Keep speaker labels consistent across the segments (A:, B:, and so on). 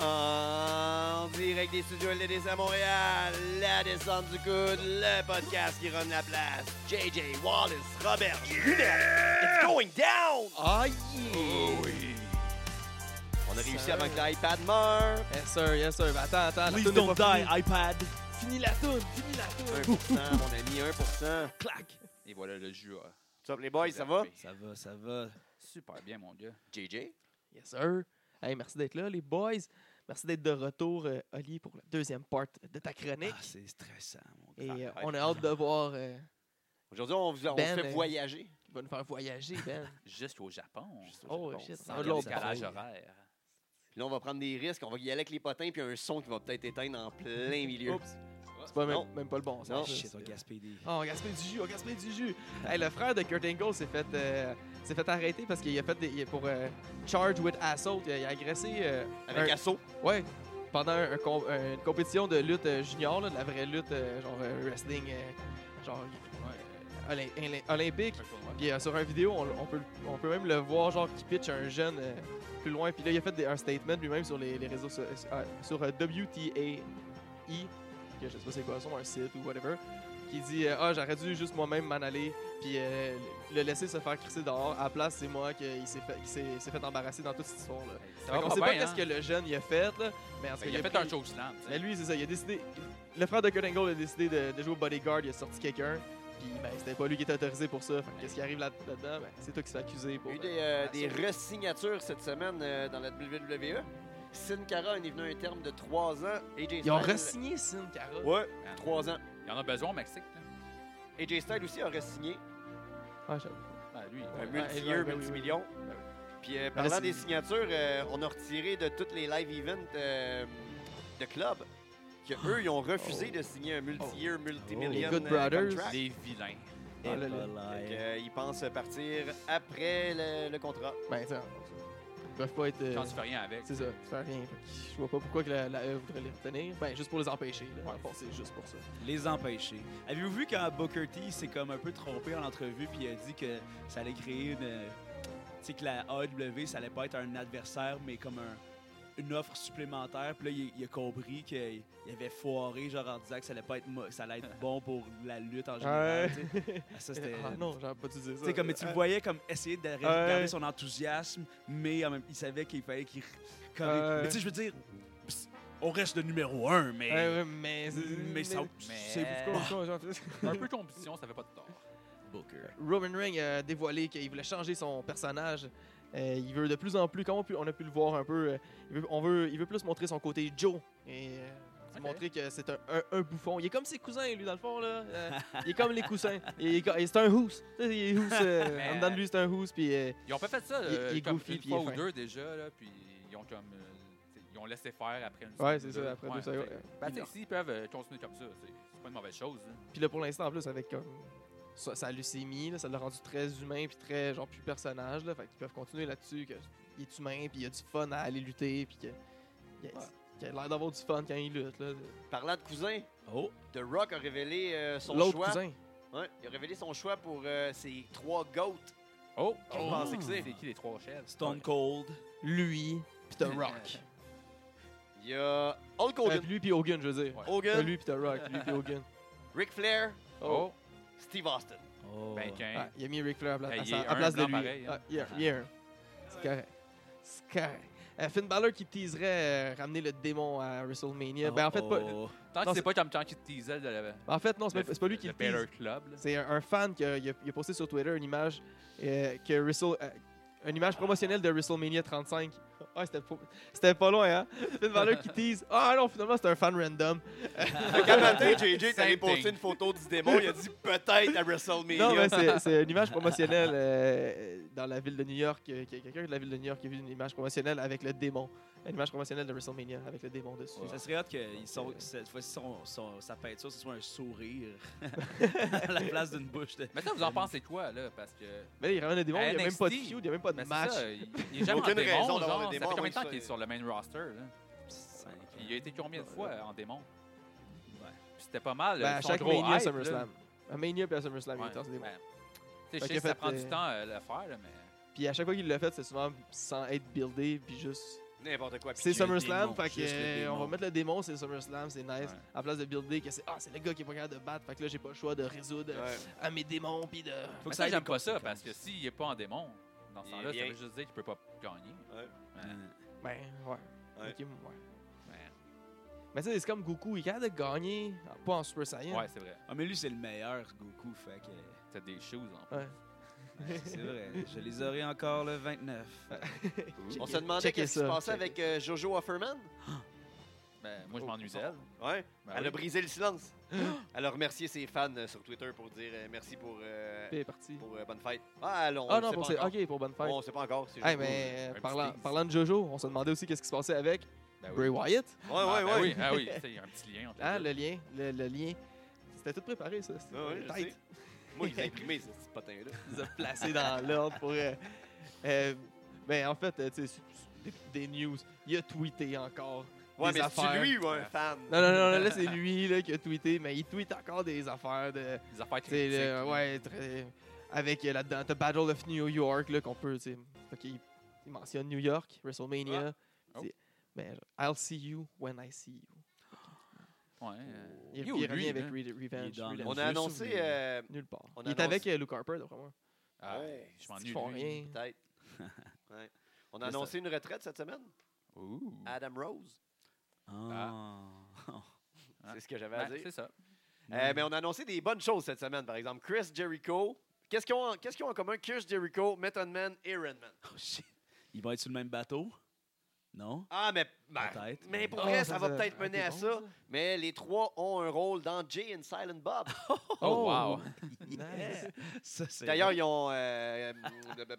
A: En direct des studios LDDC à Montréal, la descente du coude, le podcast qui rend la place. JJ Wallace, Robert, Lunette, it's going down!
B: Ah, yeah!
A: oui! On a réussi
B: Sir.
A: avant que l'iPad meure.
B: Yes, sir, yes, sir. Attends, attends.
C: Please
B: la toune n'est
C: don't
B: pas
C: die,
B: finie.
C: iPad.
B: Finis la toune, finis la toune.
A: 1%, mon ami, 1%.
B: Clac.
D: Et voilà, le jus a.
A: What's up, les boys, ça va?
B: Ça va, ça va.
D: Super bien, mon gars.
A: JJ?
B: Yes, sir. Hey, merci d'être là, les boys. Merci d'être de retour, euh, Oli, pour la deuxième part de ta chronique.
C: Ah, c'est stressant, mon gars.
B: Et euh,
A: ah,
B: on a hâte de voir. euh,
A: Aujourd'hui, on, vous- on
B: Ben,
A: se fait
B: euh,
A: voyager.
B: tu vas nous faire voyager, Ben.
D: Juste au Japon.
A: Juste au
B: oh,
A: Japon.
B: shit, ça
D: Sans
B: va de
D: le
B: l'autre
D: décalage
B: bord.
D: horaire.
A: Puis là, on va prendre des risques. On va y aller avec les potins, puis un son qui va peut-être éteindre en plein milieu.
B: Oups. C'est pas
A: Non.
B: même, même pas le bon sens.
A: Non.
B: ça,
C: Shit,
B: c'est-
C: on gaspille des...
B: Oh, on gaspille du jus, on gaspille du jus. Hey, le frère de Kurt Angle s'est fait, euh, s'est fait arrêter parce qu'il a fait des, il a- pour euh, charge with assault. Il a, il a agressé euh,
A: Avec
B: un-
A: Asso.
B: Ouais, pendant un- un com- une compétition de lutte euh, junior, là, de la vraie lutte, euh, genre euh, wrestling, euh, genre euh, olym- olym- olympique. Puis euh, sur une vidéo, on, on peut, on peut même le voir, genre, qui pitch un jeune euh, plus loin. Puis là, il a fait des- un statement lui-même sur les, les réseaux so- euh, sur euh, WTAE, E, que je sais pas c'est quoi, son, un site ou whatever, qui dit euh, Ah, j'aurais dû juste moi-même m'en aller, puis euh, le laisser se faire crisser dehors. À la place, c'est moi qui s'est fait, qui s'est- s'est fait embarrasser dans toute cette histoire-là.
D: Ça
B: Fait
D: va
B: qu'on
D: pas
B: sait pas
D: bien,
B: qu'est-ce Ben,
D: hein?
B: que le jeune il a fait, là, mais en tout cas,
D: Ben, Il a fait
B: pris-
D: un show slam. tu sais.
B: Mais lui, c'est ça, il a décidé. Le frère de Kurt Angle a décidé de, de jouer au bodyguard, il a sorti quelqu'un, puis ben, c'était pas lui qui était autorisé pour ça. Fait que qu'est-ce qui arrive là- là-dedans? ben, c'est toi qui s'est accusé pour.
A: Il y a eu
B: euh,
A: des, euh, des
B: assaut.
A: resignatures cette semaine euh, dans la WWE. Sin Cara en est venu à un terme de 3 ans. AJ
B: Ils ont
A: Styles-
B: re-signé Sin Cara.
A: Ouais,
D: Ah.
A: 3 ans.
D: Il y en a besoin au Mexique. là.
A: AJ Styles aussi a re-signé
B: Ouais, j'avoue.
D: Ben, lui,
A: un
B: Ouais, ouais, ouais,
A: multi-year,
B: ouais,
A: multi-million.
D: ouais.
A: Puis euh, parlant
B: c'est-
A: des signatures, euh, on a retiré de toutes les live events euh, de club que
B: Ah.
A: eux, ils ont refusé de signer un multi-year, multi-million
B: Oh. Les Good
A: euh,
B: Brothers.
A: contract.
D: des vilains.
B: Ah, là, là.
A: Fait que, euh, ils pensent partir après le, le contrat.
B: Ben, tiens, ils peuvent pas être. euh,
D: Quand tu fais rien avec.
B: c'est ça, tu fais rien. Fait que Je vois pas pourquoi que la, la E voudrait les retenir. Ben, juste pour les empêcher. Là. Dans le fond, c'est juste pour ça.
C: Les empêcher. Avez-vous vu quand Booker T s'est comme un peu trompé en entrevue puis il a dit que ça allait créer une... euh, Tu sais, que la AEW, ça allait pas être un adversaire, mais comme un- une offre supplémentaire. Puis là, il, il a compris qu'il il avait foiré, genre en disant que ça allait, pas être, mo- ça allait être bon pour la lutte en général. tu sais. Ah, ça, c'était...
B: ah non, j'aurais pas dû dire ça.
C: Tu sais, comme tu le
B: Ah,
C: voyais comme essayer de garder
B: Ouais.
C: son enthousiasme, mais en même- il savait qu'il fallait qu'il. comme-
B: Ouais.
C: Mais tu sais, je veux dire, psst, on reste le numéro un, mais.
B: Ouais, ouais, mais.
C: Mais ça.
B: C'est
D: Mais-
B: pourquoi, genre,
D: Un peu de compétition, ça fait pas de tort.
C: Booker.
B: Roman Reigns a dévoilé qu'il voulait changer son personnage. Euh, il veut de plus en plus, comme on, pu- on a pu le voir un peu, euh, il veut, on veut, il veut plus montrer son côté Joe. Et euh,
D: Ok.
B: montrer que c'est un, un- un bouffon. Il est comme ses cousins, lui, dans le fond. Là. Euh, il est comme les cousins. Il est, co- et c'est un hoose. Tu sais, Il est hoose. euh,
D: Mais-
B: en dedans de lui, c'est un hoose. Puis, euh,
D: Ils ont pas fait ça
B: Il-
D: euh,
B: il est
D: comme
B: goofy,
D: une
B: puis il est
D: fois ou
B: fin.
D: deux déjà, là, puis ils ont comme. euh, t'sais, ils ont laissé faire après une
B: ouais,
D: semaine
B: c'est
D: ou
B: ça, après deux
D: Ouais,
B: secondes.
D: fait- Ben, tu sais, s'ils peuvent euh, continuer comme ça, c'est c'est pas une mauvaise chose. hein.
B: Puis là, pour l'instant, en plus, avec comme sa, sa leucémie, là, ça l'a rendu très humain, puis très, genre, plus personnage. Là, fait qu'ils peuvent continuer là-dessus, qu'il est humain, puis il a du fun à aller lutter, puis que- qu'il a, qu'il a l'air d'avoir du fun quand il lutte. Là.
A: Parlant de cousins,
C: Oh,
A: The Rock a révélé euh, son
B: L'autre
A: choix.
B: cousin.
A: Ouais, il a révélé son choix pour euh, ses trois goats.
D: Oh!
A: Qui pensait que c'est?
D: C'est qui les trois chefs? Ben,
C: Stone Cold.
B: Lui, puis
D: Euh,
B: The Rock.
A: Il y a Hulk
B: Euh,
A: Hogan,
B: lui, puis Hogan, je veux dire.
D: Ouais.
B: Euh,
A: Hogan
B: lui, puis The Rock. Lui, puis Hogan.
A: Ric Flair,
B: Oh.
D: Oh!
A: Steve Austin.
C: Oh.
D: Ben, qu'un.
B: Ah, il a mis Ric Flair à, pla-
D: Ben,
B: à
D: il
B: sa-
D: est
B: à
D: un
B: place de
D: blanc
B: lui.
D: pareil, hein.
B: Ah, il y a- il y a un. C'est correct. C'est correct. Euh, Finn Balor qui teaserait euh, ramener le démon à WrestleMania. Ben, en fait, pas,
C: Oh.
D: Tant
B: Non,
D: que c'est
B: c'est-
D: pas comme quand il teasait de la.
B: en fait non, c'est
D: Oh. le-
B: pas, c'est pas lui qui
D: le
B: le tease.
D: Better Club. là.
B: C'est un, un fan qui a, il a- il a posté sur Twitter une image euh, que Wrestle- euh, une image promotionnelle de WrestleMania 35. Ah, c'était pas, c'était pas loin, hein? Finn Balor qui tease. Ah non, finalement, c'est un fan random.
A: Quand matin, JJ est allé
D: Same
A: poster
D: thing.
A: une photo du démon, il a dit peut-être à WrestleMania.
B: Non, mais c'est, c'est une image promotionnelle euh, dans la ville de New York. euh, qu'il y a Quelqu'un de la ville de New York qui a vu une image promotionnelle avec le démon. Une image promotionnelle de WrestleMania avec le démon dessus.
C: Ça serait hâte que ils sont- cette fois-ci, son, son- sa peinture, ce soit un sourire à la place d'une bouche. De...
D: Mais ça, vous en pensez quoi, là? Parce que.
B: Mais là, il ramène le démon,
D: À
B: il n'y a même
D: NXT,
B: pas de feud, il n'y a même pas de
D: Ben, c'est
B: match.
D: ça, il il est jamais en
A: Aucune raison
D: démon,
A: d'avoir
D: genre.
A: le
D: Ça fait
A: démon,
D: combien de temps
A: moi,
D: qu'il est
A: ça-
D: sur le main roster, là?
C: Cinq ans.
D: Il a été combien de fois euh, en démon?
C: Ouais.
D: Puis C'était pas mal.
B: Ben, à
D: euh, son
B: chaque
D: gros
B: Mania,
D: hype,
B: SummerSlam. À Mania puis à SummerSlam,
D: là.
B: il est en
D: Ouais,
B: démon.
D: ben, Tu sais, je
B: Fait
D: sais
B: qu'il
D: que
B: a
D: ça
B: fait,
D: prend du
B: euh,
D: temps à le faire, là, mais.
B: Puis à chaque fois qu'il l'a fait, c'est souvent sans être buildé, puis juste
A: N'importe quoi.
B: C'est
A: Pichu.
C: le
B: SummerSlam,
C: démon,
B: fait que,
C: juste le
B: euh, on va
C: démon.
B: mettre le démon, c'est SummerSlam, c'est nice.
C: Ouais.
B: À place de builder que c'est ah c'est le gars qui est pas capable de battre, fait que là j'ai pas le choix de résoudre euh,
A: Ouais.
B: à mes démons puis de.
C: Faut
D: ça,
C: ait
D: j'aime
C: des
D: pas ça,
C: conséquences.
D: parce que s'il n'est pas en démon, dans ce
A: Il
D: temps-là, ça
A: vient.
D: veut juste dire qu'il peut pas gagner.
C: Euh,
B: Ben ouais.
A: Ouais.
B: Ok, ouais.
D: Ouais,
B: Mais tu sais c'est comme Goku, il est capable de gagner, ah, pas en Super Saiyan.
D: Ouais, c'est vrai.
C: Ah, mais lui, c'est le meilleur, ce Goku. Fait que.
D: C'est des choses. en
B: Ouais.
C: ouais, c'est vrai. Je les aurai encore le 29.
D: plus.
A: On se demandait
B: Checkez
A: qu'est-ce qui se
B: ça,
A: passait
B: checkez.
A: avec euh, Jojo Offerman.
D: Ben, moi, je
B: Oh.
D: m'ennuie d'elle.
A: Ouais.
D: Ben
A: Elle a
D: oui.
A: brisé le silence. Elle a remercié ses fans euh, sur Twitter pour dire euh, merci pour, euh,
B: Puis il est parti.
A: pour euh, bonne fête. Ah, allons.
B: Ah non, pour c'est-
A: OK.
B: ok pour bonne fête.
A: On sait pas encore. Oh, c'est
B: Hey,
A: juste
B: mais euh,
D: petit
B: parlant,
D: tease.
B: parlant de Jojo, on se demandait aussi qu'est-ce qui se passait avec
D: Ben oui.
B: Bray Wyatt.
A: pour- Ouais, ouais,
D: Ah, ben
A: ouais.
D: oui, ah oui, tu sais, il y a un petit lien entre les
B: Hein,
D: deux.
B: le lien, le, le lien. C'était tout préparé, ça. C'était
A: Ah ouais, je
B: tight.
A: sais. Moi, je les ai imprimés, ce petit patin-là.
B: les a placés dans l'ordre pour. euh, euh, ben, en fait, euh, tu sais, c'est- c'est des, des news. Il a tweeté encore.
A: Ouais,
B: Des
A: mais c'est
B: affaires.
A: lui ou un fan?
B: Non, non, non, là, c'est lui là, qui a tweeté, mais il tweet encore des affaires de.
D: Les affaires
B: tu sais,
D: critiques.
B: là, ouais, très- Avec euh, là-dedans, The Battle of New York, là, qu'on peut. tu sais, fait qu'il- il mentionne New York, WrestleMania.
D: Ah.
B: tu sais, Mais genre, I'll see you when I see you.
D: Ouais, euh,
B: Il,
D: il est
B: il
D: où,
B: revient
D: lui,
B: avec
D: là?
B: Re- Revenge.
C: Il est dans
B: Relapse.
A: On
C: Je
A: a
C: me
A: annoncé.
C: souviens.
A: euh,
B: Nulle part.
A: on
B: il est
A: annonce-
B: avec euh, Luke Harper, d'après moi.
D: Ah,
A: Ouais.
D: je
B: Ils
D: m'ennuie
B: font
D: de lui.
B: rien.
A: Peut-être. Ouais. On a
D: Mais ça-
A: annoncé une retraite cette semaine.
D: Ouh.
A: Adam Rose.
C: Ah.
D: Ah.
A: C'est ce que j'avais à
D: Ben,
A: dire.
D: c'est ça.
A: Euh, mais on a annoncé des bonnes choses cette semaine, par exemple. Chris Jericho. Qu'est-ce qu'ils ont, en- qu'est-ce qu'ils ont en commun Chris Jericho, Method Man et Iron Man?
C: Oh, shit. Ils vont être sur le même bateau? Non?
A: Ah, mais, ben,
C: Peut-être.
A: mais pour
B: Oh,
A: vrai,
B: ça,
A: ça va
B: ça-
A: peut-être
B: ah,
A: mener
B: c'est
A: à
B: bon,
A: ça.
B: ça.
A: Mais les trois ont un rôle dans Jay and Silent Bob.
D: Oh, wow.
B: Nice.
C: Ça, c'est-
A: D'ailleurs, ils ont. euh, euh,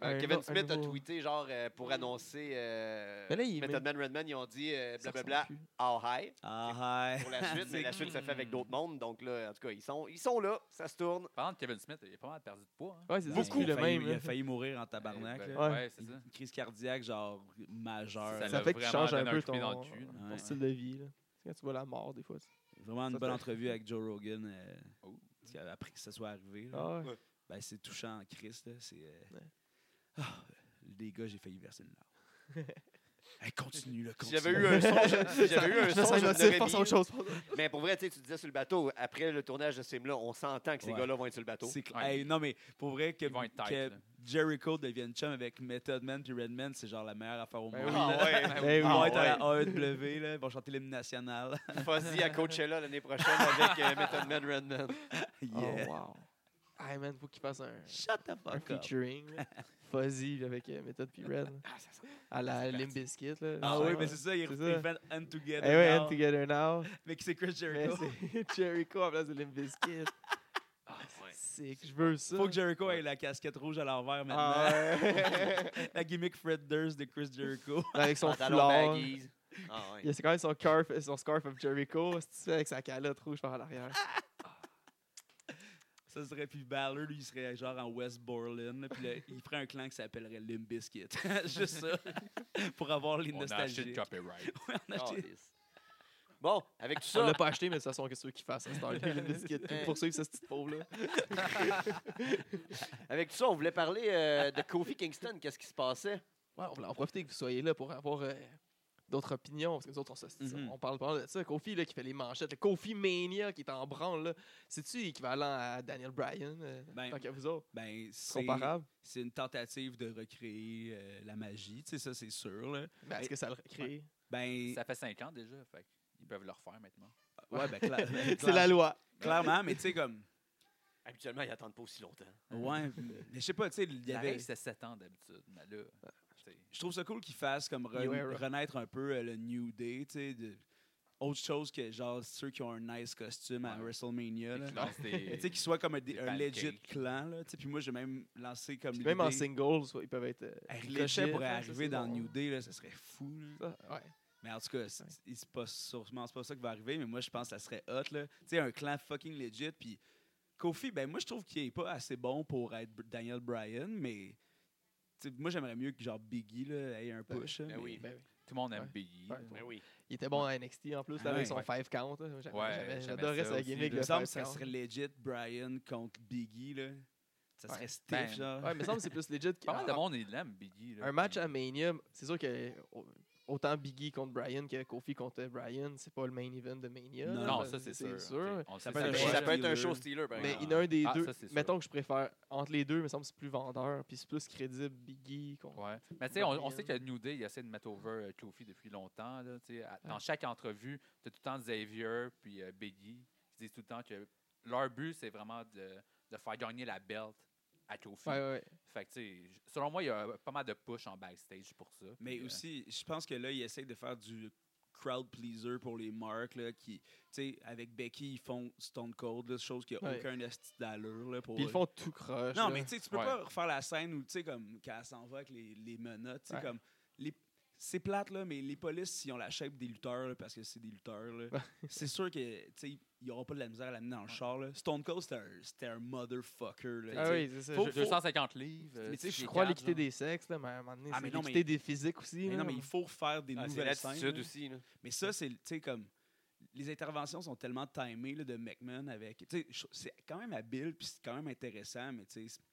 B: Un
A: Kevin
B: nou- un
A: Smith a
B: nouveau-
A: tweeté, genre, euh, pour annoncer euh,
B: Mais là, il
A: Method
B: met-
A: Man, Redman, ils ont dit euh,
B: Ça
A: blablabla,
B: ressemble plus.
A: how high.
C: Ah, hi.
A: Pour la suite, mais la suite se fait avec
D: Hmm.
A: d'autres mondes. Donc là, en tout cas, ils sont, ils sont là, ça se tourne.
D: Parlant de Kevin Smith, il est pas mal perdu de poids. hein.
B: Ouais, c'est ça, c'est
C: Beaucoup.
B: plus
C: Il a
B: le
C: failli-
B: même. hein.
C: Il
B: là.
C: a failli mourir en tabarnak.
D: Eh, ben,
C: là.
D: Ouais,
B: Ouais.
D: c'est ça.
C: Une crise cardiaque, genre, majeure.
D: Ça
B: Ça
D: l'a
B: fait que tu
D: vraiment
B: changes un
D: donné un
B: peu
D: coupé dans
B: ton,
D: le cul, là.
B: ton
C: Ouais.
B: style de vie. là. C'est quand tu vois la mort, des fois. tu-
C: Vraiment une
B: Ça,
C: bonne
B: ça-
C: entrevue avec Joe Rogan. euh,
D: Oh.
C: parce que après que ça soit arrivé, là,
B: Ah, ouais.
C: ben, c'est touchant en Christ. là, C'est. euh,
B: Ouais.
C: Ah, les gars, j'ai failli verser une larme. hey, continue, là,
A: Si
C: continue.
A: j'avais eu un son, je- si j'avais eu un
B: Ça,
A: son,
B: ça
A: je
B: motive,
A: l'aurais
B: pense à
A: mis.
B: autre chose.
A: Mais pour vrai, tu sais, tu disais sur le bateau, après le tournage de ce film-là, on s'entend que ces
C: Ouais.
A: gars-là vont être sur le bateau.
C: C'est cl-
D: Ouais.
C: Hey, non, mais pour vrai, que,
D: Ils vont être tight,
C: que
D: là.
C: Jericho devienne chum avec Method Man puis Redman, c'est genre la meilleure affaire au monde.
B: Ben oui.
C: là.
A: Ah ouais,
B: Ben
C: Ils
B: oui.
C: vont
A: Ah
C: être à la AEW, là, ils vont chanter l'hymne national.
A: Fuzzy à Coachella l'année prochaine avec euh, Method Man Redman.
C: yeah.
B: Oh, wow. Hey, man, faut qu'il fasse un,
C: Shut the
B: un
C: fuck up.
B: featuring. là. Fuzzy là, avec euh, Method P. Red. là. À la Limp Bizkit. là.
C: Ah
B: Ouais.
C: oui, mais c'est ça, ils
B: C'est ça.
C: ils font And
B: Eh
C: Together.
B: ouais,
C: now,
B: And Together Now.
C: Mais que c'est Chris
B: Mais
C: Jericho.
B: c'est Jericho en place de Limp Bizkit. Ah,
A: Ouais.
B: c'est que je veux ça.
C: Faut que Jericho ait la casquette rouge à l'envers maintenant.
B: Ah, ouais.
C: la gimmick Fred Durst de Chris Jericho.
B: Avec son
A: Pantalon
B: foulard.
A: baggy. Ah ouais.
B: Il a c'est quand même son scarf, son scarf of Jericho, c'est-tu avec sa calotte rouge par l'arrière.
C: Ah! Ça serait puis Balor, lui, il serait genre en West Borland. là, Puis là, il ferait un clan qui s'appellerait Limp Bizkit. Juste ça. Pour avoir les
D: On a acheté le Ah
C: nostalgiques.
D: copyright.
C: Ouais, on a acheté-
A: Calisse. Bon, avec tout
B: On
A: ça,
B: l'a pas acheté, mais de toute façon, qu'est-ce qu'il fasse? hein, C'est un Limp Bizkit pour poursuivre cette petite pauvre-là.
A: avec tout ça, on voulait parler euh, de Kofi Kingston. Qu'est-ce qui se passait?
B: Ouais, on voulait en profiter que vous soyez là pour avoir euh, d'autres opinions, parce que nous autres, on, se-
C: Mhm.
B: on parle pas de ça. Kofi, là, qui fait les manchettes, le Kofi Mania qui est en branle, là. C'est-tu équivalent à Daniel Bryan, euh,
C: Ben,
B: tant qu'à vous autres?
C: Ben, c'est
B: Comparable?
C: c'est une tentative de recréer euh, la magie. Tu sais, ça, c'est sûr. là.
B: Mais est-ce que ça le recrée?
C: Ben,
D: Ça fait 5 ans déjà, fait qu'ils peuvent le refaire maintenant.
C: ouais, ben, cla-
B: C'est la loi.
C: clairement, mais tu sais, comme.
A: Habituellement, ils attendent pas aussi longtemps.
C: Ouais, mais je sais pas, tu sais, il y
D: La
C: avait.
D: règle, c'est 7 ans d'habitude, mais là, c'est
C: Je trouve ça cool qu'ils fassent comme re-
B: New era.
C: renaître un peu euh, le New Day, tu sais. de- Autre chose que genre ceux qui ont un nice costume à
D: Ouais.
C: WrestleMania. là.
D: qu'ils lancent des-
C: Tu sais, qu'ils soient comme un, dé- un
D: pancakes.
C: legit clan. Là, tu sais, puis moi, j'ai même lancé comme.
B: Puis même en
C: l'idée-
B: singles, ouais, ils peuvent être. euh,
C: Hey,
B: Ricochet,
C: Ricochet pourrait
B: là, ça,
C: arriver
B: c'est
C: dans
B: bon.
C: New Day, là, ça serait fou. là.
B: Ça, ouais.
C: Mais en tout cas, c'est c'est pas, sûrement c'est pas ça qui va arriver, mais moi, je pense que ça serait hot. là. Tu sais, un clan fucking legit. Puis Kofi, ben moi, je trouve qu'il est pas assez bon pour être Br- Daniel Bryan, mais tu sais, moi, j'aimerais mieux que genre Biggie là, ait un
B: Ben,
C: push. là,
A: ben
C: mais-
A: oui.
B: Ben oui.
D: tout le monde aime
B: Ouais.
D: Biggie.
B: Ouais.
A: Mais Ben oui.
B: Il était bon à NXT en plus, là,
C: Ah
B: avec
C: ouais.
B: son
D: Ouais.
B: 5 count. là. J'aimais-
D: Ouais,
B: j'aimais-
D: j'aimais
B: J'adorais
D: ça
B: sa
D: aussi,
B: gimmick.
C: Il
B: le
C: me semble
B: five
C: que ça
B: count.
C: serait legit Bryan contre Biggie. Là. Ça serait
B: Ouais.
C: stiff,
D: Ben,
C: genre.
B: Ouais, mais il me semble que c'est plus legit.
D: Pas mal de
B: qu'un-
D: monde, il l'aime, Biggie. là.
B: Un match à Mania, c'est sûr que oh, autant Biggie contre Brian que Kofi contre Brian, c'est pas le main event de Mania.
C: Non,
B: là,
D: Non,
B: ben,
D: ça, c'est sûr. On le sait,
C: Ça peut
A: Ça,
C: un
A: peut-
C: show
A: ça peut être un
C: stealer.
A: show stealer, par
B: Mais
A: exemple.
B: il y en a un des
D: Ah,
B: deux.
D: ça, c'est sûr.
B: Mettons que je préfère entre les deux, il me semble que c'est plus vendeur, puis c'est plus crédible Biggie contre.
D: Ouais. Mais tu sais, on, on
B: Brian.
D: sait que New Day, il essaie de mettre over euh, Kofi depuis longtemps. Là, tu sais. À- Dans
B: Ouais.
D: chaque entrevue, tu as tout le temps Xavier puis euh, Biggie qui disent tout le temps que leur but, c'est vraiment de, de faire gagner la belt à Kofi.
B: Ouais, ouais, ouais.
D: Fait que, tu sais, selon moi, il y a euh, pas mal de push en backstage pour ça.
C: Mais
D: Puis, euh,
C: aussi, je pense que là, ils essayent de faire du crowd pleaser pour les marques. Là, qui, tu sais, avec Becky, ils font Stone Cold, là, chose qui n'a
B: Ouais.
C: aucun esti d'allure. Là, pour
B: Puis ils font tout croche.
C: Non,
B: là.
C: mais tu sais, tu peux
D: Ouais.
C: pas refaire la scène où, tu sais, comme, quand elle s'en va avec les, les menottes, tu sais,
B: Ouais.
C: comme, les... c'est plate, là, mais les polices, ils ont la shape des lutteurs, là, parce que c'est des lutteurs, là. c'est sûr que, tu sais, il y aura pas de la misère à l'amener dans le char, là. Stone Cold, c'était un, c'était un motherfucker, là.
B: Ah
C: tu sais.
B: oui, c'est ça.
D: Faut-
B: je-
D: 250 livres. euh,
C: Mais tu sais,
B: je,
D: les
B: crois
D: cadres,
B: l'équité
D: là.
B: des sexes, là, mais à un moment donné,
C: Ah,
B: c'est
C: mais non, mais-
B: l'équité des physiques aussi.
C: Mais
B: là.
C: non, mais il faut faire des
A: Ah, c'est
C: nouvelles scènes.
A: l'attitude
C: là.
A: aussi. là.
C: Mais ça, c'est, tu sais, comme, les interventions sont tellement timées, là, de McMahon avec, tu sais, je- c'est quand même habile, puis c'est quand même intéressant, mais tu sais, c'est-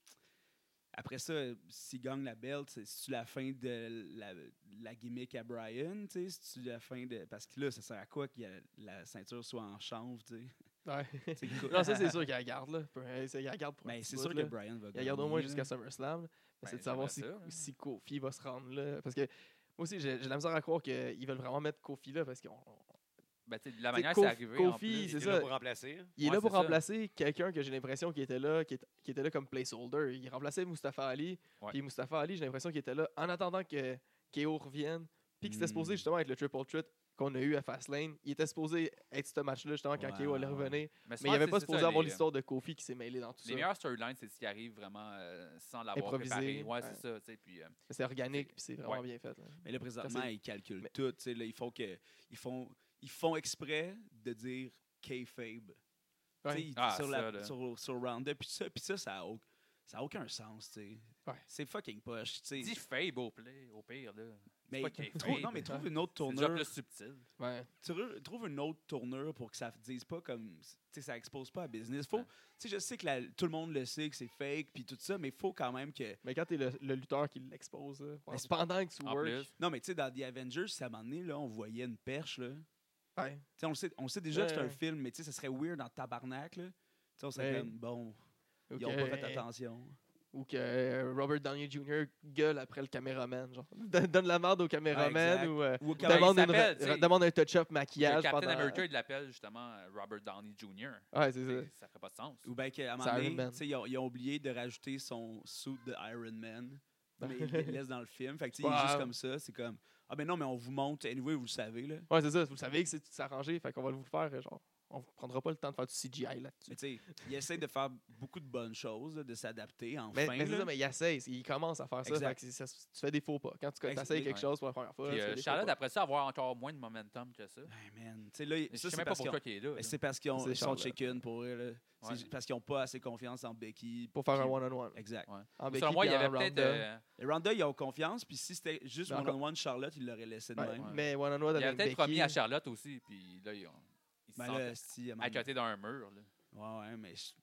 C: après ça, s'il gagne la belt, c'est- c'est-tu la fin de la, la gimmick à Brian, tu sais, c'est-tu la fin de... Parce que là, ça sert à quoi que la ceinture soit en chanvre, tu sais?
B: Ouais.
C: C'est que-
B: non, ça, c'est sûr qu'il la garde. Là. Peu- euh, c'est- Il la garde pour un
C: Mais
B: petit
C: Ben, c'est
B: bout,
C: sûr
B: là.
C: que Brian va
B: Il la
C: gagner.
B: garde au moins
C: là.
B: jusqu'à SummerSlam. mais
D: Ben,
B: c'est de savoir si,
D: j'aimerais ça, hein.
B: si Kofi va se rendre là. Parce que moi aussi, j'ai j'ai la misère à croire qu'ils veulent vraiment mettre Kofi là parce qu'il
D: Ben, tu sais, de la
B: Tu sais,
D: manière que c'est
B: Kofi-
D: arrivé. en
B: Kofi,
D: plus,
B: c'est
A: Il est
B: ça.
A: là pour remplacer. là.
B: est
D: Ouais,
B: là pour
D: c'est ça.
B: remplacer quelqu'un que j'ai l'impression qui était là, qui, est- qui était là comme placeholder. Il remplaçait Mustafa Ali.
D: Ouais.
B: Puis Mustafa Ali, j'ai l'impression qu'il était là en attendant que KO revienne. Puis que c'était supposé
C: Hmm.
B: justement être le triple threat qu'on a eu à Fastlane. Il était supposé être ce match-là justement quand
C: Ouais,
B: KO allait
C: ouais, ouais.
B: revenir. Mais il
D: souvent,
B: n'y avait
D: c'est-
B: pas
D: c'est ça,
B: supposé avoir
D: les-
B: l'histoire de Kofi qui s'est mêlé dans tout
D: Les
B: ça.
D: meilleurs storylines, c'est ce qui arrive vraiment euh, sans l'avoir
B: Improvisé,
D: préparé. Ouais,
B: ouais.
D: c'est ça. tu sais, Puis, euh,
B: C'est organique, puis c'est vraiment
D: Ouais.
B: bien fait. là.
C: Mais là, présentement,
B: c'est-
C: ils calculent
B: mais-
C: tout. tu sais, Là, ils, font que, ils, font, ils font exprès de dire K-Fabe. Tu sais,
B: Ouais.
C: ils-
D: Ah,
C: sur,
D: ça,
C: la,
D: là.
C: sur, sur Roundup. Puis ça, puis ça, ça n'a aucun sens. tu sais.
B: Ouais.
C: C'est fucking poche. tu sais.
D: dis Fabe au, play- au pire. là.
C: Mais,
D: pas K-Fabe.
C: trouve- non, mais trouve une autre
D: C'est déjà
C: tournure.
D: plus subtil.
B: Ouais.
C: Trouve trouve une autre tournure pour que ça ne dise pas comme. Tu sais, ça expose pas à business. Faut,
D: Ouais.
C: tu sais, Je sais que la- tout le monde le sait, que c'est fake, puis tout ça, mais il faut quand même que.
B: Mais quand t'es le, le lutteur qui l'expose, là,
C: Mais c'est-
B: pendant que tu
D: En
B: work,
D: plus,
C: Non, mais tu sais, dans The Avengers, ça, à un moment donné, là, on voyait une perche. Là.
B: ouais.
C: Tu sais, on, le sait, on sait déjà que c'est
B: Ouais.
C: un film, mais tu sais, ça serait weird dans Tabarnak. Là. Tu sais, on serait
B: Ouais.
C: comme, bon,
B: Ou
C: ils ont pas fait
B: que-
C: attention.
B: Ou que euh, Robert Downey Jr. gueule après le caméraman. Genre. Don- Donne la merde au
C: Ouais,
B: caméraman
C: exact.
B: ou euh,
C: Ou
D: Comment il
B: demande, une
D: s'appelle,
B: re-
D: tu sais?
B: demande un touch-up
D: le
B: maquillage.
D: Captain
B: pendant-
D: America, il l'appelle justement euh, Robert Downey Jr.
B: Ouais, c'est ça.
D: T'sais, Ça ferait pas de sens.
C: Ou bien qu'à un
B: C'est
C: moment
B: Iron
C: donné,
B: Man.
C: tu sais, ils ont, ils ont oublié de rajouter son suit de Iron Man. Mais ils le laissent dans le film. Fait que, tu sais, il est
B: Ben. Wow.
C: juste comme ça. C'est comme, ah ben non, mais on vous montre. Anyway, vous le savez, là.
B: Ouais, c'est ça. Vous le savez que c'est tout arrangé, fait qu'on va vous le faire. euh, Genre, on vous prendra pas le temps de faire du CGI là-dessus.
C: Mais tu sais, ils essaient de faire beaucoup de bonnes choses, là, de s'adapter, enfin.
B: Mais, mais c'est
C: là.
B: ça, mais il essaie, il commence à faire ça,
C: Exact.
B: fait que c'est- ça- Tu fais des faux pas. Quand tu
C: Ex-
B: essayes quelque
D: ouais.
B: chose pour la première fois,
D: Puis
B: tu fais
D: euh,
B: des faux
D: Charlotte,
B: pas.
D: après ça, avoir encore moins de momentum que ça.
C: Hey, man. Tu sais, là,
D: Je
C: ça,
D: sais
C: c'est
D: même pas
C: parce qu'ils
D: pourquoi
C: ont-
D: qu'il est là.
C: mais
D: là.
C: c'est parce qu'ils ont-
B: C'est
C: ils sont
B: Charlotte.
C: chicken pour eux. là.
D: Ouais.
C: C'est parce qu'ils n'ont pas assez confiance en Becky.
B: Pour faire un
C: puis-
B: one-on-one.
C: Exact.
B: En
D: Ou
B: Becky,
D: Selon moi, il y
B: Ah, ben, puis en
D: avait peut-être.
B: Ronda.
D: euh,
C: Les Ronda, ils ont confiance, puis si c'était juste
B: Mais encore-
C: one-on-one, Charlotte, ils l'auraient laissé de
B: Ouais,
C: même.
B: Ben, Mais one on one
D: Il avait
B: avec
D: peut-être
B: Becky.
D: promis à Charlotte aussi. Puis là, ils ont- ils se
C: Ben là,
D: sentent
C: si, à un moment
D: à
C: donné-
D: côté d'un mur. là.
C: Ouais, ouais, mais. je-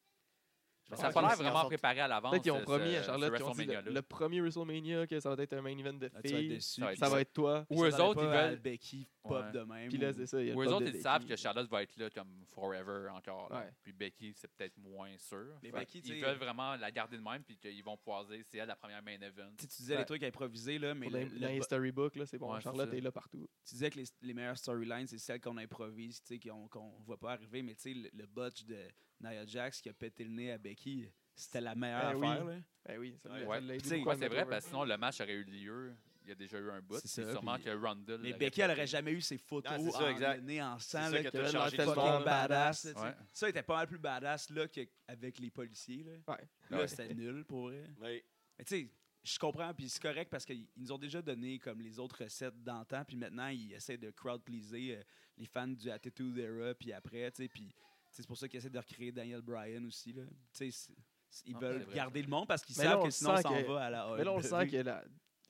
D: Mais
B: pense
D: ça a
B: qu'ils
D: pas
B: ont
D: l'air
B: aussi en
D: vraiment
B: sorte-
D: préparé à l'avance.
B: Peut-être qu'ils ont
D: ce-
B: promis à
D: ce
B: Charlotte qu'ils ont dit le,
D: WrestleMania-là.
B: le premier WrestleMania que ça va être un main event de
C: Là, tu vas être
B: filles.
C: déçu.
D: Ça va
C: puis
D: Ah, être
B: Ça va être toi.
D: Ou eux
C: s'attendait
D: autres,
C: pas
D: ils
C: à
D: veulent.
C: Becky pop
D: Ouais.
C: de même.
B: Puis là,
C: ou-
B: c'est ça. il y a le
D: Ou eux
B: pop
D: autres,
B: de
D: ils savent que
B: Becky.
D: Charlotte va être là comme forever encore. là.
B: Ouais.
D: Puis Becky, c'est peut-être moins sûr.
C: Mais
D: Fait
C: Becky, tu
D: ils
C: sais-
D: veulent vraiment la garder de même puis qu'ils vont pouvoir dire c'est elle la première main event.
C: Tu sais, tu disais
B: Ouais.
C: les trucs improvisés, là, mais
B: Pour
C: le-
B: dans-
C: le
B: dans les
C: bo-
B: storybooks, là, c'est bon.
D: Ouais, c'est
B: Charlotte
D: ça.
B: est là partout.
C: tu disais que les, les meilleures storylines, c'est celles qu'on improvise, tu sais, qu'on ne voit pas arriver. Mais tu sais, le, le botch de Nia Jax qui a pété le nez à Becky, c'était la meilleure
B: Ben oui.
C: affaire. là.
B: Eh oui, ça
D: Ouais.
B: l'a-
D: Ouais.
B: ça l'a aidé
C: Tu sais,
B: beaucoup
D: Ouais,
B: à
D: c'est
B: mettre
D: vrai,
B: over.
D: parce que sinon le match aurait eu lieu. Il y a déjà eu un bout.
C: C'est
D: puis
C: ça,
D: Sûrement
C: puis-
D: que Rundle.
C: Mais
D: l'aurait
C: Becky, elle
D: plaqué.
C: aurait jamais eu ses photos
A: Non, c'est ça,
C: en-
A: exact.
C: le nez en sang.
A: C'est
C: là,
A: ça qui a
C: qui
A: tout
B: avait
A: changé
B: l'air
A: du
C: fucking
B: tellement
A: sport, là.
C: badass. là, tu sais.
D: Ouais.
C: Ça, était pas mal plus badass là, qu'avec les policiers. Là,
B: Ouais.
C: Là,
D: Ouais.
C: c'était nul pour elle.
A: Oui.
C: Mais tu sais, je comprends, puis c'est correct parce qu'ils nous ont déjà donné comme les autres recettes d'antan, puis maintenant ils essaient de crowd pleaser euh, les fans du Attitude Era, puis après, tu sais, puis tu sais, c'est pour ça qu'ils essaient de recréer Daniel Bryan aussi là. Tu sais, c'est- c'est- ils
D: Ah,
C: veulent
D: c'est vrai,
C: garder le monde parce qu'ils
B: Mais là,
C: savent
B: on
C: que
B: le
C: sinon
B: sent
C: ça en
B: que-
C: va à la AEW.
B: Mais là, on sent que, la,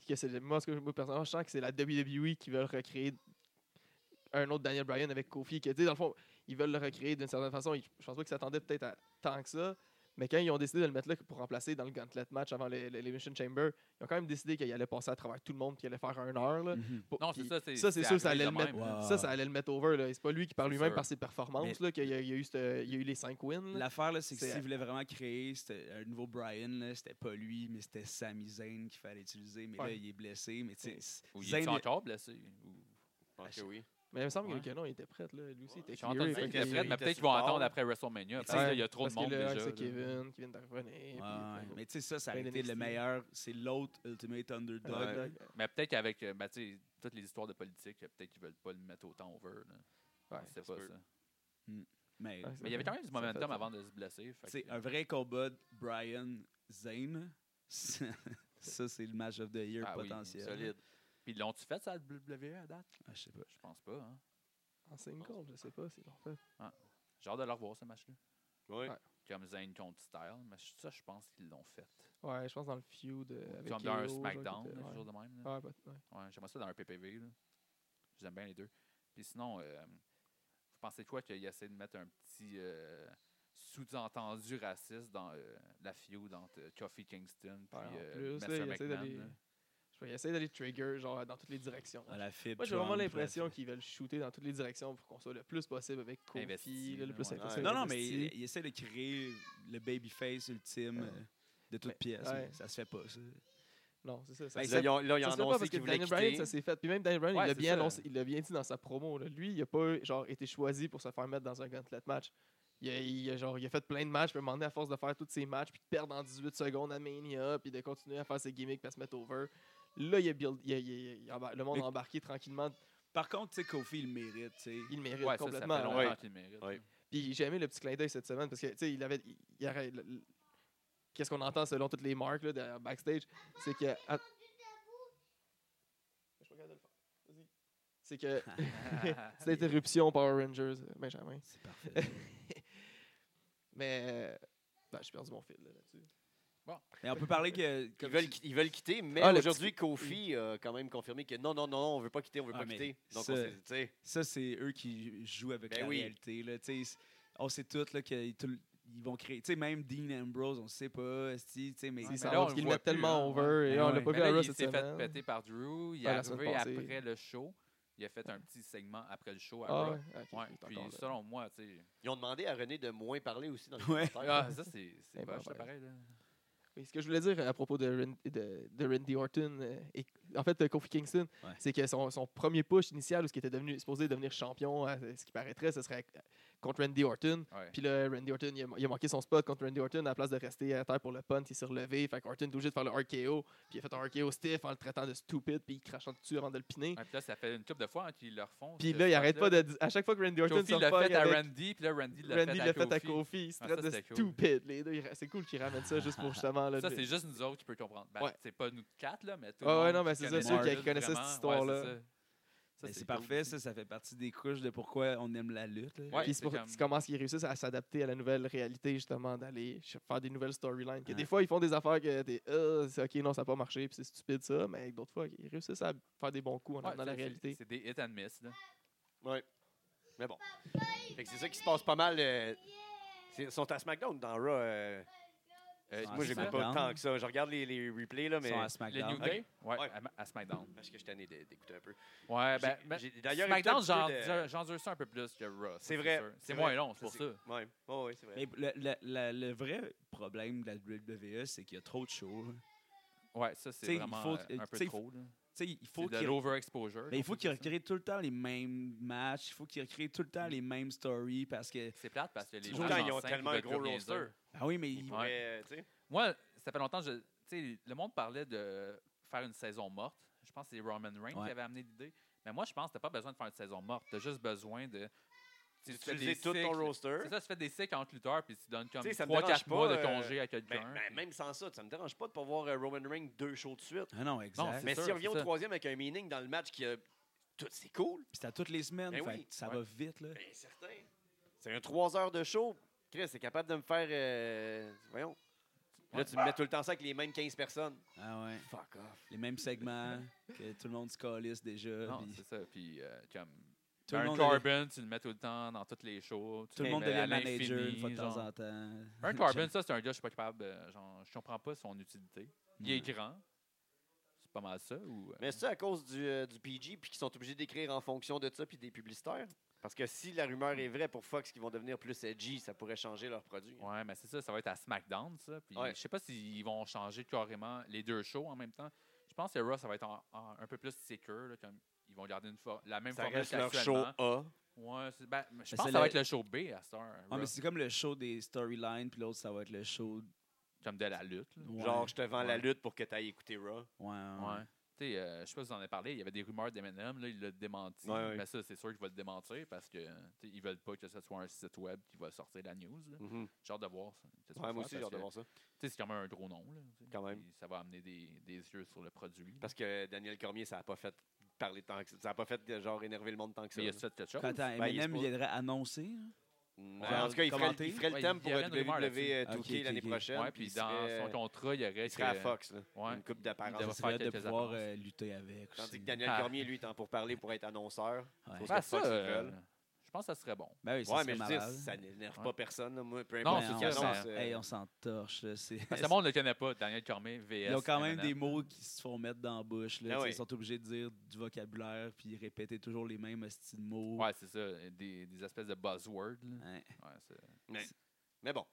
B: que c'est le- moi, ce que je- moi, personnellement, je sens que c'est la WWE qui veut recréer un autre Daniel Bryan avec Kofi. Que, tu sais, dans le fond, ils veulent le recréer d'une certaine façon. Ils- Je pense pas qu'ils s'attendaient peut-être à tant que ça. Mais quand ils ont décidé de le mettre là pour remplacer dans le Gauntlet match avant le- le- l'Elimination Chamber, ils ont quand même décidé qu'il allait passer à travers tout le monde et qu'il allait faire un heure. là.
C: Mm.
B: Pour-
D: Non, c'est
B: puis
D: ça, c'est-
B: Ça, c'est
D: c'est
B: sûr, ça
D: appelé
B: allait, le
D: de
B: mettre,
D: même,
C: là.
B: ça, ça allait le mettre over. là. C'est pas lui qui parle
D: C'est
B: lui-même
D: sûr.
B: par ses performances là, qu'il y a, il y a eu cette- il y a eu les cinq wins. là.
C: L'affaire, là, c'est que
B: Mm-hmm. C'est-
C: s'ils voulaient vraiment créer c'était un nouveau Brian, là, c'était pas lui, mais c'était Sami Zayn qu'il fallait utiliser. Mais là,
B: Ouais.
C: il est blessé. Mais tu sais,
D: Ou il
C: Zayn
D: est
C: est-
D: encore blessé. Ou-
A: Je pense que oui.
B: Mais il me semble
D: Ouais.
B: que non, il était prêt. Là. Lui aussi, il était
D: J'ai entendu
B: clearé,
D: dire
B: fait
D: qu'il
B: que-
D: était prêt,
A: il
D: mais
A: était
D: peut-être qu'ils
A: sur
D: vont
A: le
D: attendre
A: bord.
D: après WrestleMania. Parce
B: Ouais,
D: qu'il y a trop
B: parce
D: de
B: que
D: monde
B: là,
D: déjà.
B: C'est
D: là.
B: Kevin qui vient de revenir.
C: Ouais,
B: puis-
C: ouais. Mais tu sais, ça, ça a
B: Plein
C: été le
B: d'NXT.
C: meilleur. C'est l'autre Ultimate Underdog.
B: Ouais.
C: là.
D: Mais peut-être qu'avec euh, ben, tu sais, toutes les histoires de politique, euh, peut-être qu'ils veulent pas le mettre autant over. Là.
B: Ouais,
D: c'est
A: ça
D: pas
A: se peut.
D: ça.
C: Mais
B: Ouais,
D: Mais il y avait quand même du
B: Ça fait
D: momentum
B: ça.
D: avant de se blesser. fait
C: c'est
D: que-
C: un vrai combat de Brian Zayn. Ça, ça, c'est le match of the year
D: Ah oui,
C: potentiel.
A: Solide.
D: Puis l'ont-tu fait, ça, à WWE à date
C: Ah, je sais pas.
D: Je pense pas. Hein.
B: En single, je sais pas s'ils l'ont fait.
D: J'ai hâte de le revoir, ce match-là.
A: Oui.
B: Ouais.
D: Comme Zayn contre Style. Mais ça, je pense qu'ils l'ont fait.
B: Ouais, je pense dans le feud euh, avec
D: Comme dans un
B: KO, genre,
D: SmackDown,
B: qui était-
D: là,
B: ouais.
D: toujours de même. là.
B: Ouais, bah, ouais.
D: Ouais, j'aimerais ça dans un PPV. là. J'aime bien les deux. Puis sinon, euh, vous pensez quoi qu'il essaie de mettre un petit euh, sous-entendu raciste dans euh, la feud entre euh, Kofi Kingston puis
B: Ouais, en
D: euh,
B: plus, là,
D: Mr.
B: il essaie d'aller-
D: McMahon? là?
B: Je vais essayer d'aller trigger genre dans toutes les directions.
C: Ah, la fibre
B: Moi, j'ai vraiment
C: Trump,
B: l'impression
C: la fibre-
B: qu'ils veulent shooter dans toutes les directions pour qu'on soit le plus possible avec Kofi,
D: Investi,
B: là, le
D: là,
B: plus
D: ouais.
B: impossible.
C: Non, non, mais
B: investi.
C: il, il essaie de créer le babyface ultime
B: Ouais.
C: euh, de toute
B: Mais-
C: pièce.
B: ouais.
C: mais ça se fait pas, ça.
B: Non, c'est ça. ça
C: Ben,
B: se
A: Là,
B: fait-
A: ils ont, là, ils
B: ça
A: ont
B: se fait pas
A: annoncé
B: parce que
A: qu'ils voulaient
B: Daniel Bryan,
A: quitter.
B: ça s'est fait. Puis même Daniel Bryan,
D: Ouais,
B: il l'a
D: c'est
B: bien
D: ça.
B: annoncé- il l'a bien dit dans sa promo. là. Lui, il a pas genre, été choisi pour se faire mettre dans un gauntlet match. Il a, il a, genre, il a fait plein de matchs, puis à un moment donné, à force de faire tous ses matchs, puis de perdre en 18 secondes à Mania, puis de continuer à faire ses gimmicks, puis à se mettre over. Là, il a build, il a- il a- il a embar- le monde
C: Mais-
B: a embarqué tranquillement.
C: Par contre, tu sais, Kofi, il le mérite, tu sais.
B: Il le mérite
D: Ouais, ça, ça fait
B: complètement. là.
D: longtemps
A: Ouais.
D: qu'il le mérite.
A: Ouais.
D: là.
B: Puis j'ai aimé le petit clin d'œil cette semaine parce que, tu sais, il avait. il- il aurait- le- le- Qu'est-ce qu'on entend selon toutes les marques là, derrière backstage? C'est que. à- Je suis pas capable de le faire. Vas-y. C'est que. Cette interruption Power Rangers, euh, Benjamin.
C: C'est parfait.
B: Mais. euh, Ben, j'ai perdu mon fil là, là-dessus.
C: Mais on peut parler que.
A: Ils
C: comme
A: veulent,
C: tu-
A: qui- ils veulent quitter, mais
B: Ah, le
A: aujourd'hui, Kofi a quand même confirmé que non, non, non, on veut pas quitter, on veut
C: Ah,
A: pas
C: mais
A: quitter. Donc,
C: ça-
A: on s'est- tu sais,
C: Ça, c'est eux qui jouent avec
A: Ben
C: la
A: oui.
C: réalité. Là. Tu sais, On sait tous là, qu'ils tout le- ils vont créer. Tu sais, même Dean Ambrose, on sait pas. esti, tu sais, mais
B: Ils
D: mais
B: s'en
D: là, on
B: rendent
D: le
B: qu'ils le
D: voit
B: mettent
D: plus,
B: tellement
D: hein,
B: over
C: ouais.
B: et on l'a
C: Ouais.
B: pas
D: Mais
B: vu à
D: là,
B: Raw
D: il
B: cette
D: s'est fait
B: semaine.
D: péter par Drew. Il est
B: Ouais, la semaine
D: arrivé
B: passée.
D: après le show. Il a fait un petit segment après le show à
B: Ah
D: Raw.
B: ouais, ok,
D: Ouais,
B: il est
D: puis
B: encore là.
D: selon moi, tu sais.
A: ils ont demandé à René de moins parler aussi dans les
C: Ouais.
A: commentaires.
D: Ah, ça, c'est c'est
B: Eh ben,
D: pas
B: ben.
D: pareil. là.
B: Oui, ce que je voulais dire à propos de, Ren- de, de Randy Orton euh, et en fait de Kofi Kingston,
C: Ouais.
B: c'est que son, son premier push initial où ce qui était devenu supposé devenir champion, à ce qui paraîtrait, ce serait contre Randy Orton.
D: Ouais.
B: Puis là, Randy Orton, il a, il a manqué son spot contre Randy Orton. À la place de rester à terre pour le punt, il s'est relevé. Fait qu'Orton est obligé de faire le RKO. Puis il a fait un RKO stiff en le traitant de stupide. Puis il crachant dessus avant de le piner.
D: Ouais, puis là, ça fait une couple de fois hein, qu'ils le refont.
B: Puis
D: ce
B: là, il
D: spot-là.
B: arrête pas de dire. À chaque fois que Randy Orton
D: Kofi
B: se
D: l'a fait
B: repogne
D: à
B: avec-
D: Randy, puis là, Randy l'a
B: Randy l'a
D: fait,
B: fait à
D: Kofi.
B: Kofi. Il se
D: Ah,
B: traite
D: ça,
B: de
D: c'était cool.
B: stupide. les deux. Il- C'est cool qu'il ramène ça juste pour justement. Là,
D: Ça,
B: de-
D: c'est juste nous autres qui peut comprendre. Ben,
B: Ouais.
D: C'est pas nous quatre, là, mais tout
B: Ouais,
D: le
B: ouais,
D: monde
B: non, mais
D: qui
B: c'est
D: connaît
C: ça, ceux qui
D: Marvel,
B: connaissaient cette
D: vraiment, ouais,
B: histoire-là.
D: c'est ça. Ça,
C: Ben, c'est
D: cool
C: parfait,
D: aussi.
C: ça, ça fait partie des couches de pourquoi on aime la lutte. là.
D: Ouais,
B: Puis c'est
D: c'est
B: pour
D: comme-
B: c'est comment ils réussissent à s'adapter à la nouvelle réalité, justement, d'aller ch- faire des nouvelles storylines. Que Des fois, ils font des affaires que t'es Ah, c'est OK, non, ça n'a pas marché, puis c'est stupide ça, mais d'autres fois, ils réussissent à faire des bons coups en
D: Ouais,
B: amenant
D: c'est-
B: la réalité.
D: C'est des hit and miss. Là.
A: Ouais. Mais bon. Fait que c'est ça qui se passe pas mal. euh, c'est- Ils sont à SmackDown dans Raw. euh,
D: Euh,
C: Ah,
A: moi,
C: c'est
A: j'écoute
C: SmackDown.
A: pas tant que ça. Je regarde les, les replays, là,
C: Ils
A: mais.
C: sont à
D: Le New
C: SmackDown.
D: Day? Ouais,
A: Ouais.
D: à, à SmackDown.
A: Parce que je suis tanné d'é- d'écouter un peu.
D: Ouais, ben,
A: J'ai-
D: ben,
A: j'ai- d'ailleurs,
D: SmackDown,
A: écouté un
D: j'en
A: petit peu de-
D: j'en dure ça un peu plus que Raw. ça,
A: C'est vrai,
D: sûr.
A: c'est
D: C'est
A: vrai.
D: moins long, c'est pour ça.
A: Ouais. Oh, oui, c'est
D: euh,
A: vrai.
C: Mais le, le- la- le vrai problème de la WWE, c'est qu'il y a trop de shows. là.
D: Ouais, ça, c'est
C: T'sais, il
D: vraiment
C: faut-
D: euh, un peu
C: t'sais,
D: trop. là.
C: Tu sais, il faut
D: C'est de
C: qu'il
D: l'overexposure.
C: mais il faut
D: qu'on
C: qu'ils
D: dit ça.
C: recréent tout le temps les mêmes matchs, il faut qu'ils recréent tout le temps les mêmes stories parce que.
D: C'est plate parce que les
A: Tout le
D: gens
A: temps,
D: en
A: ils ont
D: scène,
A: tellement un
D: veulent
A: gros
D: plus rien
A: roster.
D: dire.
C: Ah oui, mais.
A: Ils
C: il-
A: pourraient, euh, tu sais.
D: Moi, ça fait longtemps, je, tu sais, le monde parlait de faire une saison morte. Je pense que c'est Roman Reigns
C: Ouais.
D: qui avait amené l'idée. Mais moi, je pense que t'as pas besoin de faire une saison morte. T'as juste besoin de. tu sais, tu fais
A: Utiliser
D: des
A: tout ton
D: cycles.
A: roster.
D: C'est ça, tu fais des cycles entre lutteurs, puis tu donnes comme
A: Tu sais, ça me
D: 3-4
A: dérange
D: mois
A: pas,
D: de congé à
A: Ben,
D: quelqu'un.
A: ben,
D: puis-
A: même sans ça, ça me dérange pas de pas voir euh, Roman Reigns deux shows de suite.
C: Ah non, exact.
D: c'est
A: Mais
D: sûr,
A: si on revient
D: c'est
A: au
D: ça.
A: troisième avec un meaning dans le match qui a. Tout, c'est cool.
C: Puis c'est à toutes les semaines,
A: Ben
C: fait
A: oui.
C: que ça
D: Ouais.
C: va vite. Là.
A: Ben, certain. C'est un trois heures de show. Chris, c'est capable de me faire. euh, voyons. Là, tu me mets tout le temps ça avec les mêmes 15 personnes.
C: Ah ouais.
A: Fuck off.
C: Les mêmes segments, que tout le monde se calisse déjà.
D: Non,
C: puis-
D: c'est ça. Puis, euh, comme,
C: Tout le
D: Baron
C: monde
D: Corbin, tu le mets tout le temps dans toutes les shows. tu
C: Tout le monde
D: mets
C: devient
D: à
C: manager
D: l'infini,
C: une fois de
D: genre.
C: temps en temps.
D: Baron Corbin, ça, c'est un gars, je suis pas capable. euh, genre, je comprends pas son utilité. Il est grand. C'est pas mal ça. Ou, euh,
A: Mais c'est à cause du, euh, du PG, puis qu'ils sont obligés d'écrire en fonction de ça, puis des publicitaires. Parce que si la rumeur est vraie pour Fox, qu'ils vont devenir plus edgy, ça pourrait changer leurs produits.
D: Ouais, mais c'est ça, ça va être à SmackDown, ça. Puis
A: Ouais.
D: je sais pas s'ils vont changer carrément les deux shows en même temps. Je pense que Raw, ça va être en- en- un peu plus secure. là, comme ils vont garder une for- la même
A: Ça
D: formule
A: reste leur show
D: qu'actuellement.
A: A.
D: Ouais, c'est- ben, je
C: Mais
D: pense
C: c'est
D: que ça va
C: le-
D: être le show B à Star.
C: Ah, mais c'est comme le show des storylines, puis l'autre, ça va être le show.
D: comme de la lutte. là.
C: Ouais.
A: Genre, je te vends la
D: Ouais.
A: lutte pour que tu ailles écouter Raw.
C: Ouais, ouais.
D: Ouais. Tu sais, euh, je sais pas si vous en avez parlé, il y avait des rumeurs d'Eminem, là, il l'a démenti.
A: Ouais, ouais.
D: Mais ça, c'est sûr qu'il va le démentir parce que tu sais, ils veulent pas que ce soit un site web qui va sortir la news. là. J'ai hâte de voir Mhm. ça. qu'est-ce qu'ils
A: Ouais, moi
D: vont faire
A: aussi, j'ai
D: parce
A: hâte de
D: que,
A: voir ça.
D: tu sais, C'est quand même un gros nom. là, tu sais.
A: Quand même.
D: Puis Ça va amener des, des yeux sur le produit. là.
A: Parce que Daniel Cormier, ça n'a pas fait parler tant que ça. Ça n'a pas fait euh, genre énerver le monde tant que ça.
D: Mais il a fait quelque chose.
C: Quand t'as
A: Ben, il est
C: Eminem
A: supposé-
C: viendrait annoncer. hein?
A: Mais
C: Ouais,
A: en tout cas, il ferait,
C: commenter.
A: il ferait le
D: Ouais,
A: thème
D: il
A: pour
D: y avait une rumeur
A: WWE 2K
D: là-dessus.
C: Ok, ok,
A: l'année
C: ok.
A: prochaine.
D: Ouais,
A: puis
D: puis
A: il
D: dans
A: serait-
D: son contrat, il y aurait.
A: il serait à
D: que-
A: Fox. là.
D: Ouais.
A: Une coupe
D: Il
C: Ça
D: devrait
A: d'apparence.
D: faire
C: serait de
D: quelques
C: pouvoir
D: annonces.
C: euh, lutter avec.
A: Tandis
C: aussi.
A: que Daniel
D: Ah.
A: Cormier, lui, est en pour parler pour être annonceur.
C: Ouais.
A: Faut se
D: Ben,
A: que
D: ça,
A: Fox, ils
D: euh,
A: veulent.
D: je pense que ça serait bon.
C: Ben oui, ça
A: Ouais,
C: serait
A: mais je veux dire,
C: malade.
A: ça n'énerve
D: Ouais.
A: pas personne. là, Moi, peu
D: Non,
A: importe
C: c'est
A: ce qu'il
C: sûr, ça-
A: annonce. euh,
C: Hey, on s'en torche. là, c'est-
D: Parce que le monde ne le connaît pas, Daniel Cormier, VS.
C: Ils ont quand même des
D: Eminem.
C: mots qui se font mettre dans la bouche. là,
A: Ah
C: tu sais,
A: oui.
C: Ils sont obligés de dire du vocabulaire puis répéter toujours les mêmes hosties de mots.
D: Ouais, c'est ça. Des, des espèces de buzzwords. là.
C: Ouais.
D: Ouais, c'est-
A: Mais, mais bon,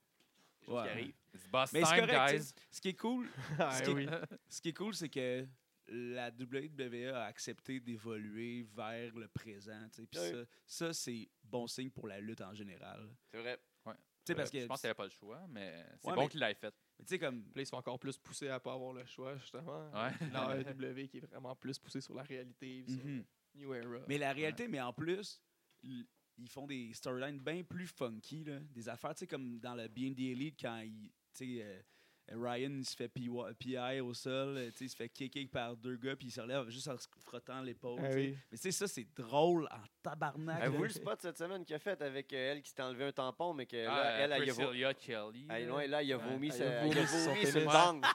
A: les choses
C: Ouais.
A: qui arrivent.
D: It's boss
C: Mais c'est
D: time,
C: correct. tu
D: guys.
C: sais. Ce qui est cool,
B: Ah,
C: Ce qui-
B: oui.
C: ce qui est cool, c'est que la WWE a accepté d'évoluer vers le présent. tu sais, puis
A: Oui.
C: Ça, ça, c'est bon signe pour la lutte en général.
A: C'est vrai.
C: Tu sais, parce
D: Euh, Je
C: que
D: pense qu'il n'y avait pas le choix, mais c'est
C: Ouais,
D: bon
C: mais-
D: qu'il l'ait fait.
C: tu sais, comme
B: Puis là, ils sont encore plus poussés à pas avoir le choix, justement.
A: Ah,
D: Ouais.
B: Dans AEW, qui est vraiment plus poussé sur la réalité, puis sur
C: Mhm.
B: New Era.
C: Mais la réalité, mais en plus, l- ils font des storylines bien plus funky, là. des affaires, tu sais, comme dans le Being the Elite, quand il, tu sais, euh, Ryan il se fait PY PI au sol, euh, tu sais, il se fait kicker par deux gars, puis il se relève juste en se frottant l'épaule.
B: Ah
C: tu sais.
B: oui.
C: Mais tu sais, ça, c'est drôle en tabarnak.
A: Avez-vous
C: là.
A: le spot cette semaine qu'il a fait avec euh, elle qui s'est enlevé un tampon, mais que là,
D: Ah,
A: elle, elle, a vo-
D: Priscilla Kelly.
A: elle,
D: là.
A: ouais, là, il a
D: Ouais.
A: vomi,
B: Elle a
A: sa-
B: vomi
A: il a
B: sur son
A: vomi sur une
B: pénis.
A: bang.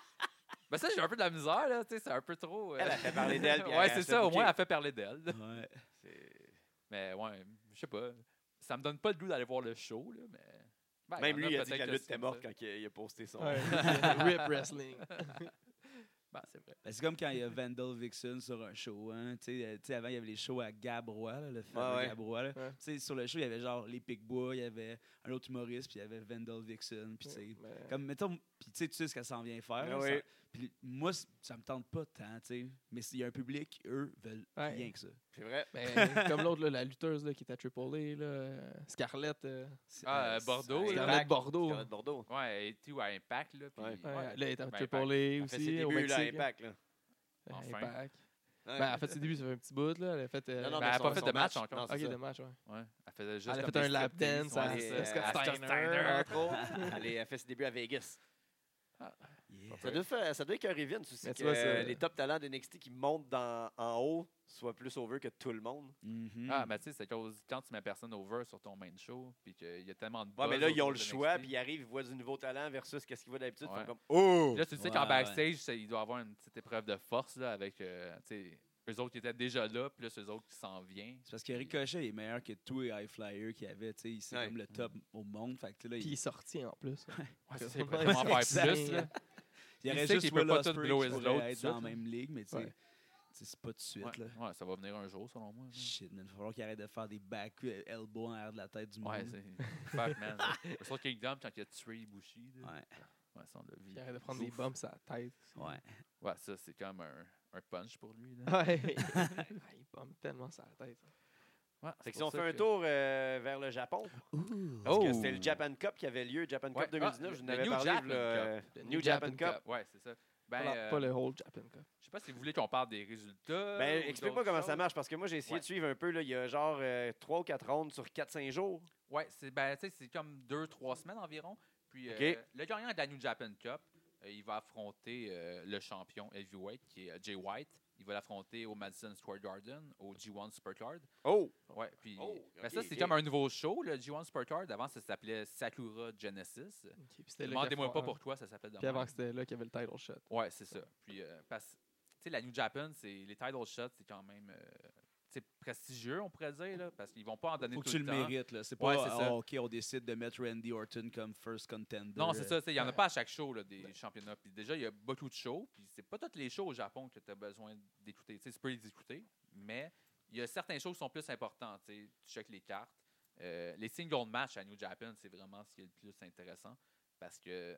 D: Ben ça, j'ai un peu de la misère, là. tu sais, C'est un peu trop. euh,
A: Elle a fait parler d'elle, puis
D: ouais,
A: elle a
D: c'est
A: fait
D: ça. Au
A: bouquer.
D: moins, elle a fait parler d'elle. là.
C: Ouais.
D: Mais ouais, je sais pas. Ça me donne pas le goût d'aller voir le show, là. Mais... Ben,
A: Même
D: il y en
A: lui, il a dit
D: peut-être
A: que la
D: que
A: lutte
D: c'est
A: était morte
D: ça.
A: quand il a, il a posté son.
B: Ouais, Rip Wrestling.
D: Ben, c'est vrai.
C: Ben, c'est comme quand il y a Vandal Vixen sur un show. Hein. Tu sais, euh, tu sais, avant, il y avait les shows à Gabrois, là, le fameux
A: Ouais, ouais.
C: Gabrois. là.
B: Ouais.
C: Tu sais, Sur le show, il y avait genre les Picbois, il y avait un autre humoriste, puis il y avait Vandal Vixen. Puis tu sais,
B: Mais-
C: Comme, mettons, puis tu sais, tu sais ce qu'elle s'en vient faire.
A: Ah
C: là,
A: oui.
C: ça- puis moi, c- ça me tente pas tant, tu sais. Mais s'il y a un public, eux veulent
B: Ouais.
C: rien que ça.
A: C'est vrai.
B: mais ben, comme l'autre, là, la lutteuse là, qui était à Triple A, là, euh, Scarlett, euh,
C: C'est-
D: Ah, euh,
C: euh,
D: Bordeaux,
A: c'est
D: là.
B: Scarlett Bordeaux.
A: Scarlett Bordeaux.
D: Ouais, et tout à Impact, là. Puis,
A: Ouais.
B: Ouais,
D: ouais,
B: là, elle était à
D: ben,
B: Triple
D: Impact.
B: A
A: Elle fait
B: aussi.
A: ses
B: au
A: débuts, là, à
B: Mexique.
A: Impact. Là.
D: Enfin.
B: Impact.
A: Ouais.
B: Ben, elle a fait ses débuts, ça fait un petit bout. Là. Elle a fait. euh,
A: Non, non,
D: euh, Ben,
A: mais
D: elle a
A: son-
D: pas fait
A: son
D: de match encore.
A: Non,
B: ok,
A: c'est
B: de
A: ça.
B: match, ouais.
D: ouais. Elle faisait juste.
B: Elle a
D: comme
B: fait un
D: des
B: lap
D: strip-tease,
B: dance à
D: ouais,
A: euh,
D: c'est ça.
B: Scott
D: Scott
B: Steiner.
D: Steiner.
A: Entre autres, elle est- elle fait ses débuts à Vegas.
C: yeah.
A: Ça doit, faire, ça doit écœurer Vince aussi
D: Ben,
B: Mais
A: que
B: tu vois,
A: euh,
B: ça-
A: les top talents de NXT qui montent dans, en haut soient plus over que tout le monde.
C: Mhm.
D: Ah, mais tu sais, c'est à cause quand tu mets personne over sur ton main show, puis qu'il y a tellement de
A: Ouais,
D: buzz
A: mais là, ils ont
D: autour
A: le
D: de
A: choix,
D: NXT.
A: puis ils arrivent, ils voient du nouveau talent versus qu'est-ce qu'ils voient d'habitude. Ils
D: Ouais.
A: font comme Oh!
D: Puis Là, tu sais
C: Ouais,
D: qu'en
C: ouais.
D: backstage, c'est- il doit avoir une petite épreuve de force là, avec euh, tu sais, eux autres qui étaient déjà là, plus eux autres qui s'en viennent.
C: C'est parce que Ricochet est meilleur que tous les High Flyers qu'il y avait, tu sais. C'est
A: Ouais.
C: comme le top au monde. Fait que là,
B: Puis il est
C: il,
B: sorti en plus.
D: Ouais,
B: c'est
D: c'est
B: ça.
D: pas vraiment faire plus. là.
C: il
D: il
C: y aurait
D: sait
C: juste
D: qu'il peut
C: Will
D: pas tout
C: Ospreay
D: blow
C: qui
D: his
C: pourrait
D: load tout de
C: être
D: suite,
C: dans la
D: là.
C: même ligue, mais tu sais,
B: Ouais.
C: tu sais, c'est pas tout de suite, là.
D: Ouais, ouais, ça va venir un jour, selon moi. là.
C: Shit, man, il va falloir qu'il arrête de faire des back euh, elbows en arrière de la tête du
D: Ouais,
C: monde.
D: c'est. Fuck, man. là. Sur Kingdom, quand il a tué Ibushi, là,
C: Ouais,
D: ouais, ça, on l'a vu.
B: Il arrête de prendre des
D: Ouf.
B: bumps à la tête.
C: ouais.
D: Ouais, ça, c'est comme un, un punch pour lui. Là.
B: Ouais. Ah, il bombe tellement sa tête.
D: Ouais, c'est
A: Fait que si
D: pour
A: on
D: ça
A: fait un
D: que-
A: tour euh, vers le Japon,
C: Ouh.
A: parce que
D: Oh!
A: c'était le Japan Cup qui avait lieu, Japan
D: Ouais,
A: Cup 2019,
D: ah,
A: je vous en
D: le
A: avais
D: New
A: parlé,
D: Japan
A: là, euh,
B: Le
A: New Japan, Cup.
D: Ouais, c'est ça. Ben,
B: Pas, la- pas
D: euh,
B: le whole Japan Cup.
D: je sais pas si vous voulez qu'on parle des résultats.
A: Ben,
D: Euh, ou
A: explique-moi
D: d'autres
A: comment ça
D: choses.
A: marche, parce que moi, j'ai essayé
D: Ouais.
A: de suivre un peu, là, il y a genre 3 ou 4 rondes sur 4-5 jours.
D: Ouais, c'est ben, tu sais, c'est comme deux, trois semaines environ. Puis euh,
A: OK.
D: le gagnant de la New Japan Cup, euh, il va affronter euh, le champion heavyweight qui est euh, Jay White. Il va l'affronter au Madison Square Garden, au G1 Supercard.
A: Oh!
D: Ouais, puis
A: Oh,
D: ben,
A: OK,
D: ça, c'est
A: OK.
D: comme un nouveau show, le G1 Supercard. Avant, ça s'appelait Sakura Genesis.
B: Ok, puis c'était là qu'il a
D: Demandez-moi pas
B: froid.
D: pourquoi ça s'appelle de
B: Puis avant
D: même.
B: que c'était là qu'il y avait le title shot.
D: Ouais, c'est ça. Puis, euh, parce tu sais, la New Japan, c'est les title shots, c'est quand même. euh, t'sais, prestigieux, on pourrait dire, là, parce qu'ils vont pas en donner
C: Faut que
D: tout
C: tu
D: le
C: le
D: temps.
C: mérites. là. C'est pas
D: Ouais, c'est
C: ah,
D: ça.
C: OK, on décide de mettre Randy Orton comme first contender. euh,
D: Non, c'est ça. t'sais, Il n'y en a
B: Ouais.
D: pas à chaque show là, des championnats. Puis déjà, il y a beaucoup de shows. Puis c'est pas toutes les shows au Japon que tu as besoin d'écouter. T'sais, Tu peux les écouter, mais il y a certaines shows qui sont plus importantes. t'sais. Tu checkes les cartes. Euh, les singles matchs à New Japan, c'est vraiment ce qui est le plus intéressant parce que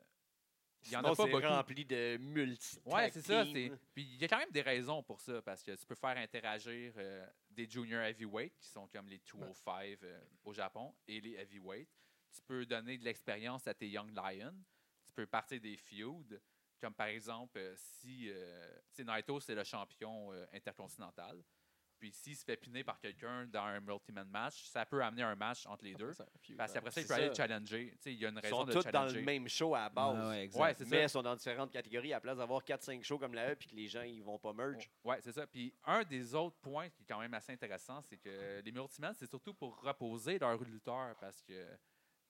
D: il y en
A: Sinon,
D: a pas
A: c'est
D: beaucoup.
A: rempli de multi
D: Ouais, c'est ça. c'est- Puis il y a quand même des raisons pour ça, parce que tu peux faire interagir euh, des junior heavyweight, qui sont comme les 205 euh, au Japon, et les heavyweight. Tu peux donner de l'expérience à tes Young Lions. Tu peux partir des feuds, comme par exemple, euh, si euh, tu sais, Naito, c'est le champion euh, intercontinental. Puis s'il se fait piner par quelqu'un dans un multi-man match, ça peut amener un match entre les deux.
B: Après, c'est un feud,
D: Parce qu'après ça, il
A: C'est
D: peut aller
A: ça.
D: le challenger. Tu sais, Il y a une
A: Ils
D: raison
A: sont
D: de
A: tous
D: le
A: dans le
D: challenger.
A: même show à la base.
C: Ouais, exact.
D: Ouais, c'est ça.
A: mais ils sont dans différentes catégories. À la place d'avoir 4-5 shows comme la E puis que les gens ils vont pas merge.
D: Oui, c'est ça. Puis un des autres points qui est quand même assez intéressant, c'est que les multimans, c'est surtout pour reposer leurs lutteurs parce que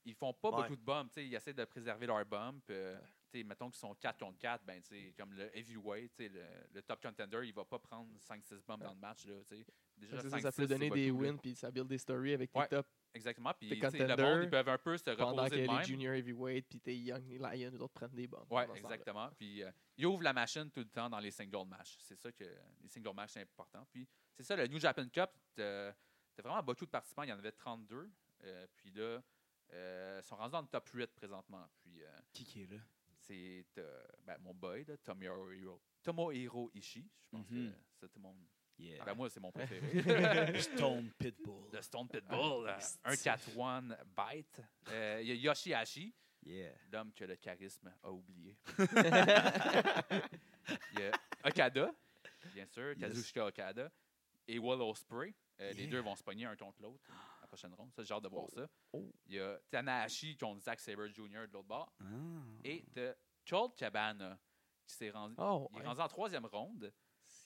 D: ils font pas
A: Ouais.
D: beaucoup de bumps. tu sais, Ils essaient de préserver leur bump. euh, tu sais, mettons qu'ils sont 4 contre 4, ben, tu sais, comme le heavyweight, tu sais, le, le top contender, il va pas prendre 5-6 bumps dans le match. Là, tu sais. Déjà,
B: Ouais, c'est
D: 5-6,
B: ça, ça
D: c'est
B: peut donner
D: pas
B: des
D: tout, là.
B: wins, puis ça build des stories avec
D: Ouais.
B: tes top
D: Exactement. Puis
B: Tes
D: tu sais, le monde,
B: contenders
D: ils peuvent un peu se
B: pendant que
D: reposer de
B: les
D: même.
B: junior heavyweight, puis tes young lions, les autres prennent des bombes.
D: Oui,
B: pendant ce temps-là.
D: exactement. Puis euh, ils ouvrent la machine tout le temps dans les single matchs. C'est ça que les single matchs, c'est important. Puis c'est ça, le New Japan Cup, t'as t'as vraiment beaucoup de participants. Il y en avait 32. Euh, puis là, euh, ils sont rendus dans le top 8 présentement. Puis euh,
C: Qui qui est là?
D: c'est euh, ben, mon boy, là, Tomohiro, Tomohiro Ishii. Je pense
C: Mhm.
D: que ça, tout le monde.
C: Yeah.
D: Ben, moi, c'est mon préféré.
C: Stone Pitbull.
D: le Stone Pitbull, euh,
C: c'est-
D: un 4-1 bite. Euh, Il y a Yoshihashi.
C: Yeah.
D: L'homme que le charisme a oublié. Il y a Okada, bien sûr,
C: Yes.
D: Kazuchika Okada, et Willow Spray. Les
C: Yeah.
D: deux vont se pogner un contre l'autre la prochaine ronde. Ça, j'ai hâte de voir ça.
B: Oh.
D: Il y a Tanahashi contre Zack Sabre Jr. de l'autre bord.
C: Ah.
D: Et de Colt Cabana, qui s'est rendu,
B: Oh,
D: il est
B: ouais.
D: rendu en troisième ronde.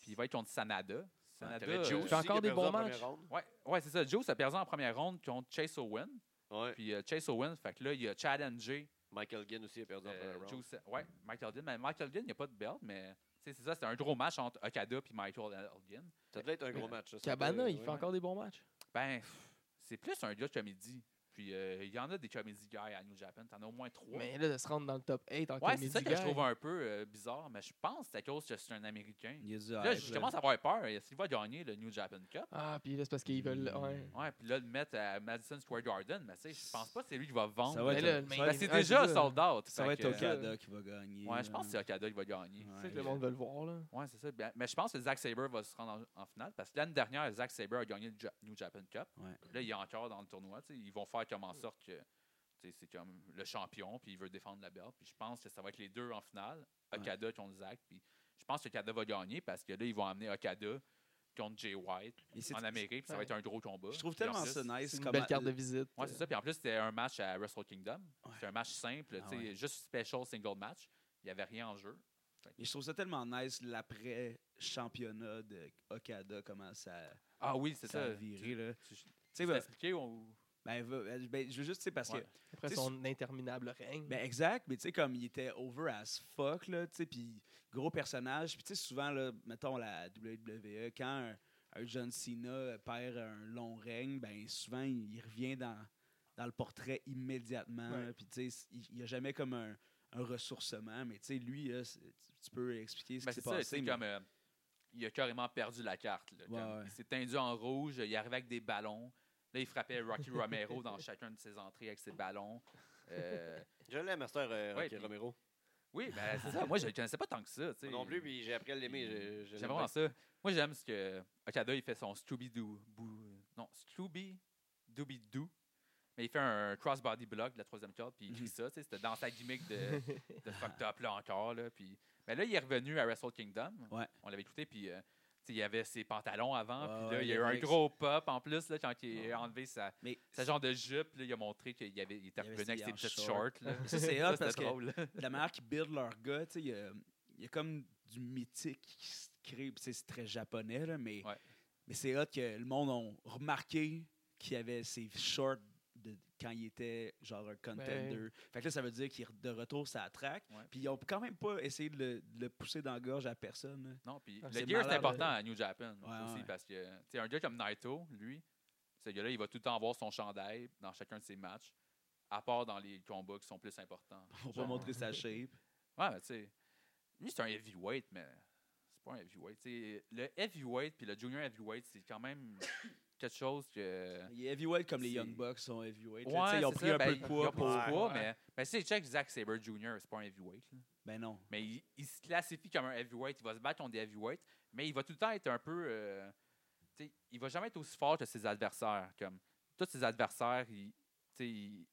D: Puis il va être contre Sanada. Sanada.
A: T'avais Joe
D: euh,
A: aussi
B: Puis encore
A: qui a
B: des
A: perdu
B: bons
A: en première
B: matchs.
A: ronde.
D: ouais, ouais, c'est ça. Joe s'est perdu en première ronde contre Chase Owen.
A: Ouais.
D: Puis euh, Chase Owen, fait que là, il a challengé
A: Michael Ginn aussi a perdu en
D: Euh,
A: première ronde.
D: Juice- ouais, Michael Elgin. Mais Michael Elgin, il n'y a pas de belt, mais tu sais, c'est ça, c'est un gros match entre Okada et Michael Elgin.
A: Ça devait être un gros match. ça, ça
B: Cabana,
A: devait-
B: il
A: ouais.
B: fait encore des bons matchs.
D: Ben, pff, c'est plus un gars de comédie. Puis euh, il y en a des comedy guys à New Japan. T'en as au moins trois.
B: Mais là, de se rendre dans le top 8 en
D: ouais,
B: comédie
D: c'est ça que je
B: guy.
D: trouve un peu euh, bizarre, mais je pense que c'est à cause que c'est un Américain.
C: Il y a du
D: Là,
C: hype,
D: je commence à avoir peur. Est-ce qu'il va gagner le New Japan Cup?
B: Ah, puis là, c'est parce qu'ils veulent. Ouais.
D: Ouais, puis là, le mettre à Madison Square Garden, mais tu sais, je pense pas que c'est lui qui va vendre.
C: Ça va
B: Mais
C: être-
B: là,
C: un-
B: le
C: ça
B: main
C: va-
D: Ben,
B: event,
D: c'est déjà
B: ça.
D: sold out.
C: Ça
D: fait
C: va être
D: que, euh,
C: Okada qui va gagner.
D: Ouais, je pense que c'est
C: là.
D: Okada qui va gagner.
B: Tu sais que
C: Ouais.
B: le monde veut le voir, là.
D: Oui, c'est ça. Ben, mais je pense que Zack Sabre va se rendre en, en finale parce que l'année dernière, Zack Sabre a gagné le Ja- New Japan Cup.
C: Ouais.
D: Là, il est encore dans le tournoi. tu sais. Ils vont faire comme en sorte que tu sais, c'est comme le champion, puis il veut défendre la belt. Puis je pense que ça va être les deux en finale,
C: Ouais.
D: Okada contre Zack. Puis je pense que Okada va gagner parce que là, ils vont amener Okada contre Jay White
C: Et c'est-
D: en Amérique, puis ça va
B: ouais.
D: être un gros combat.
C: Je trouve
D: Puis en
C: tellement
D: plus-
C: ça nice.
B: C'est une
C: comme
B: belle
C: à-
B: carte de visite.
D: Ouais, c'est ça. Puis en plus, c'était un match à Wrestle Kingdom.
C: Ouais.
D: C'était un match simple,
C: Ah
D: tu sais,
C: ouais.
D: juste special single match. Il n'y avait rien en jeu.
C: Et je trouve ça tellement nice l'après-championnat de Okada, comment ça,
D: Ah oui, c'est
C: ça
D: ça.
C: a viré. Là.
D: Tu- tu-
C: Tu sais,
D: tu
C: ben,
D: t'expliquais ou-
C: ben, va- ben, je veux juste, tu sais, parce
D: Ouais.
C: que.
B: Après
C: Tu sais,
B: son interminable règne.
C: Ben, exact, mais tu sais, comme il était over as fuck, là, tu sais, puis gros personnage. Puis tu sais, souvent, là, mettons la WWE, quand un, un John Cena perd un long règne, ben souvent, il, il revient dans, dans le portrait immédiatement.
B: Ouais.
C: là, Puis tu sais, il n'y a jamais comme un, un ressourcement, mais tu sais, lui, là, c'est- tu- tu peux expliquer ce
D: Ben,
C: qui s'est
D: c'est ça,
C: passé.
D: c'est
C: mais-
D: comme. euh, il a carrément perdu la carte. là, comme
C: Ouais, ouais.
D: Il s'est tendu en rouge, il arrivait avec des ballons. Là, il frappait Rocky Romero dans chacun de ses entrées avec ses ballons. Euh,
A: Je l'aime, Master euh,
D: Ouais,
A: Rocky
D: puis-
A: Romero.
D: oui, ben, c'est ça. Moi, je le connaissais pas tant que ça. tu sais.
A: Non plus, puis j'ai appris à l'aimer. je- je l'aime
D: J'aime vraiment
A: bien.
D: ça. Moi, j'aime ce que Okada, il fait son Scooby-Doo. boo- Non, Scooby-Dooby-Doo. Mais il fait un crossbody block de la troisième corde, puis il crie ça. tu sais, C'était dans sa gimmick de, de fucked up là encore. Là, puis... Mais là, il est revenu à Wrestle Kingdom.
C: Ouais.
D: On l'avait écouté, puis euh, tu sais, il avait ses pantalons avant.
C: Ouais,
D: puis là,
C: ouais,
D: il y
C: il
D: a eu
C: avait
D: un
C: ex-
D: gros pop en plus là, quand il a enlevé sa,
C: Mais
D: sa genre de jupe. Là, il a montré qu'il avait, il était
C: Il avait
D: revenu avec
C: ses
D: ses
C: en
D: petites
C: short.
D: shorts. là.
C: Ça, c'est hot
D: c'était
C: parce que-
D: drôle.
C: de la manière qu'ils build leur gars, tu sais, il y a, il y a comme du mythique qui se crée. puis tu sais, C'est très japonais, là, mais,
D: Ouais.
C: mais c'est hot que le monde a remarqué qu'il y avait ces shorts de quand il était genre un contender.
B: Ben.
C: Fait que là, ça veut dire qu'il est de retour sa track.
D: Ouais.
C: Puis ils n'ont quand même pas essayé de le, de le pousser dans la gorge à personne. là.
D: Non, puis
B: Ah,
D: le
C: c'est
D: gear, c'est
C: malade,
D: important
C: là.
D: à New Japan
C: Ouais,
D: aussi,
C: ouais.
D: parce que, tu sais, un gars comme Naito, lui, ce gars-là, il va tout le temps avoir son chandail dans chacun de ses matchs, à part dans les combats qui sont plus importants.
C: Faut pas
D: Genre-
C: montrer sa shape.
D: Ouais, mais tu sais, lui, c'est un heavyweight, mais c'est pas un heavyweight. Tu sais, le heavyweight puis le junior heavyweight, c'est quand même quelque chose que.
C: Il est heavyweight comme les
D: C'est-
C: Young Bucks sont heavyweight. là.
D: Ouais,
C: Tu sais, ils ont
D: c'est
C: pris
D: ça,
C: un
D: ben,
C: peu de
D: ils ont
C: poids.
D: pris
C: pour-
D: du
B: Ouais,
D: poids,
B: ouais.
D: mais, mais tu sais, check Zack Sabre Jr., c'est pas un heavyweight. là.
C: Ben non.
D: Mais il, il se classifie comme un heavyweight. Il va se battre contre des heavyweights, mais il va tout le temps être un peu. euh, tu sais, il va jamais être aussi fort que ses adversaires. Comme tous ses adversaires, il, tu sais, il-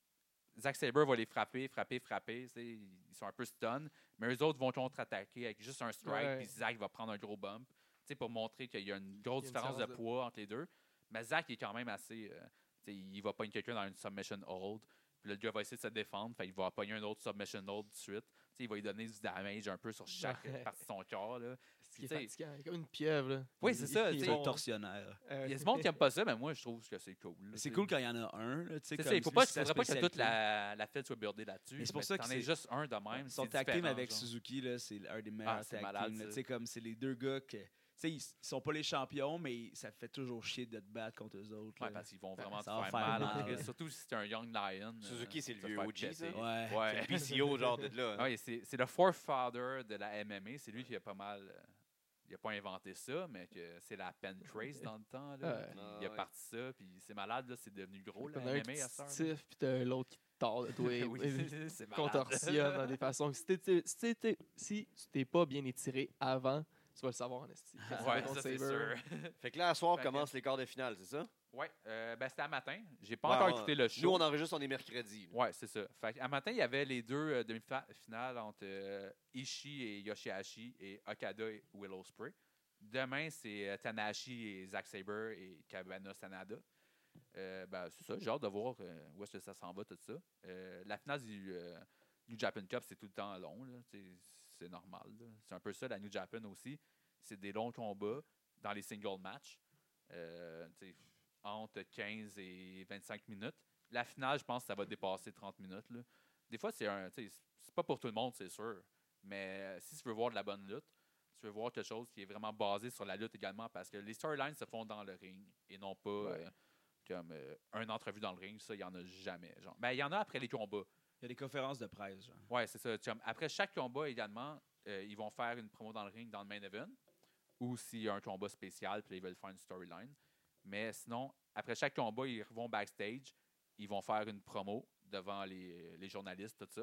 D: Zack Saber va les frapper, frapper, frapper. tu sais, Ils sont un peu stun, mais eux autres vont contre-attaquer avec juste un strike,
B: Ouais.
D: puis Zack va prendre un gros bump tu sais, pour montrer qu'il y a une grosse
B: Il y a une
D: différence de
B: différence de-
D: poids entre les deux. Mais Zack est quand même assez. euh, tu sais, il va pogner quelqu'un dans une submission hold. Puis le gars va essayer de se défendre. Fait il va pogner un autre submission hold tout de suite. Tu sais, il va lui donner du damage un peu sur chaque
B: Ouais.
D: partie de son corps. Là.
B: Ce qui est
D: T'sais-
B: fatigant, il est comme une pieuvre. Là.
D: Oui, c'est ça. tu
C: C'est
D: sais.
C: un torsionnaire.
B: Euh,
D: Il y a du monde qui aime pas ça, mais moi, je trouve que c'est cool. là,
C: C'est
D: tu
C: cool
D: sais.
C: quand il y en a un. là, tu sais,
D: C'est
C: comme
D: ça, il ne faut
C: si
D: pas,
C: sa
D: faudrait pas que toute
C: spécialité.
D: la, la fête soit buildée là-dessus.
C: Mais c'est pour ça que
D: t'en aies
C: c'est-
D: juste un de même.
C: Ils
D: c'est
C: sont tag team
D: différent,
C: avec
D: genre.
C: Suzuki, là, c'est un des meilleurs
D: Ah, c'est
C: tag
D: malade,
C: team, là.
D: ça.
C: Tu sais, comme c'est les deux gars que. Tu sais, ils s- ils sont pas les champions, mais ça fait toujours chier de te battre contre eux autres.
D: Ouais,
C: là.
D: parce qu'ils vont
B: Ben,
D: vraiment te
C: ça va
D: faire
C: faire
D: mal.
C: mal,
D: en crise,
C: ouais.
D: Surtout si c'est un Young Lion.
A: Suzuki,
D: euh,
A: c'est le
D: te
A: vieux
D: faire
A: OG,
D: péter.
A: ça?
C: Ouais.
A: Ouais, c'est le PCO, genre de là.
D: Ah oui, c'est c'est le forefather de la MMA. C'est lui qui a pas mal. euh, il a pas inventé ça, mais que c'est la pen trace dans le temps. Là.
B: Ouais.
D: Puis
A: Ah
D: il a
A: ouais.
D: parti ça, puis c'est malade, là, c'est devenu gros, la
B: T'en as un
D: MMA
B: qui
D: à
B: te
D: ça.
B: stiff, puis t'as l'autre qui te tord de toi. et- et-
D: c'est malade.
B: contorsionne dans des façons. que Si t'es- t'es- si t'es- si tu t'es pas bien étiré avant, tu vas le savoir en esti. Quand tu vas
D: Ah, Ouais,
B: contre
D: ça c'est sûr.
B: Saber,
A: Fait que là, à soir,
D: Fait que-
A: commence les quarts de finale, c'est ça?
D: Ouais, euh, ben c'était à matin. J'ai pas
A: Ouais,
D: encore
A: on-
D: écouté le
A: Nous,
D: show.
A: on enregistre, on est mercredi. là.
D: Ouais, c'est ça. Fait à matin, il y avait les deux euh, demi-finales entre euh, Ishii et Yoshihashi et Okada et Willow Spray. Demain, c'est euh, Tanahashi et Zack Saber et Cabana Sanada. Euh, ben, c'est ça, j'ai hâte de voir euh, où est-ce que ça s'en va, tout ça. Euh, la finale du euh, New Japan Cup, c'est tout le temps long. là. C'est c'est normal. là. C'est un peu ça, la New Japan aussi. C'est des longs combats dans les single matchs. Euh, tu sais, entre 15 et 25 minutes. La finale, je pense que ça va dépasser 30 minutes. là. Des fois, c'est un. tu sais, C'est pas pour tout le monde, c'est sûr. Mais euh, si tu veux voir de la bonne lutte, tu veux voir quelque chose qui est vraiment basé sur la lutte également, parce que les storylines se font dans le ring et non pas
B: Ouais.
D: euh, comme euh, une entrevue dans le ring. Ça, il n'y en a jamais. Genre. Ben, il y en a après les combats.
C: Il y a des conférences de presse. genre.
D: Ouais, c'est ça. Chum. Après chaque combat également, euh, ils vont faire une promo dans le ring, dans le main event, ou s'il y a un combat spécial, puis là, ils veulent faire une storyline. Mais sinon, après chaque combat, ils vont backstage, ils vont faire une promo devant les, les journalistes, tout ça.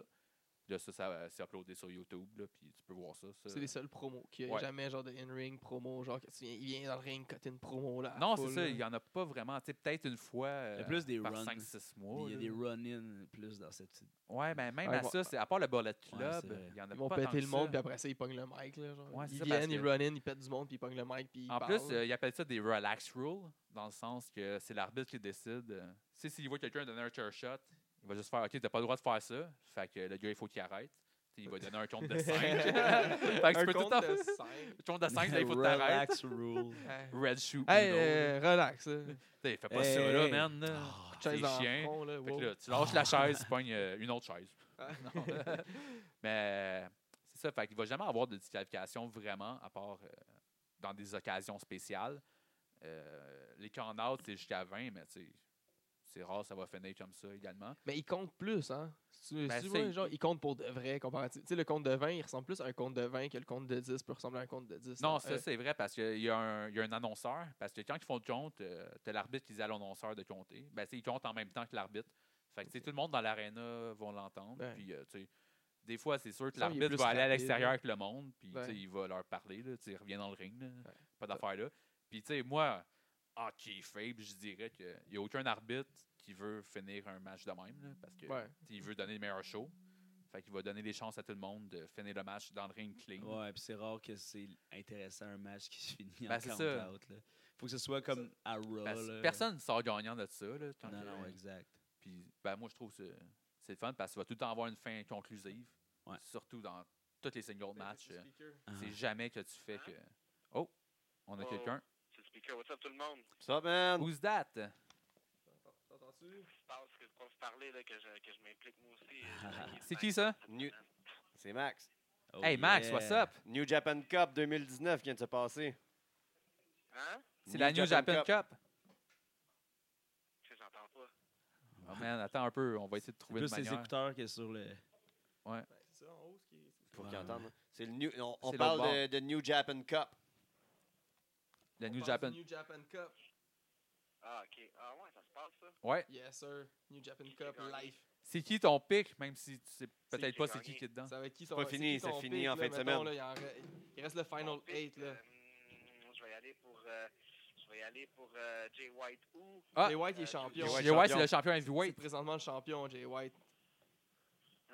D: Puis là, ça, ça euh, c'est uploadé sur YouTube, là, puis tu peux voir ça. ça.
B: C'est les seuls promos. Qu'il n'y a
D: Ouais.
B: jamais genre de in-ring promo, genre que tu viens, il vient dans le ring, côté une promo là. à
D: Non,
B: full,
D: c'est ça,
B: là.
D: il n'y en a pas vraiment. Tu sais, peut-être une fois
C: Il y a
D: euh,
C: plus des
D: par
C: runs.
D: 5-6 mois.
C: Il y a
D: là.
C: des run-in plus dans cette petite.
D: Ouais, ben même
B: Ouais,
D: à
B: bon.
D: ça, c'est à part le Bullet Club,
C: c'est
D: il
C: vrai.
D: y en a
B: Ils vont
D: pas tant
B: péter
D: que
B: le monde,
D: ça.
B: puis après ça, ils pognent le mic. Là, genre.
D: Ouais, c'est
B: ils
D: ça, parce
B: viennent, ils
D: que-
B: run in, ils pètent du monde, puis ils pognent le mic, puis ils
D: En
B: parlent.
D: plus, euh, ils appellent ça des relax rules, dans le sens que c'est l'arbitre qui décide. euh, Tu sais, s'il voit quelqu'un donner un chair shot, il va juste faire OK, t'as pas le droit de faire ça. Fait que le gars, il faut qu'il arrête. Tu sais, il va donner un compte de 5. fait que tu
B: Un
D: peux tout
B: compte
D: en
B: de
D: faire.
B: cinq.
D: Un compte de 5, il faut que t'arrêtes.
C: Relax rule.
B: Hey,
D: Red shoe.
B: Hey,
D: no.
B: euh, relax. là.
D: Tu sais, Fais pas ça, là,
C: hey.
D: man. là.
C: Ah,
D: C'est
B: Chaise dans le
D: chiant.
B: front, là,
D: Fait
B: wow.
D: que là, tu lâches la chaise, tu pognes euh, une autre chaise.
B: Ah.
D: Non. Mais c'est ça, fait qu'il va jamais avoir de disqualification vraiment, à part euh, dans des occasions spéciales. Euh, les count-outs, c'est jusqu'à 20, mais tu sais, c'est rare, ça va finir comme ça également.
B: Mais ils comptent plus, hein? Si tu,
D: Ben,
B: si tu
D: c'est-
B: vois, genre, ils comptent pour de vrai comparatif. Tu sais, le compte de 20, il ressemble plus à un compte de 20 que le compte de 10 peut ressembler à un compte de 10.
D: Non,
B: hein.
D: ça,
B: Euh,
D: c'est vrai parce qu'il y, a un- il y a un annonceur. Parce que quand ils font le compte, euh, t'as l'arbitre qui dit à l'annonceur de compter. Ben, tu sais, ils comptent en même temps que l'arbitre. Fait que tu sais, tout le monde dans l'aréna va l'entendre.
B: Ouais.
D: Puis, euh, tu sais, des fois, c'est sûr que
B: Ça, il est
D: l'arbitre
B: plus
D: va aller à
B: rapide,
D: l'extérieur
B: là.
D: avec le monde. Puis, tu sais,
B: Ouais.
D: il va leur parler. Là, tu sais, il revient dans le ring. là. Pas d'affaire là. Puis, tu sais, moi, ah, en kayfabe, je dirais qu'il n'y a aucun arbitre qui veut finir un match de même. là, parce que
B: Ouais.
D: tu sais, il veut donner le meilleur show. Fait qu'il va donner des chances à tout le monde de finir le match dans le ring clean.
C: Ouais, puis c'est rare que c'est intéressant un match qui se finit
D: Ben,
C: en
D: c'est ça.
C: count-out. là. Faut que ce soit comme à Raw.
D: Parce-
C: là.
D: Ben, personne ne sort gagnant de ça. Là, quand
C: Non,
D: que-
C: non, exact.
D: Puis, ben, moi, je trouve que c'est- c'est le fun parce qu'il va tout le temps avoir une fin conclusive.
C: Ouais.
D: Surtout dans tous les singles matchs. euh,
C: Ah.
D: C'est jamais que tu fais que. Oh, on a
E: Oh.
D: quelqu'un.
E: C'est le speaker. What's up tout le monde?
A: What's up, man?
D: Who's that?
B: Ben,
E: Je pense que le pas vous parler là, que je, que je m'implique moi aussi. euh,
D: C'est qui, ça?
A: New- C'est Max.
C: Oh,
D: Hey, Max,
C: yeah.
D: what's up?
A: New Japan Cup 2019 qui vient de se passer.
E: Hein?
D: C'est la New Japan Cup.
E: Tu sais, j'entends pas.
D: Oh man, attends un peu, on va essayer de trouver une
C: Plus les
D: manière.
C: écouteurs que sur le.
A: Pour
C: Ouais.
A: qu'ils entendent. hein. C'est le New, on on
D: C'est
A: parle
D: l'autre
A: de, de New Japan Cup.
D: La
B: On
D: New
B: parle
D: Japan.
B: du New Japan Cup.
E: Ah, ok. Ah, ouais, ça se passe, ça.
D: Ouais.
B: Yes, sir. New Japan Cup,
E: gagné?
B: life.
D: C'est qui ton pic, même si tu sais peut-être
E: qui
D: pas
E: qui a
D: c'est qui
E: gagné?
D: qui est dedans?
B: Ça va être qui
A: C'est
B: son
A: pas fini,
B: qui ton
A: c'est fini
B: pick,
A: en
B: là,
A: fin de
B: mettons,
A: semaine.
B: là, il, en re- il reste le Final
E: Mon pick,
B: 8. Là.
E: euh, hmm, je vais y aller pour. euh, je vais y aller pour euh, Jay White ou.
D: Ah!
B: Jay White il est
E: Euh,
B: champion.
A: Jay White
D: Jay White, c'est
A: champion.
D: le champion
B: C'est
D: heavyweight.
B: présentement le champion, Jay White.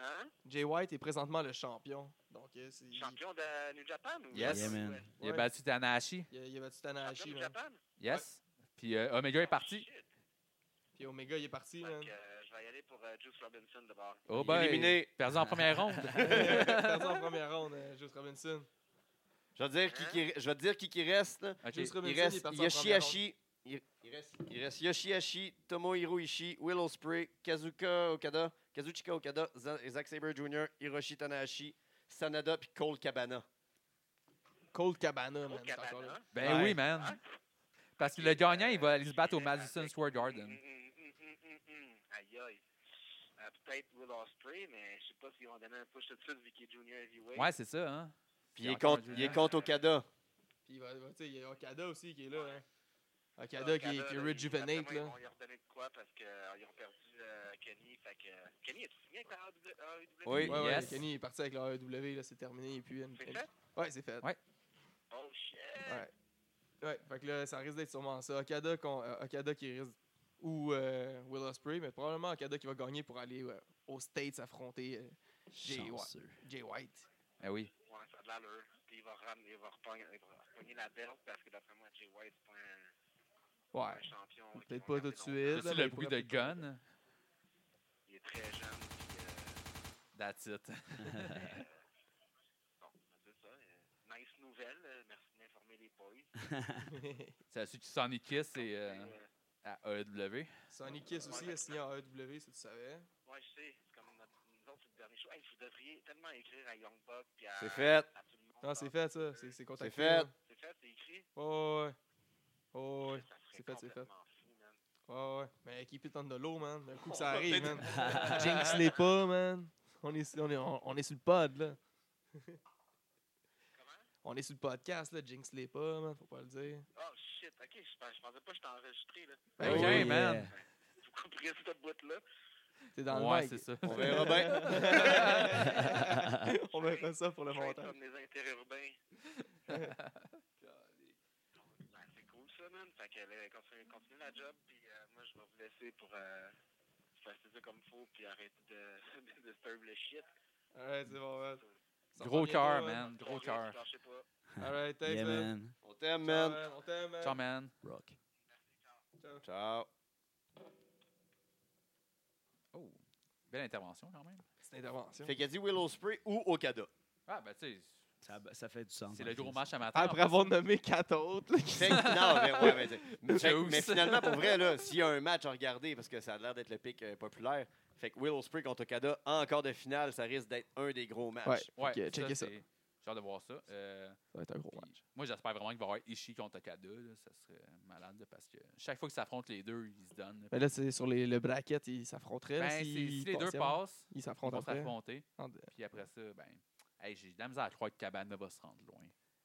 E: Hein?
B: Jay White est présentement le champion. Donc, euh, c'est-
E: Champion de New Japan ou. euh,
D: Yes.
C: Yeah, man.
E: Ouais.
D: Il a
B: Ouais.
D: battu Tanahashi.
B: il, a, il a battu
E: Champion
B: Tanahashi,
E: de New
B: Ah, man.
E: Japan? Oh,
D: Yes. Puis euh, Omega est parti.
E: Shit.
B: Puis Omega, il est parti, man.
E: Donc, euh, je vais y aller pour euh, Juice Robinson de bord.
D: Oh
A: Il est
D: ben,
A: éliminé.
D: Perdu en première ronde.
B: perdu en première ronde, euh, Juice Robinson.
A: Je vais te dire qui, qui- je vais te dire qui, qui reste. là.
D: Ok.
B: Juice Robinson,
A: Il reste
B: est parti en première ronde.
A: Yoshihashi. Il, il reste, il reste Yoshihashi, Tomohiro Ishii, Willow Spray, Kazuka Okada, Kazuchika Okada, Za- Zack Sabre Jr., Hiroshi Tanahashi, Sanada puis Cole Cabana.
B: Cold Cabana,
E: Au hein?
B: man. c'est encore là.
E: Cabana.
D: Ben
A: Ouais.
D: oui, man. Parce que le gagnant, il va aller se battre au Madison Square
E: Hum,
D: Garden.
E: hum, hum, hum, hum, hum. Aïe, aïe. Euh, Peut-être Will Ospreay, mais je sais pas s'ils vont donner un push tout de suite vu qu'il est junior heavyweight.
D: Ouais, c'est ça, hein.
A: Puis il est
D: encore
A: contre,
D: un
A: il est
D: junior.
A: contre Okada.
B: Puis il va, va- tu sais, il y a Okada aussi qui est là, hein.
E: Ah,
B: Okada qui,
E: Okada,
B: qui
E: là, il-
B: rejuvenate, là.
E: d'après moi, Ils vont leur donner de quoi parce qu'ils ont perdu euh, Kenny. Fait que, euh, Kenny, est-tu signé avec la AEW?
A: Oui.
B: Ouais, ouais,
D: Yes.
B: Kenny est parti avec la AEW, là, c'est terminé. Et puis,
E: C'est fait?
B: Ouais, c'est fait.
D: Ouais.
E: Oh shit!
B: Ouais. Ouais, fait que là, ça risque d'être sûrement ça. Okada, con- euh, Okada qui risque. Ou euh, Will Ospreay, mais probablement Okada qui va gagner pour aller euh, aux States affronter euh, Jay, White,
C: Chanceux.
B: Jay White.
D: Ben oui.
E: Ouais, ça a de l'allure. Puis il va, ram- il va repogner il va repogner la belt parce que d'après moi, Jay White, c'est pas un,
B: Ouais.
E: un champion. qui
B: Peut-être
E: vont
B: pas tout de
E: garder longtemps.
B: suite. là,
D: C'est
B: mais
D: le
B: il
D: bruit de
B: pourrait-
D: gun.
E: Il est très jeune. Puis, euh,
D: That's it.
E: bon, on va dire ça. euh, nice nouvelle. euh, merci de m'informer, les boys.
D: C'est celui qui s'en est kiss et
E: Euh,
D: euh, à AEW.
B: Sonny Kiss aussi a signé en AEW, si tu savais.
E: ouais, je sais. C'est comme notre, nous autres, c'est le dernier show. Hey, vous devriez tellement écrire à Young Buck. Puis à,
A: C'est fait.
E: à tout le monde.
B: Non, c'est fait, ça. C'est, c'est contacté.
A: fait.
B: là.
E: C'est fait, c'est écrit.
B: Ouais, ouais. Ouais, ouais.
E: Ça
B: c'est fait,
E: serait
B: c'est fait.
E: complètement fou, man.
B: Ouais, ouais. Mais keep it on the low, man. D'un coup que ça arrive, man. Jinx les pas, man. On est, on, est, on, on est sur le pod, là. On est sur le podcast, là. Jinx les pas, man. Faut pas le dire.
E: Oh shit, ok, je, pens- je pensais pas que j'étais enregistré. Là.
B: Ben
D: Ok,
C: Oh,
B: oui,
D: man.
E: Vous comprenez cette boîte-là?
B: T'es dans
D: ouais,
B: le
D: c'est
B: mic.
D: ça.
A: On verra bien.
B: on verra ça pour le
E: Je vais être
B: montage.
E: comme les interurbains. Ben, c'est cool ça, man. Fait que, là, continue, continue la job, puis euh, moi, je vais vous laisser pour euh, faire ça comme il faut, puis arrêter de, de, de stir le shit.
B: Alright, c'est bon, man. Ça
D: Gros
B: revient pas,
D: cœur, man. Gros
E: Je
D: cœur.
E: lâchez pas.
B: Alright, thanks,
C: Yeah,
B: man.
C: man.
A: On t'aime,
B: Ciao,
A: man.
B: man. On t'aime, man.
D: Ciao, man.
C: Rock.
A: Ciao.
D: Oh, belle intervention quand même.
B: C'est une intervention.
A: Fait qu'il a dit Willow Spray ou Okada.
D: Ah, ben tu sais,
C: Ça, ça fait du sens.
D: c'est
C: en
D: le
C: crise.
D: gros match amateur.
B: Après avoir nommé quatre autres, là, qui
A: Fait que- non, mais, ouais, mais, c'est- mais, fait-
D: Jokes.
A: mais finalement, pour vrai, là, s'il y a un match à regarder, parce que ça a l'air d'être le pic euh, populaire, fait que Willow Spray contre Okada, encore de finale, ça risque d'être un des gros matchs.
B: Ouais.
D: Ouais,
B: Ok, checker ça.
D: c'est- J'ai hâte de voir ça. Euh,
B: Ça va être un gros
D: puis,
B: match.
D: moi, j'espère vraiment qu'il va y avoir Ishii contre Okada. là. Ça serait malade là, parce que chaque fois qu'ils s'affrontent les deux, ils se donnent. là.
B: Mais là, c'est sur les, le bracket, ils s'affronteraient.
D: Ben,
B: là,
D: c'est-
B: s'ils
D: si les deux
B: passaient,
D: passent,
B: Ils
D: ils
B: s'affrontent
D: vont
B: après.
D: s'affronter.
B: En-
D: Puis après ça, ben, hey, j'ai de la misère à croire que Cabana va se rendre loin.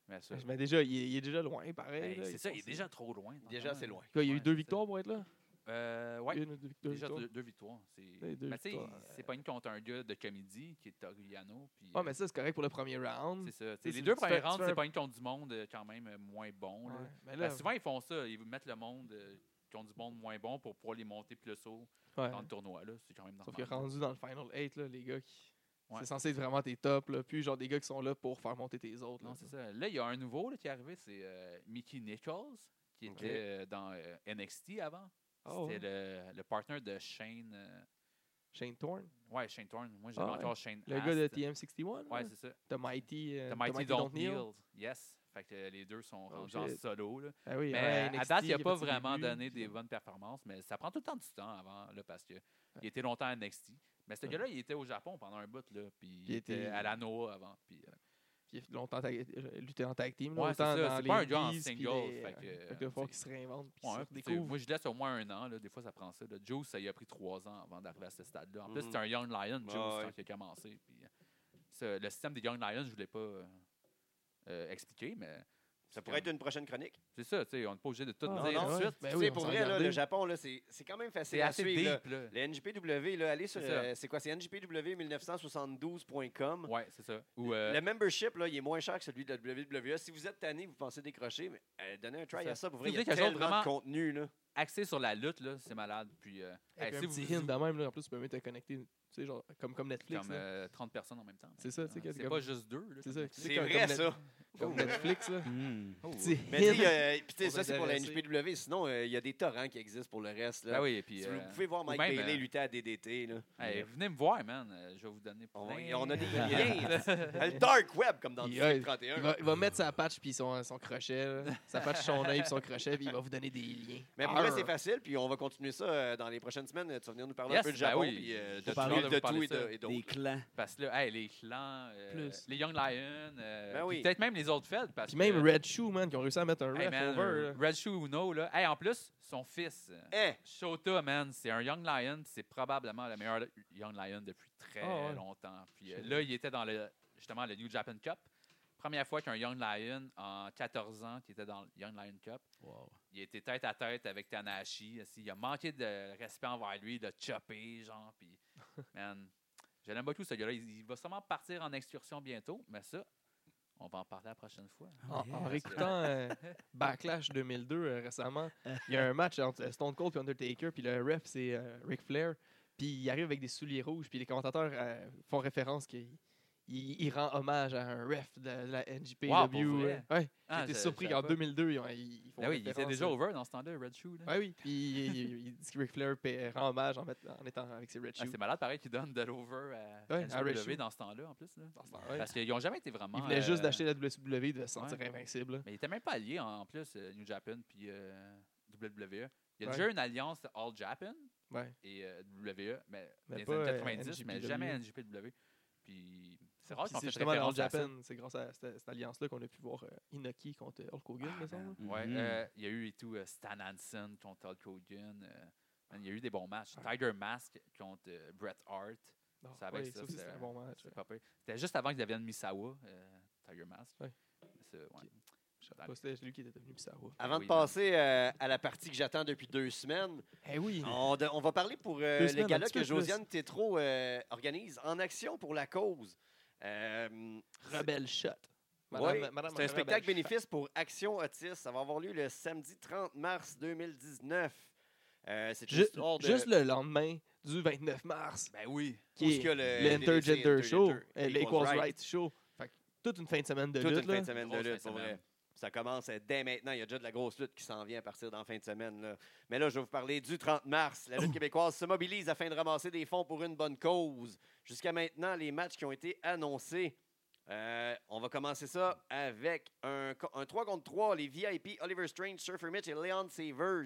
D: Mais ça,
B: Mais Ben, déjà, il est, il est déjà loin, pareil.
D: ben,
B: là,
D: c'est ça,
B: sont-
D: il est déjà trop loin.
A: Déjà,
D: dans le
A: c'est
D: temps,
A: loin.
D: là.
B: Là, il y a eu
D: Ouais,
B: deux
D: c'est ça.
B: victoires pour être là.
D: Euh, ouais,
B: Une ou deux, deux
D: déjà
B: victoires.
D: deux, deux victoires. C'est-
B: Ouais, deux
D: Ben, tu sais,
B: victoires. euh,
D: il s'est pogné contre un gars de comédie qui est Toriano. puis,
B: Ouais,
D: euh,
B: mais ça, c'est correct pour le premier round.
D: C'est ça.
B: sais,
D: les
B: si
D: deux
B: tu fais-
D: premiers
B: tu
D: rounds,
B: fais
D: c'est
B: un-
D: pas une contre du monde euh, quand même euh, moins bon. là.
B: Ouais, Mais
D: Parce
B: Ben là,
D: que Ben, souvent, ils font ça. Ils mettent le monde euh, contre du monde moins bon pour pouvoir les monter plus haut
B: ouais.
D: dans le tournoi. là. C'est quand même
B: Sauf que
D: normal.
B: rendu dans le final 8, là, les gars qui.
D: Ouais.
B: C'est censé être vraiment tes tops, là. Puis, genre, des gars qui sont là pour faire monter tes autres. là.
D: Non, c'est ça. Là, il y a un nouveau là, qui est arrivé. C'est euh, Mickey Nichols, qui
A: Ok.
D: était euh, dans euh, NXT avant.
B: Ah ouais.
D: C'était le, le partner de Shane. euh,
B: Shane Thorne,
D: ouais, Shane Thorne. Moi, j'ai
B: Ah ouais.
D: encore Shane
B: le gars de
D: Ast.
B: TM61.
D: Ouais,
B: là.
D: c'est ça.
B: The Mighty. euh,
D: The Mighty Don't Kneel. Yes. Fait que euh, les deux sont
B: Oh,
D: rendus en
B: shit.
D: solo. Là.
B: Ah oui,
D: Mais
B: ouais,
D: à
B: NXT,
D: date, il
B: y
D: n'a pas
B: de
D: vraiment
B: début,
D: donné
B: puis-
D: des bonnes performances, mais ça prend tout le temps du temps avant, là, parce que il était longtemps à NXT. Mais ce
B: Ouais.
D: gars-là, il était au Japon pendant un bout, là, puis il,
B: Il
D: était
B: était-
D: à la Noah avant. Puis, euh,
B: Puis il a longtemps tag- euh, lutté en tag team. là,
D: Ouais, c'est
B: autant
D: ça,
B: dans
D: c'est pas un
B: les
D: gars en
B: Indies, puis
D: singles,
B: les-
D: fait que,
B: euh,
D: euh,
B: Fait qu'il faut
D: c'est-
B: qu'il se réinvente. Puis
D: ouais,
B: se
D: tu sais,
B: redécouvre.
D: moi, je laisse au moins un an. là. Des fois, ça prend ça. là. Joe, ça y a pris trois ans avant d'arriver à ce stade-là. En plus,
B: Mm.
A: Mhm.
D: c'était un Young Lion, Joe,
A: Ah
D: c'est
A: ouais.
D: quand il a commencé. Puis, euh, ça, le système des Young Lions, je voulais pas euh, euh, expliquer, mais.
A: Ça pourrait être une prochaine chronique.
D: C'est ça, tu sais, on n'est pas obligé de tout
B: Ah,
D: dire
A: non,
D: tout de
B: ouais.
D: suite.
B: Ben
A: Tu
B: oui,
A: sais,
B: on
A: pour
B: s'en
A: vrai, là,
B: regardait.
A: le Japon, là, c'est c'est quand même facile
D: C'est
A: à
D: assez
A: suivre. là.
D: deep, là.
A: Le NJPW, là, allez sur
D: C'est ça.
A: euh, c'est quoi C'est njpw1972.com.
D: Ouais, c'est ça. Ou, euh,
A: Le membership, là, il est moins cher que celui de la WWE. Si vous êtes tanné, vous pensez décrocher, mais euh, donnez un try
D: C'est
A: à ça. Pour vrai,
D: Tu
A: il y a
D: voulais quelque chose
A: tellement
D: vraiment-
A: de contenu. Là.
D: axé sur la lutte, là, c'est malade. Puis, euh,
B: Et puis
D: hey, si
B: un petit
D: vous-
B: hint de même. là, En plus, tu peux même te connecter. Tu sais, genre, comme comme Netflix.
D: comme
B: là.
D: euh, 30 personnes en même temps.
B: C'est ça, tu sais,
D: Ah,
B: que-
D: C'est
B: comme-
D: pas juste deux. là,
B: C'est
D: comme-
B: ça. tu sais,
A: C'est
B: comme-
A: vrai,
B: comme Net-
A: ça.
B: Comme Netflix, là.
C: Hmm.
D: Oh,
B: Petit
D: ouais.
A: Mais tu sais,
B: hint.
A: euh, puis tu sais,
B: Pour
A: ça, c'est pour la
B: s'intéresser.
A: NJPW. Sinon, euh, il y a des torrents qui existent pour le reste. Là.
D: Ah oui, et puis,
A: Si
D: euh,
A: vous pouvez voir
D: ou
A: Mike
D: même,
A: Bailey
D: euh,
A: lutter à DDT. Là.
D: hey, venez me voir, man. euh, Je vais vous donner
A: On,
D: plein-
A: on a des liens. Euh, le dark web, comme dans
B: Yeah.
A: le 31.
B: Il va, il va mettre sa patch puis son, son crochet. là. Sa patch, son œil puis son crochet, puis il va vous donner des liens.
A: Mais pour vrai,
B: Arr.
A: c'est facile. Puis on va continuer ça euh, dans les prochaines semaines. Tu vas venir nous parler
D: Yes,
A: un peu du
D: ben
A: Japon.
D: oui.
A: Puis euh,
D: Faut
A: de,
D: parler-
A: tout, de
D: faut parler
A: tout et
D: ça.
A: de- et
C: Des
A: d'autres.
C: clans.
D: Parce que là, hey, les clans, euh,
B: Plus.
D: les Young Lions, euh,
A: Ben
D: puis
A: oui.
D: peut-être même les autres fêtes. Parce
B: Puis même
A: Euh.
D: que,
B: Red Shoe, man, qui ont réussi à mettre un
D: hey,
B: ref
D: man, euh,
B: over. là.
D: Red Shoe Uno, là. Hey, en plus, son fils, euh,
A: Hein?
D: Shota, man, c'est un Young Lion. puis C'est probablement le meilleur Young Lion depuis très
B: Ah ouais.
D: longtemps. Puis euh,
B: Shit.
D: là, il était dans le justement le New Japan Cup. Première fois qu'un Young Lion en 14 ans qui était dans le Young Lion Cup.
C: Oh,
D: Il était tête à tête avec Tanahashi. aussi. Il a manqué de respect envers lui, de chopper, genre. Puis, man, je l'aime beaucoup, ce gars-là. Il, il va sûrement partir en excursion bientôt, mais ça, on va en parler la prochaine fois.
C: Oh,
B: En, en
D: Yeah.
B: réécoutant euh, Backlash 2002 euh, récemment, il y a un match entre euh, Stone Cold et Undertaker, puis le ref, c'est euh, Ric Flair. Puis il arrive avec des souliers rouges, puis les commentateurs euh, font référence qu'il il, il rend hommage à un ref de, de la NJPW.
D: Wow, pour
B: euh,
D: vrai?
B: ouais,
D: Ah,
B: j'étais
D: je-
B: surpris
D: je
B: qu'en
D: savais pas.
B: 2002, ils, ont- ils- ils font
D: Ah oui, il était
B: référence,
D: déjà
B: euh,
D: over dans ce temps-là, Red Shoe. là.
B: Ouais, oui, puis il, il- il dit que Ric Flair paie- rend hommage en, fait- en étant avec ses Red
D: Ah,
B: Shoes.
D: c'est malade, pareil, qu'ils donnent de l'over à,
B: Ouais, à Red
D: NJPW
B: Shoe.
D: dans ce temps-là, en plus. là.
B: Dans ce temps-là, ouais.
D: Parce qu'ils n'ont jamais été vraiment.
B: Il venait juste
D: euh,
B: d'acheter la WCW de se sentir
D: ouais.
B: invincible. là.
D: Mais ils n'étaient même pas alliés, en, en plus, euh, New Japan puis euh, WWE. Il y a
B: Ouais.
D: déjà une alliance All Japan.
B: Ouais.
D: et euh, WWE, mais,
B: Mais
D: des
B: pas, euh,
D: années 90, mais
B: NJPW.
D: jamais NJPW. E. Puis c'est rare
B: Puis
D: qu'on
B: c'est
D: fait
B: justement dans
D: Ah, référence à ça.
B: Japan, c'est grâce à cette, cette alliance-là qu'on a pu voir euh, Inoki contre Hulk Hogan,
D: Ah,
B: me semble.
D: man. Ouais,
C: Mhm.
D: euh, il y a eu et tout euh, Stan Hansen contre Hulk Hogan. euh, man, il y a eu des bons matchs. Tiger Mask contre euh, Bret Hart.
B: Non,
D: C'est avec
B: Ah, ouais,
D: ça,
B: aussi,
D: c'est-
B: c'était un bon match.
D: C'est pas pire. C'était juste avant qu'il devienne Misawa, euh, Tiger Mask.
B: Ouais.
D: C'est- ouais.
B: Je sais pas, c'était lui qui était devenu Pisawa.
A: Avant
D: Oui,
A: de passer euh, à la partie que j'attends depuis deux semaines,
B: Eh oui!
A: on, de- on va parler pour euh,
B: Deux
A: le
B: semaines, un
A: gala
B: petit peu
A: que
B: plus.
A: Josiane Tétrault euh, organise en action pour la cause. Euh,
B: Rebel Shot.
A: Ouais,
B: Ah,
A: c'est un spectacle bénéfice pour Action Otis. Ça va avoir lieu le samedi 30 mars 2019. Euh, c'est une
B: Juste,
A: histoire de...
B: juste le lendemain du 29 mars,
D: Ben oui.
A: où
B: qui
A: est-ce qu'il y
B: est
A: a le
B: l'Intergender
A: DDT,
B: Show,
A: Intergender,
B: euh, l'Equals Rights Show. Fait que toute une fin de semaine de
A: Toute
B: lutte.
A: une fin de
B: là.
A: semaine de
D: Grosse fin
A: lutte,
D: de
A: pour
D: semaine.
A: vrai. Ça commence euh, dès maintenant. Il y a déjà de la grosse lutte qui s'en vient à partir d'en fin de semaine. là. Mais là, je vais vous parler du 30 mars. La lutte
B: Oh.
A: québécoise se mobilise afin de ramasser des fonds pour une bonne cause. Jusqu'à maintenant, les matchs qui ont été annoncés. euh, on va commencer ça avec un, co- un 3 contre 3. Les VIP, Oliver Strange, Surfer Mitch et Leon Savers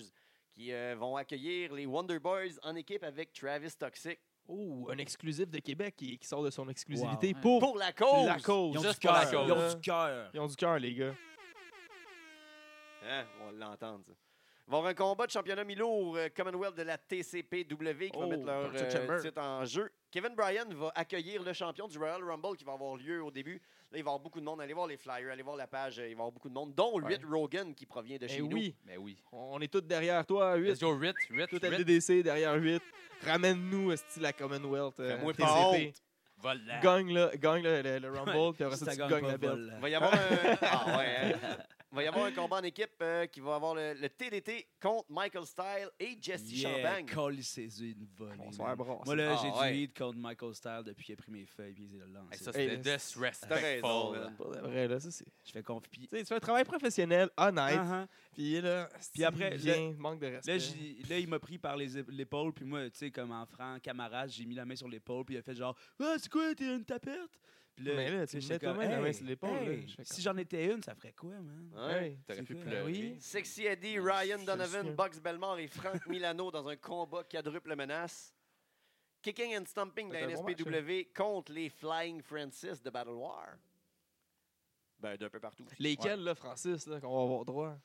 A: qui euh, vont accueillir les Wonder Boys en équipe avec Travis Toxic
B: Oh, un exclusif de Québec qui, qui sort de son exclusivité
C: Wow.
B: pour,
A: pour la cause.
B: la cause.
C: Ils ont
D: Oh, Juste
C: du
D: pour la
C: cœur.
D: cause.
C: Ils ont du cœur.
B: Ils ont du cœur, les gars.
A: Hein, On va l'entendre, ça. Ils vont avoir un combat de championnat mi-lourd euh, Commonwealth de la TCPW qui va
B: Oh,
A: mettre leur
B: Torture
A: euh,
B: Chamber.
A: titre en jeu. Kevin Bryan va accueillir le champion du Royal Rumble qui va avoir lieu au début. Là, il va y avoir beaucoup de monde. Allez voir les flyers, allez voir la page. euh, Il va y avoir beaucoup de monde, dont
B: Ouais.
A: 8 Rogan qui provient de chez
B: Eh
A: nous.
B: oui,
D: Ben oui.
B: on est tous derrière toi, 8.
D: Let's go, Rit, Rit,
B: Tout à
D: Rit.
B: DDC derrière 8. Ramène-nous style la Commonwealth. euh,
A: Fais-moi
B: TCP.
A: pas honte.
D: Voilà.
B: Gagne, le, gagne le, le- le Rumble, puis après
C: Si
B: ça,
C: ça
B: tu
C: gagne
B: gagnes
C: pas,
B: la belle.
C: vole.
A: Il va y avoir un, Ah ouais, hein. Il va y avoir un combat en équipe euh, qui va avoir le, le TDT contre Michael Style et Jesse
C: Yeah,
A: Champagne.
C: colle ses yeux une volée.
B: On se
C: man.
B: fait brasser.
C: Moi, là,
A: Ah,
C: j'ai
A: ouais.
C: du lead contre Michael Styles depuis qu'il a pris mes feuilles puis il les a lancées.
D: Hey, ça,
B: Hey,
D: c'était
B: mais-
A: T'as raison,
D: disrespectful.
A: man.
B: Pour de vrai, là, ça, c'est...
C: Je fais confier.
B: Tu sais, tu fais un travail professionnel, honnête,
C: Uh-huh.
B: puis là,
C: Puis après,
B: il vient, manque de respect.
C: Là, j'ai- là, il m'a pris par les é- l'épaule, puis moi, tu sais, comme en franc camarade, j'ai mis la main sur l'épaule, puis il a fait genre, ah, c'est quoi, t'es une tapette? Puis là,
B: Mais là, tu
C: puis
B: me
C: j'étais
B: mets
C: comme,
B: toi-même la main
C: hey,
B: sur l'épaule, là.
C: hey,
B: Je fais
C: Si j'en étais une, ça ferait quoi, man?
A: Ouais.
B: Hey.
D: T'aurais
C: C'est
D: pu
C: quoi?
D: pleurer.
C: Oui.
A: Sexy Eddie,
B: Je
A: Ryan
B: me
A: Donovan,
B: souviens.
A: Box Belmore et Frank Milano dans un combat quadruple menace. Kicking and Stomping
B: C'était
A: d'un
B: un bon match,
A: SPW contre les Flying Francis de Battle War. Ben, d'un peu partout.
B: Lesquels, là, Francis, là, qu'on va avoir droit?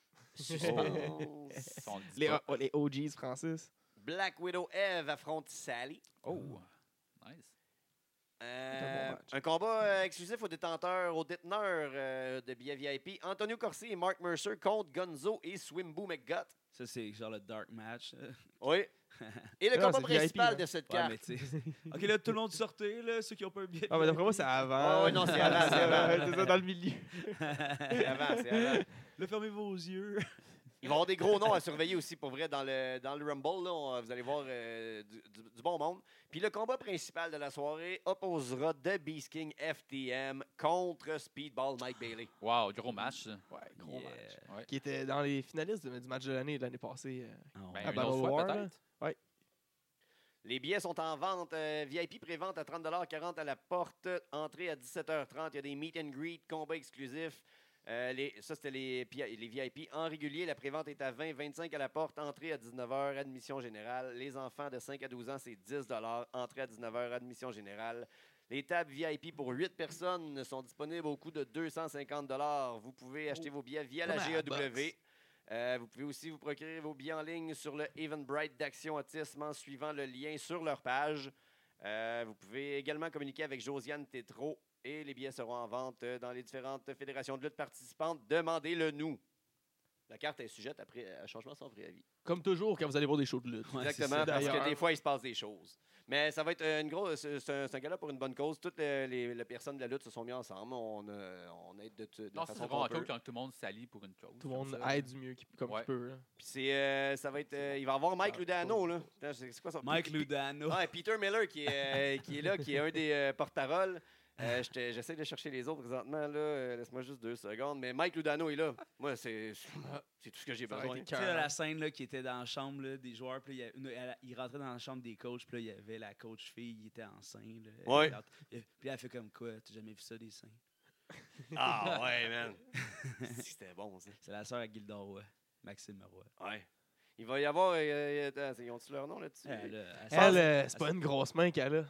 A: Suspense.
D: Si on le dit
B: Les,
D: pas.
B: oh, les OGs, Francis.
A: Oh. Black Widow Eve affronte Sally.
D: Oh, nice.
A: Euh,
B: un bon match.
A: un combat euh, exclusif aux détenteurs, aux déteneurs euh, de billets VIP. Antonio Corsi et Mark Mercer contre Gonzo et Swimbo McGutt.
C: Ça, c'est genre le dark match. là.
A: Oui. Et le
B: Non,
A: combat
B: Ah, c'est VIP,
A: principal
B: là.
A: de cette
C: Ouais,
A: carte.
C: mais tu sais. OK, là, tout le monde sortez, là, ceux qui ont pas un billet.
B: Ah, mais d'après moi, c'est avant.
A: Ah ouais, non, c'est avant, c'est avant.
B: c'est ça, dans le milieu.
A: C'est avant, c'est avant.
C: Là, fermez vos yeux.
A: Il va y avoir des gros noms à surveiller aussi, pour vrai, dans le, dans le Rumble. là. On- vous allez voir euh, du, du- du bon monde. Puis le combat principal de la soirée opposera The Beast King FTM contre Speedball Mike Bailey.
D: Wow, gros match. ça.
B: Ouais, gros
C: Yeah.
B: match.
D: Ouais.
B: Qui était dans les finalistes de- du match de l'année, de l'année passée. euh.
D: Ben,
B: Ah,
D: une
B: Battle
D: autre fois,
B: War,
D: peut-être.
A: Les billets sont en vente. euh, VIP prévente à 30 40 à la porte. Entrée à 17h30. Il y a des meet and greet, combats exclusifs. Euh, les- ça, c'était les, pi- les VIP. En régulier, la prévente est à 20, 25 à la porte. Entrée à 19h, admission générale. Les enfants de 5 à 12 ans, c'est 10 Entrée à 19h, admission générale. Les tables VIP pour 8 personnes sont disponibles au coût de 250 Vous pouvez acheter vos billets via la
B: Comme à la
A: GAW.
B: boxe.
A: Euh, vous pouvez aussi vous procurer vos billets en ligne sur le Eventbrite d'Action Autisme en suivant le lien sur leur page. Euh, vous pouvez également communiquer avec Josiane Tétrault et les billets seront en vente euh, dans les différentes fédérations de lutte participantes. Demandez-le nous. La carte est sujette à, pré- à changement sans préavis.
B: Comme toujours, quand vous allez voir des shows de lutte.
C: Ouais, c'est
A: Exactement,
C: ça.
A: parce que
B: d'ailleurs.
A: des fois, il se passe des choses. Mais ça va être euh, une grosse. C'est c'est un, c'est un gala pour une bonne cause. Toutes euh, les, les personnes de la lutte se sont mis ensemble. On, euh, on aide de, de
D: Non, c'est
A: façon
D: vraiment
A: qu'on peut.
D: cool quand tout le monde s'allie pour une chose.
B: Tout le
D: comme
B: monde
D: ça.
B: aide du mieux qu'il- comme
D: Ouais.
B: il peut. là.
A: Puis c'est, euh, ça va être. euh, il va y avoir Mike
B: Ah,
A: Ludano,
B: cool.
A: là. Attends, C'est c'est quoi ça?
C: Mike Ludano.
A: Ah, et Peter Miller qui est, euh, qui est là, qui est un des euh, porte-paroles. Euh, j'étais- J'essaie de chercher les autres présentement. là. Euh, Laisse-moi juste deux secondes. Mais Mike Ludano est là. Moi, c'est c'est tout ce que j'ai
B: Ça aurait
A: besoin.
B: été
C: Tu sais, là,
B: Carrément.
C: la scène là, qui était dans la chambre là, des joueurs, puis là, il, y a une- elle- il rentrait dans la chambre des coachs, puis là, il y avait la coach fille, il était enceinte. Là,
A: Ouais.
C: Elle rentre- et- Puis elle fait comme quoi, t'as jamais vu ça des seins?
A: Ah ouais, man. C'était bon, ça.
C: C'est la sœur à Gildor Roy, Maxime Roy.
A: Ouais. Il va y avoir. euh, euh, attends, ils ont-tu leur nom là-dessus?
C: Elle, là, elle-
B: Elle, euh, c'est pas une grosse main qu'elle a.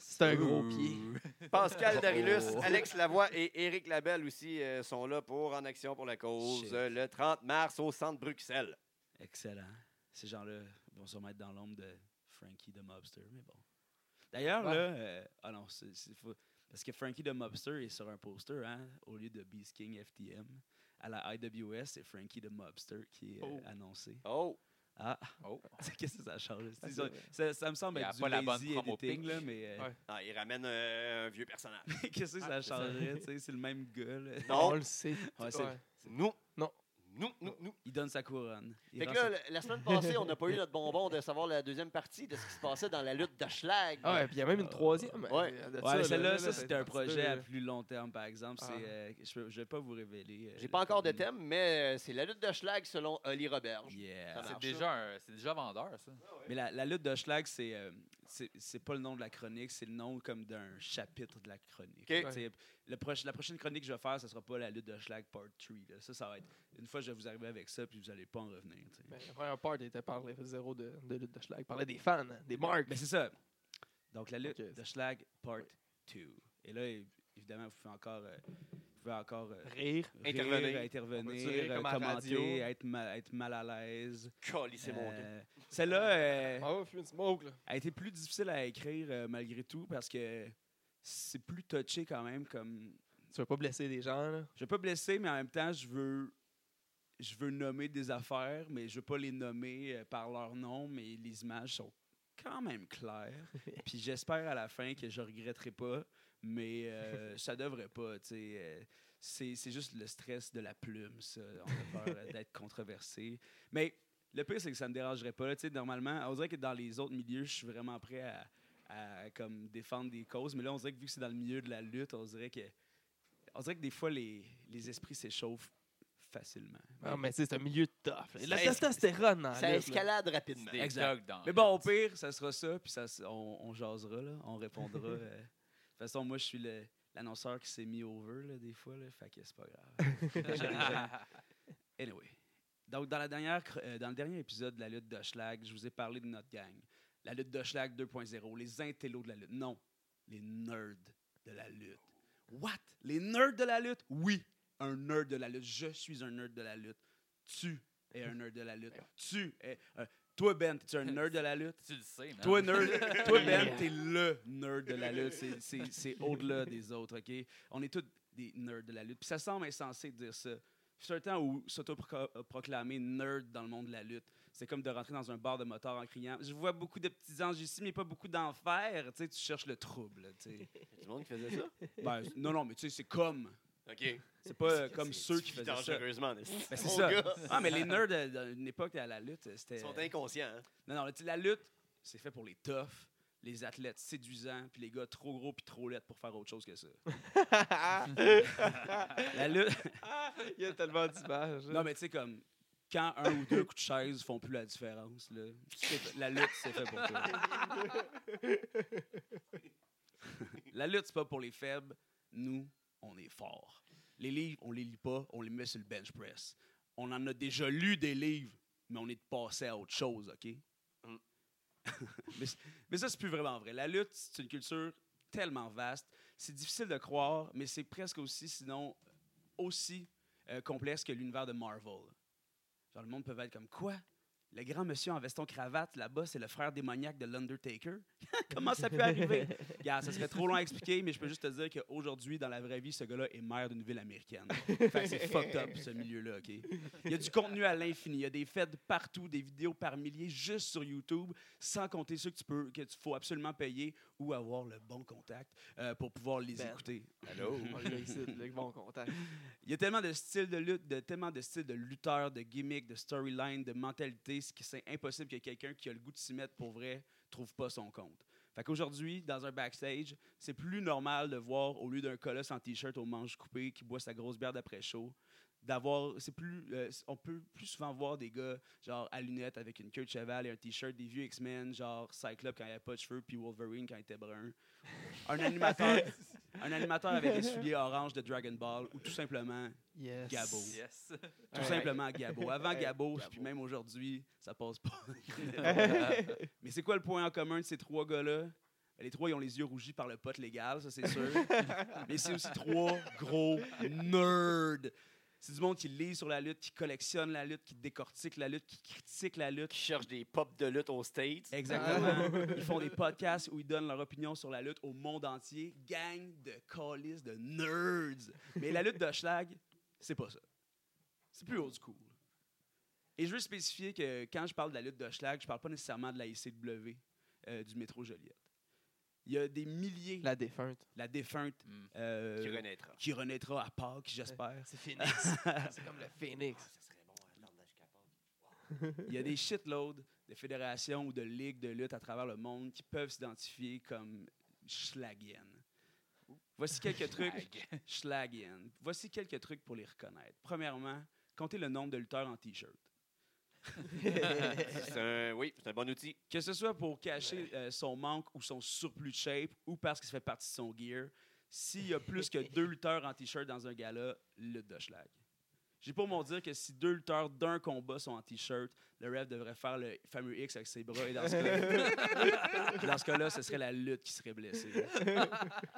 B: C'est un gros pied.
A: Pascal Darilus,
C: Oh.
A: Alex Lavoie et Éric Labelle aussi euh, sont là pour En Action pour la cause
C: Shit.
A: euh, le 30 mars au centre Bruxelles.
C: Excellent. Ces gens-là vont se remettre dans l'ombre de Frankie the Mobster, mais bon. D'ailleurs,
B: Ouais.
C: là, euh, ah non, c'est, c'est fou. parce que Frankie the Mobster est sur un poster, hein, au lieu de Beast King FTM. À la IWS, c'est Frankie the Mobster qui est euh,
B: Oh.
C: annoncé.
A: Oh!
C: Ah,
D: Oh.
C: qu'est-ce que ça change?
B: Ah,
C: Ils ont-
B: c'est vrai.
C: ça, ça me semble
D: Il y a
C: être du
D: pas la
C: lazy
D: bonne promo
C: editing,
D: pic.
C: là, mais euh,
B: Ouais.
A: Ah, il ramène euh, un vieux personnage.
C: qu'est-ce que
B: Ah,
C: ça
B: c'est ça.
C: changerait? tu sais, c'est le même gars. là.
A: Non.
B: On le sait.
C: Ouais, c'est-
B: Ouais.
A: Nous!
B: Non.
A: Nous, nous, nous.
C: Il donne sa couronne. Il
A: Fait que
C: rend
A: là,
C: sa-
A: la la semaine passée, on n'a pas eu notre bonbon de savoir la deuxième partie de ce qui se passait dans la lutte de Schlag.
B: Ah ouais, puis il y a même une troisième.
A: Ouais.
B: euh, de ça,
C: Ouais,
B: là,
C: celle-là,
B: là,
C: ça,
B: là,
C: c'est
B: c'est
C: un
B: parti
C: projet
B: de-
C: à plus long terme, par exemple.
B: Ah.
C: C'est, euh, je ne vais pas vous révéler. euh,
A: J'ai
C: le
A: pas encore de
C: contenu.
A: thème, mais euh, c'est la lutte de Schlag selon Oli Roberge.
C: Yeah.
A: Ça
D: C'est
A: marche,
D: déjà, un- c'est déjà vendeur, ça.
C: Mais la, la lutte de Schlag, c'est euh, c'est c'est pas le nom de la chronique, c'est le nom comme d'un chapitre de la chronique.
A: Ok.
C: Tu sais, Le proche- la prochaine chronique que je vais faire, ce sera pas la lutte de Schlag Part 3. là. Ça, ça va être. Une fois, je vais vous arriver avec ça, puis vous allez pas en revenir. tu sais.
B: Ben, la première part était parler zéro de, de lutte de schlag. parlait des fans, hein, des marques.
C: Mais Ben, c'est ça. Donc, la lutte
B: Ok.
C: de Schlag Part 2. Et là, é- évidemment, vous pouvez encore. euh, vous pouvez encore. euh,
B: Rire.
C: rire,
A: Intervenir.
B: On
C: intervenir,
B: peut-tu rire
C: euh,
B: comme à la
C: commenter,
B: radio?
C: être mal, être mal à l'aise.
A: Calissez mon gars.
C: Euh, Celle-là, euh,
B: Ah ouais, fume une smoke, là.
C: a été plus difficile à écrire euh, malgré tout parce que c'est plus touché quand même comme
B: Tu veux pas blesser des gens, là.
C: je veux pas blesser mais en même temps je veux je veux nommer des affaires mais je veux pas les nommer euh, par leur nom mais les images sont quand même claires puis j'espère à la fin que je regretterai pas mais euh, ça devrait pas tu sais euh, c'est c'est juste le stress de la plume ça on a peur euh, d'être controversé mais le pire, c'est que ça me dérangerait pas. là. Tu sais, normalement, on dirait que dans les autres milieux, je suis vraiment prêt à, à, comme défendre des causes. Mais là, on dirait que vu que c'est dans le milieu de la lutte, on dirait que, on dirait que des fois, les, les esprits s'échauffent facilement.
B: Ah, mais tu sais, c'est un milieu tough. Là. La
A: Ça es-
B: testostérone, dans la
A: Ça
B: lutte, là.
A: escalade
D: C'est
A: rapidement.
D: des
C: Exact.
D: jogs dans
C: Mais bon, au pire, ça sera ça, puis ça, s- on, on jasera, là, on répondra. euh. De toute façon, moi, je suis le- l'annonceur qui s'est mis over là, des fois, là, fait que c'est pas grave. Je rigole. anyway. Donc, dans, la dernière, cr- euh, dans le dernier épisode de la lutte d'Oshlag, je vous ai parlé de notre gang. La lutte d'Oshlag 2.0, les intellos de la lutte. Non, les nerds de la lutte. What? Les nerds de la lutte? Oui, un nerd de la lutte. Je suis un nerd de la lutte. Tu es un nerd de la lutte. Tu es... un- toi, Ben, es un nerd de la lutte?
D: Tu le sais, man.
A: Ah.
C: Toi, nerd, toi, Ben, t'es le nerd de la lutte. C'est- c'est- C'est au-delà des autres, OK? On est tous des nerds de la lutte. Puis ça semble insensé de dire ça. C'est un temps où s'auto-proclamer nerd dans le monde de la lutte, c'est comme de rentrer dans un bar de moteur en criant « Je vois beaucoup de petits anges ici, mais pas beaucoup d'enfer. » Tu sais, tu cherches le trouble, tu sais.
A: Il y a du monde qui faisait ça?
C: Ben, non, non, mais tu sais, c'est comme.
A: OK.
C: C'est pas euh, comme ceux qui
A: vivent
C: faisaient ça.
A: dangereusement. mais
C: Ben, c'est euh,
A: mon
C: ça.
A: gars.
C: Ah, mais les nerds, euh, dans une époque, à la lutte,
A: Ils
C: c'était...
A: sont inconscients. hein.
C: Non, non, tu sais, la lutte, c'est fait pour les toughs, les athlètes séduisants, puis les gars trop gros puis trop laids pour faire autre chose que ça. la lutte.
B: Il y a tellement d'images.
C: Non, mais tu sais, comme quand un ou deux coups de chaise font plus la différence, là, c'est- la lutte, c'est fait pour toi. la lutte, c'est pas pour les faibles. Nous, on est forts. Les livres, on les lit pas, on les met sur le bench press. On en a déjà lu des livres, mais on est passé à autre chose, OK?
A: Mm.
C: mais, c- mais ça, c'est plus vraiment vrai. La lutte, c'est une culture tellement vaste. C'est difficile de croire, mais c'est presque aussi, sinon, aussi euh, complexe que l'univers de Marvel. Genre, le monde peut être comme quoi? Le grand monsieur en veston cravate là-bas, c'est le frère démoniaque de l'Undertaker? Comment ça peut arriver? Regarde, ça serait trop long à expliquer, mais je peux juste te dire qu'aujourd'hui, dans la vraie vie, ce gars-là est maire d'une ville américaine. Fait que c'est fucked up, ce milieu-là, OK? Il y a du contenu à l'infini. Il y a des fêtes partout, des vidéos par milliers juste sur YouTube, sans compter ceux que tu peux, que tu faut absolument payer ou avoir le bon contact euh, pour pouvoir les
B: Ben.
C: écouter.
A: Allô?
B: On l'a ici, le bon contact.
C: Il y a tellement de styles de lutte, de tellement de styles de lutteurs, de gimmicks, de storylines, de mentalités, ce qui c'est impossible que quelqu'un qui a le goût de s'y mettre pour vrai trouve pas son compte. Fait qu'aujourd'hui, dans un backstage, c'est plus normal de voir, au lieu d'un colosse en t-shirt aux manches coupées qui boit sa grosse bière d'après chaud, d'avoir, c'est plus, euh, on peut plus souvent voir des gars, genre, à lunettes avec une queue de cheval et un t-shirt, des vieux X-Men, genre Cyclope quand il avait pas de cheveux, puis Wolverine quand il était brun. Un animateur, un animateur avec des souliers orange de Dragon Ball, ou tout simplement
B: Yes.
C: Gabo.
D: Yes.
C: tout
B: Ouais.
C: simplement Gabo. Avant
B: Ouais.
C: Gabo,
D: Gabo.
C: puis même aujourd'hui, ça passe pas. Mais c'est quoi le point en commun de ces trois gars-là? Ben, Les trois, ils ont les yeux rougis par le pote légal, ça c'est sûr.
B: Ah,
C: Mais c'est aussi trois gros nerds. C'est du monde qui lit sur la lutte, qui collectionne la lutte, qui décortique la lutte, qui critique la lutte. Ah.
A: Qui cherchent des pop de lutte aux States.
C: Exactement. Ils font des podcasts où ils donnent leur opinion sur la lutte au monde entier. Gang de calices, de nerds. Mais la lutte de Schlag, c'est pas ça. C'est plus old school. Et je veux spécifier que quand je parle de la lutte de Schlag, je parle pas nécessairement de la ICW, euh, du métro Joliette. Il y a des milliers, la,
B: La défunte.
C: défunte
D: Mm.
C: euh,
A: Hmm. Qui renaîtra.
C: qui renaîtra à Pâques, j'espère.
B: C'est Phoenix. c'est comme le Phoenix.
A: Ça serait bon hein, à attendre jusqu'à Pâques.
C: Il y a des shitloads de fédérations ou de ligues de lutte à travers le monde qui peuvent s'identifier comme schlagiennes. Voici quelques trucs schlagiennes. Voici quelques trucs pour les reconnaître. Premièrement, comptez le nombre de lutteurs en t-shirt.
A: Ben, C'est un, oui, c'est un bon outil.
C: Que ce soit pour cacher euh, son manque ou son surplus de shape ou parce qu'il fait partie de son gear, s'il y a plus que deux lutteurs en t-shirt dans un gala, lutte de schlag. J'ai pour mon dire que si deux lutteurs d'un combat sont en t-shirt, le ref devrait faire le fameux X avec ses bras et dans ce cas-là, dans ce, cas-là ce serait la lutte qui serait blessée.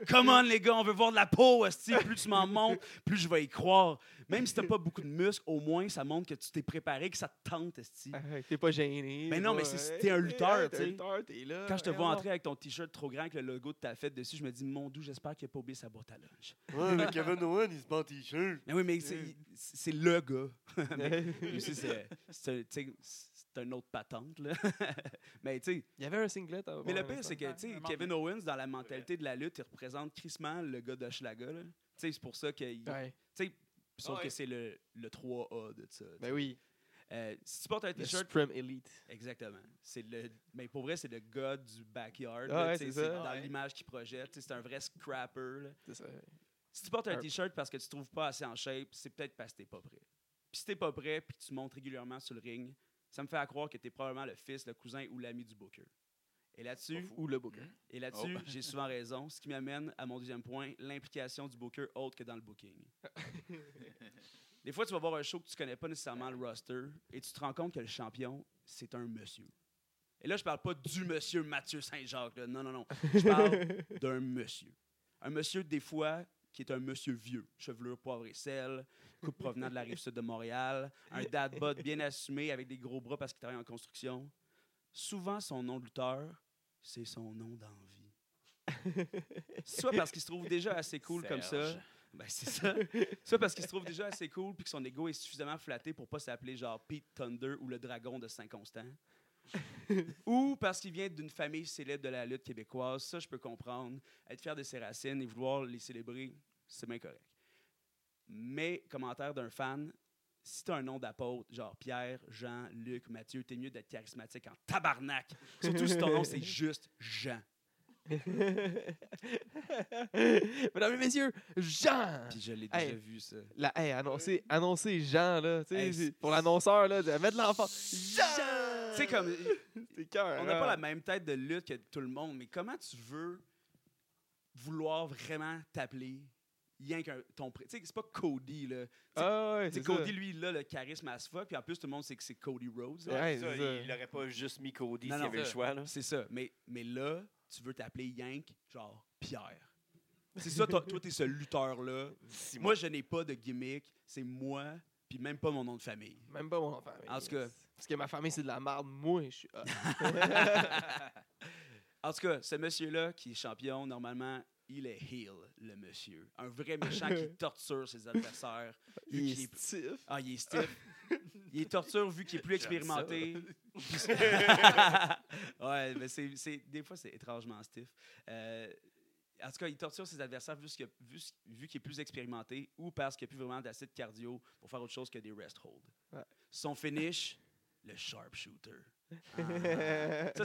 C: Come on, les gars, on veut voir de la peau, esti. Plus tu m'en montres, plus je vais y croire. Même si t'as pas beaucoup de muscles, au moins ça montre que tu t'es préparé, que ça te tente, esti.
B: Ah, T'es pas gêné.
C: Mais
B: t'es
C: non, mais
B: pas,
C: c'est si
B: hey,
C: t'es un
B: hey,
C: lutteur,
B: hey, t'es
C: tu sais.
B: lutteur, t'es là.
C: Quand je te vois
B: voyons.
C: entrer avec ton t-shirt trop grand avec le logo de ta fête dessus, je me dis, mon doux, j'espère qu'il n'a pas oublié sa boîte à lunch.
A: Ouais, mais Kevin Owen, il se bat en t-shirt.
C: Mais oui, mais c'est- il- c'est le gars. Mais lui aussi, c'est c'est un, tu sais, c'est un autre patente. Là. mais tu sais,
B: Il y avait un singlet. à-
C: mais le
B: bon,
C: pire,
B: ça.
C: c'est que tu sais,
D: un moment
C: Kevin Owens, dans la mentalité de la lutte, il représente crissement le gars de Schlaga. là. Tu sais, C'est pour ça qu'il.
B: Ouais.
C: tu sais, Sauf
A: Ouais.
C: que c'est le, le 3A de ça. tu sais.
B: Ben oui.
C: Euh, si tu portes un
B: Le
C: t-shirt
B: Supreme Elite.
C: Exactement. C'est le, mais pour vrai, c'est le gars du backyard.
B: Ah
C: là,
B: ouais,
C: tu sais,
B: c'est
C: c'est
B: ça.
C: dans
A: Ah ouais.
C: l'image qu'il projette. tu sais, C'est un vrai scrapper. là.
B: C'est ça.
C: Si tu portes un
B: Un-
C: t-shirt parce que tu te trouves pas assez en shape, c'est peut-être parce que t'es pas prêt. Puis si t'es pas prêt, puis que tu montes régulièrement sur le ring, ça me fait à croire que t'es probablement le fils, le cousin ou l'ami du booker. Et là-dessus,
B: Ou le booker.
C: et là-dessus,
D: Oh.
C: j'ai souvent raison, ce qui m'amène à mon deuxième point, l'implication du booker autre que dans le booking. Des fois, tu vas voir un show que tu connais pas nécessairement le roster et tu te rends compte que le champion, c'est un monsieur. Et là, je parle pas du monsieur Mathieu Saint-Jacques. là. Non, non, non. Je parle d'un monsieur. Un monsieur, des fois, qui est un monsieur vieux. Chevelure, poivre et sel, coupe provenant de la rive sud de Montréal, un dad bod bien assumé avec des gros bras parce qu'il travaille en construction. Souvent, son nom de lutteur, c'est son nom d'envie. Soit parce qu'il se trouve déjà assez cool comme ça.
D: Serge.
C: Ben, c'est ça. Soit parce qu'il se trouve déjà assez cool puis que son ego est suffisamment flatté pour pas s'appeler genre Pete Thunder ou le dragon de Saint-Constant. ou parce qu'il vient d'une famille célèbre de la lutte québécoise. Ça, je peux comprendre. Être fier de ses racines et vouloir les célébrer, c'est bien correct. Mais, commentaire d'un fan, si t'as un nom d'apôtre, genre Pierre, Jean, Luc, Mathieu, t'es mieux d'être charismatique en tabarnak. Surtout si ton nom, c'est juste Jean.
B: Mesdames et messieurs, Jean!
C: Puis je l'ai déjà
B: Hey.
C: vu, ça.
B: La, hey, annoncer, annoncer Jean, là, tu sais,
C: Hey,
B: c'est-
C: c'est-
B: pour l'annonceur, là, de mettre l'enfant. Jean!
C: Tu sais, comme...
B: C'est cœur.
C: On n'a pas la même tête de lutte que tout le monde, mais comment tu veux vouloir vraiment t'appeler rien qu'un ton pré- Tu sais, c'est pas Cody, là.
B: Ah ouais,
C: C'est
B: c'est
C: Cody, lui, il a le charisme à ce fuck, puis en plus, tout le monde sait que c'est Cody Rhodes. là.
B: Ouais,
A: ça,
B: c'est ça.
A: Il n'aurait pas juste mis Cody
C: Non,
A: s'il
C: non.
A: avait le
D: Ça.
A: choix. Là.
C: C'est ça. Mais, mais là, tu veux t'appeler Yank, genre Pierre. C'est ça, toi, toi, t'es ce lutteur-là. Moi, je n'ai pas de gimmick. C'est moi, puis même pas mon nom de famille.
B: Même pas mon enfant.
C: En
B: mais-
C: tout cas.
B: Parce que ma famille, c'est de la merde. Moi, je suis. ah, hot.
C: En tout cas, ce monsieur-là, qui est champion, normalement, il est heel, le monsieur. Un vrai méchant qui torture ses adversaires. vu
B: Il
C: qu'il
B: est
C: est-
B: stiff.
C: Ah, il est stiff. Il est torture vu qu'il est plus expérimenté. ouais, mais c'est, c'est- des fois, c'est étrangement stiff. Euh, en tout cas, il torture ses adversaires vu, ce qu'il a- vu, ce- vu qu'il est plus expérimenté ou parce qu'il n'y a plus vraiment d'acide cardio pour faire autre chose que des rest hold.
B: Ouais.
C: Son finish, le sharpshooter. Ah. Ça,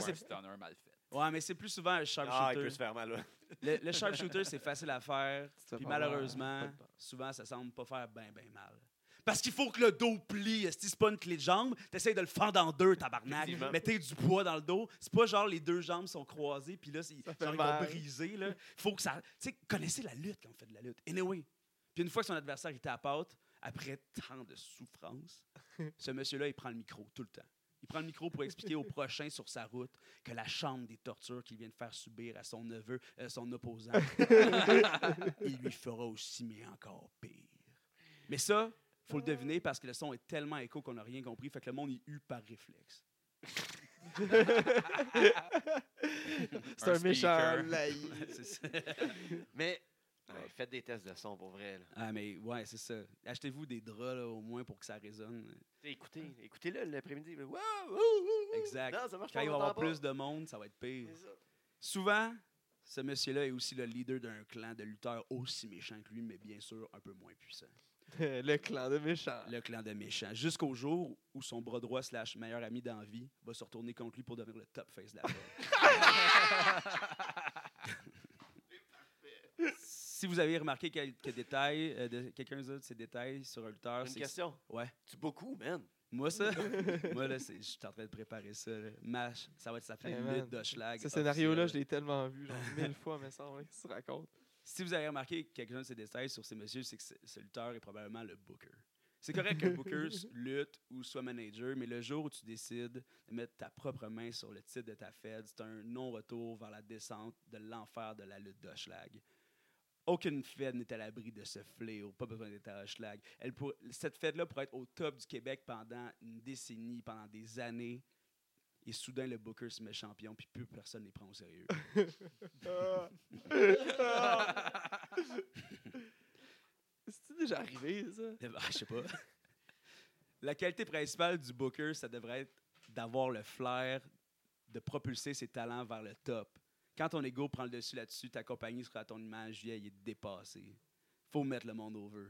D: Ça,
C: c'est-
D: c'est un honneur mal fait.
C: Ouais, mais c'est plus souvent un
A: Ah, il peut
C: sharpshooter.
A: se faire mal. Là.
C: Le, le sharpshooter, c'est facile à faire.
B: Tu te fais
C: Puis
B: pas mal,
C: malheureusement,
B: pas de peur.
C: souvent, ça semble pas faire bien, bien mal. Parce qu'il faut que le dos plie. Si c'est pas une clé de jambe, t'essayes de le fendre en deux, tabarnak.
A: Effectivement.
C: Mettez du poids dans le dos. C'est pas genre les deux jambes sont croisées, puis là, c'est-
B: fait
C: genre, ils vont
B: mal.
C: briser. Là. Faut que ça. Tu sais, connaissez la lutte quand on fait de la lutte. Anyway. Puis une fois que son adversaire était à pâte, après tant de souffrance, ce monsieur-là, il prend le micro tout le temps. Il prend le micro pour expliquer au prochain sur sa route que la chambre des tortures qu'il vient de faire subir à son neveu, euh, son opposant, il lui fera aussi, mais encore pire. Mais ça, faut le deviner parce que le son est tellement écho qu'on n'a rien compris, fait que le monde y eut par réflexe.
B: C'est un méchant.
D: speaker.
B: laïc.
C: C'est ça.
A: Mais ouais, faites des tests de son pour vrai. là.
C: Ah, mais ouais, c'est ça. Achetez-vous des draps là, au moins pour que ça résonne.
A: T'sais, Écoutez, écoutez-le l'après-midi. là. Wow, wow, wow, wow.
C: Exact.
A: Non, ça marche
C: Quand
A: pas,
C: il va
A: on
C: y avoir
A: entend pas.
C: plus de monde, ça va être pire.
A: C'est ça.
C: Souvent, ce monsieur-là est aussi le leader d'un clan de lutteurs aussi méchants que lui, mais bien sûr un peu moins puissant.
B: Le clan de
A: Ah.
B: méchants.
C: Le clan de méchants. Jusqu'au jour où son bras droit slash meilleur ami d'envie va se retourner contre lui pour devenir le top face de la fête. si vous avez remarqué quelques détails, euh, de, quelqu'un d'autre, ces détails sur un lutteur,
A: Une
C: c'est
A: question.
C: Ouais.
A: Tu beaucoup, man.
C: moi ça. moi là, c'est- je suis en train de préparer ça. là. Ma- ça va s'appeler
B: Hey, Eh man.
C: lutte de schlag. Ah,
B: Ce scénario-là,
C: officielle.
B: je l'ai tellement vu, genre mille fois, mais ça, ouais, qu'est-ce que tu racontes.
C: Si vous avez remarqué quelqu'un de ces détails sur ces messieurs, c'est que ce, ce lutteur est probablement le booker. C'est correct qu'un booker s- lutte ou soit manager, mais le jour où tu décides de mettre ta propre main sur le titre de ta Fed, c'est un non-retour vers la descente de l'enfer de la lutte d'Hochlag. Aucune Fed n'est à l'abri de ce fléau, pas besoin d'être à Hochlag. Elle pour- cette Fed-là pourrait être au top du Québec pendant une décennie, pendant des années, et soudain le booker se met champion, puis plus personne ne les prend au sérieux.
B: C'est déjà arrivé, ça?
C: Eh ben, je sais pas. La qualité principale du booker, ça devrait être d'avoir le flair de propulser ses talents vers le top. Quand ton ego prend le dessus là-dessus, ta compagnie sera à ton image vieille et dépassée. Faut mettre le monde over.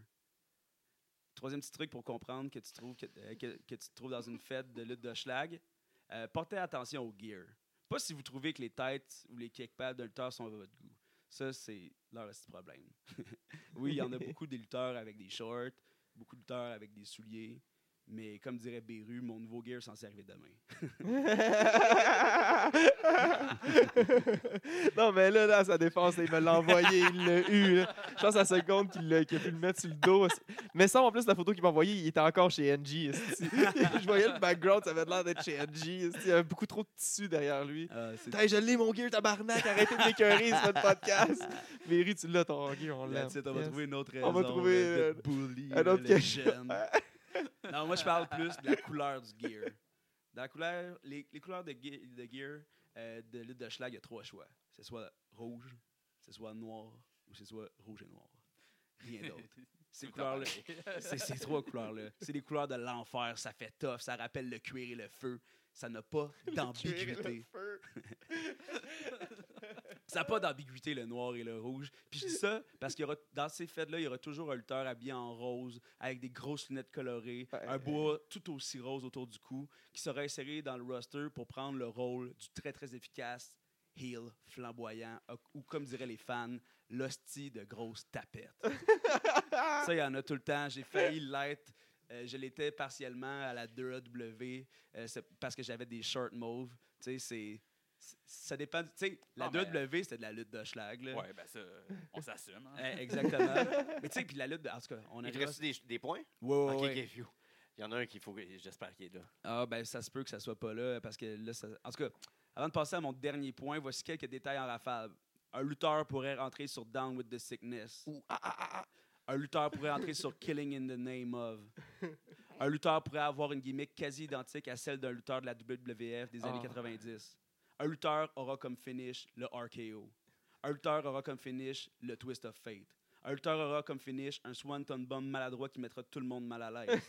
C: Troisième petit truc pour comprendre que tu trouves, que, euh, que- que tu te trouves dans une fête de lutte de schlag, euh, portez attention au gear. Pas si vous trouvez que les têtes ou les kickpads d'un lutteur sont à votre goût. Ça, c'est leur petit problème. oui, il y en a beaucoup des lutteurs avec des shorts, beaucoup de lutteurs avec des souliers. Mais comme dirait Beru, mon nouveau gear s'en servait demain.
B: non, mais là, là, sa défense, là, il me l'a envoyé, il l'a eu. là. Je pense à la seconde qu'il l'a- qu'il a pu le mettre sur le dos. Mais ça, en plus, la photo qu'il m'a envoyée, il était encore chez NG. esti. Je voyais le background, ça avait l'air d'être chez NG. esti. Il y avait beaucoup trop de tissu derrière lui.
C: Ah, c'est-
B: Putain, je l'ai, mon gear, tabarnak, arrêtez de m'écœurer sur votre podcast. Mérie, tu l'as, ton gear, on
C: Là,
B: l'a.
C: tu sais, on va trouver une autre raison.
B: On va trouver,
C: euh, de
B: euh,
C: bully,
B: un
C: de
B: autre cachet.
C: légende. non, moi, je parle plus de la couleur du gear. Dans la couleur, les, les couleurs de, gui- de gear euh, de lutte de schlag, il y a trois choix. C'est soit rouge, c'est soit noir, ou c'est soit rouge et noir. Rien d'autre. Ces couleurs-là, c'est ces trois couleurs-là. C'est les couleurs de l'enfer. Ça fait tough, ça rappelle le cuir et le feu. Ça n'a pas d'ambiguïté. Ça n'a pas d'ambiguïté, le noir et le rouge. Puis je dis ça parce qu'il y aura, dans ces fêtes-là, il y aura toujours un lutteur habillé en rose, avec des grosses lunettes colorées,
B: Ouais.
C: un bois tout aussi rose autour du cou, qui sera inséré dans le roster pour prendre le rôle du très, très efficace heel flamboyant, ou- ou comme diraient les fans, l'hostie de grosse tapette.
A: Ah.
C: ça, il y en a tout le temps. J'ai failli l'être. Euh, je l'étais partiellement à la 2AW euh, c'est parce que j'avais des shorts mauves. Tu sais, c'est... c'est- Ça dépend. du- Tu sais, la
A: Ah,
D: Non,
A: ben,
D: mais-
C: 2AW, c'était de la lutte de schlag. là.
D: Ouais, ben ça, on s'assume. hein.
C: Eh, exactement. mais tu sais, puis la lutte, de- en tout cas, on
A: Il te
C: arrivera-
A: reste des, des points?
C: Ouais, ouais,
A: Ok,
C: ouais.
A: ok, phew. Il y en a un qu'il faut. que- J'espère qu'il est là.
C: Ah, ben, ça se peut que ça soit pas là, parce que là, ça- En tout cas, avant de passer à mon dernier point, voici quelques détails en rafale. Un lutteur pourrait rentrer sur Down with the Sickness. Un lutteur pourrait rentrer sur Killing in the Name of. Un lutteur pourrait avoir une gimmick quasi identique à celle d'un lutteur de la WWF des années
B: Ah.
C: 90. Un lutteur aura comme finish le RKO. Un lutteur aura comme finish le Twist of Fate. Un lutteur aura comme finish un Swanton Bomb maladroit qui mettra tout le monde mal à l'aise.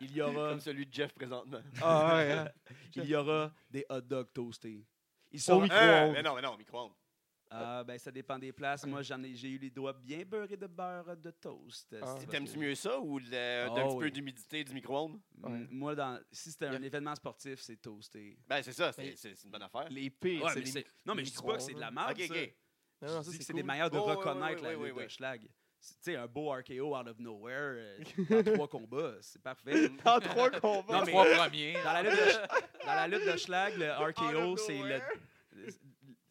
C: Il y aura
A: Comme celui de Jeff présentement.
B: Ah, ouais, hein.
C: il y aura des hot dogs toastés. Ils
B: Au
C: sont
B: micro.
A: Ah, mais non, mais non, micro-ondes.
C: Ah, ben ça dépend des places. Moi, j'en ai, j'ai eu les doigts bien beurrés de beurre de toast.
B: Ah.
C: C'est parce
A: T'aimes-tu
C: que-
A: mieux ça ou le- d'un
C: Oh,
A: petit peu
C: oui.
A: d'humidité du micro-ondes?
C: Mm,
B: Ouais.
C: Moi, dans, si c'était
B: Y
C: un
B: a-
C: événement sportif, c'est toasté.
A: Ben, c'est ça,
B: Mais-
A: c'est c'est- c'est une bonne affaire. Ah,
B: Les pires,
C: Ouais,
B: c'est
C: mais
B: les
C: c'est- non, mais
B: les
C: je dis pas que
B: micro-ondes,
C: c'est de la
B: là.
C: merde.
A: Ok,
C: ça.
A: ok.
B: Non, non,
C: Je
B: ça,
C: dis que c'est
B: cool.
C: des manières de
A: Oh, ouais, ouais,
C: reconnaître
A: ouais,
C: la
A: ouais,
C: lutte
A: ouais.
C: de schlag. C'est- Tu sais, un beau RKO out of nowhere, euh, dans trois combats, c'est parfait.
B: En trois combats.
C: Non,
D: Les
C: mais-
D: trois premiers.
C: Dans la lutte de, sch- dans la lutte de schlag, le RKO,
A: of
C: c'est le
A: nowhere.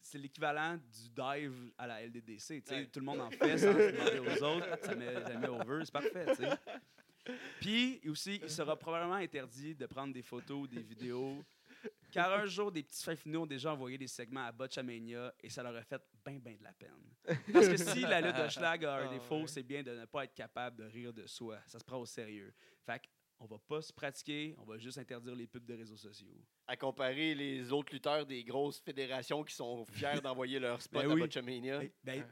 C: c'est l'équivalent du dive à la LDDC. tu sais,
A: Ouais.
C: Tout le monde en fait sans se demander aux autres. Ça met, ça met over, c'est parfait. tu sais. Puis aussi, il sera probablement interdit de prendre des photos ou des vidéos. Car un jour, des petits fins finaux ont déjà envoyé des segments à Botchamania et ça leur a fait ben, ben de la peine. Parce que si la lutte de Schlag a un
B: Ah,
C: défaut,
B: ouais.
C: c'est bien de ne pas être capable de rire de soi. Ça se prend au sérieux. Fait qu'on va pas se pratiquer, on va juste interdire les pubs de réseaux sociaux.
A: À comparer les autres lutteurs des grosses fédérations qui sont fiers d'envoyer leur spot
C: Ben
A: à
C: oui.
A: Botchamania.
C: Ben, ben,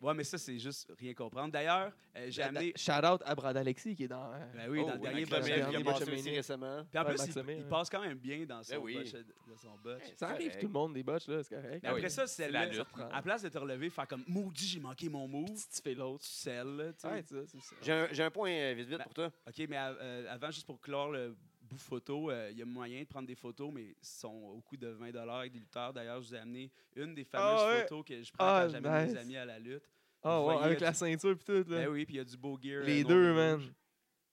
C: ouais, mais ça, c'est juste rien comprendre. D'ailleurs, euh, j'ai amené.
B: Shout out à Brad Alexis qui est dans. euh,
C: Ben oui, dans le
A: Oh,
C: dernier
A: Max Lemire
B: Botchamania.
A: qui a
C: Botchamania.
A: passé aussi
B: Botchamania.
A: récemment.
C: Puis en
B: Ouais,
C: plus,
B: Max
C: il,
B: Lemire,
C: il
B: ouais.
C: passe quand même bien dans son,
A: Ben oui.
C: botch, dans son botch.
A: Ouais, c'est
B: Ça arrive,
A: correct.
B: tout le monde, des botches, là, c'est correct.
C: Mais Ben après
D: oui.
C: ça,
D: C'est
C: celle
D: la
C: là,
D: lutte.
C: à place de te relever, faire comme maudit, j'ai manqué mon move,
B: Si tu fais l'autre.
C: tu selles, là, tu sais.
B: Ouais, c'est ça, c'est ça.
A: J'ai un, j'ai un point euh, vite vite
C: Ben-
A: pour toi.
C: OK, mais av- euh, avant, juste pour clore le bout photo, euh, il y a moyen de prendre des photos, mais ils sont au coût de 20 avec des lutteurs. D'ailleurs, je vous ai amené une des fameuses
B: Ah ouais.
C: photos que je prends
B: Ah,
C: quand j'amène
B: nice.
C: mes amis à la lutte.
B: Ah
C: Vous
B: ouais,
C: voyez,
B: avec
C: tu-
B: la ceinture pis tout, là.
C: Ben oui, puis il y a du beau gear. euh,
B: Les
C: noir et
B: deux,
C: rouge.
B: man.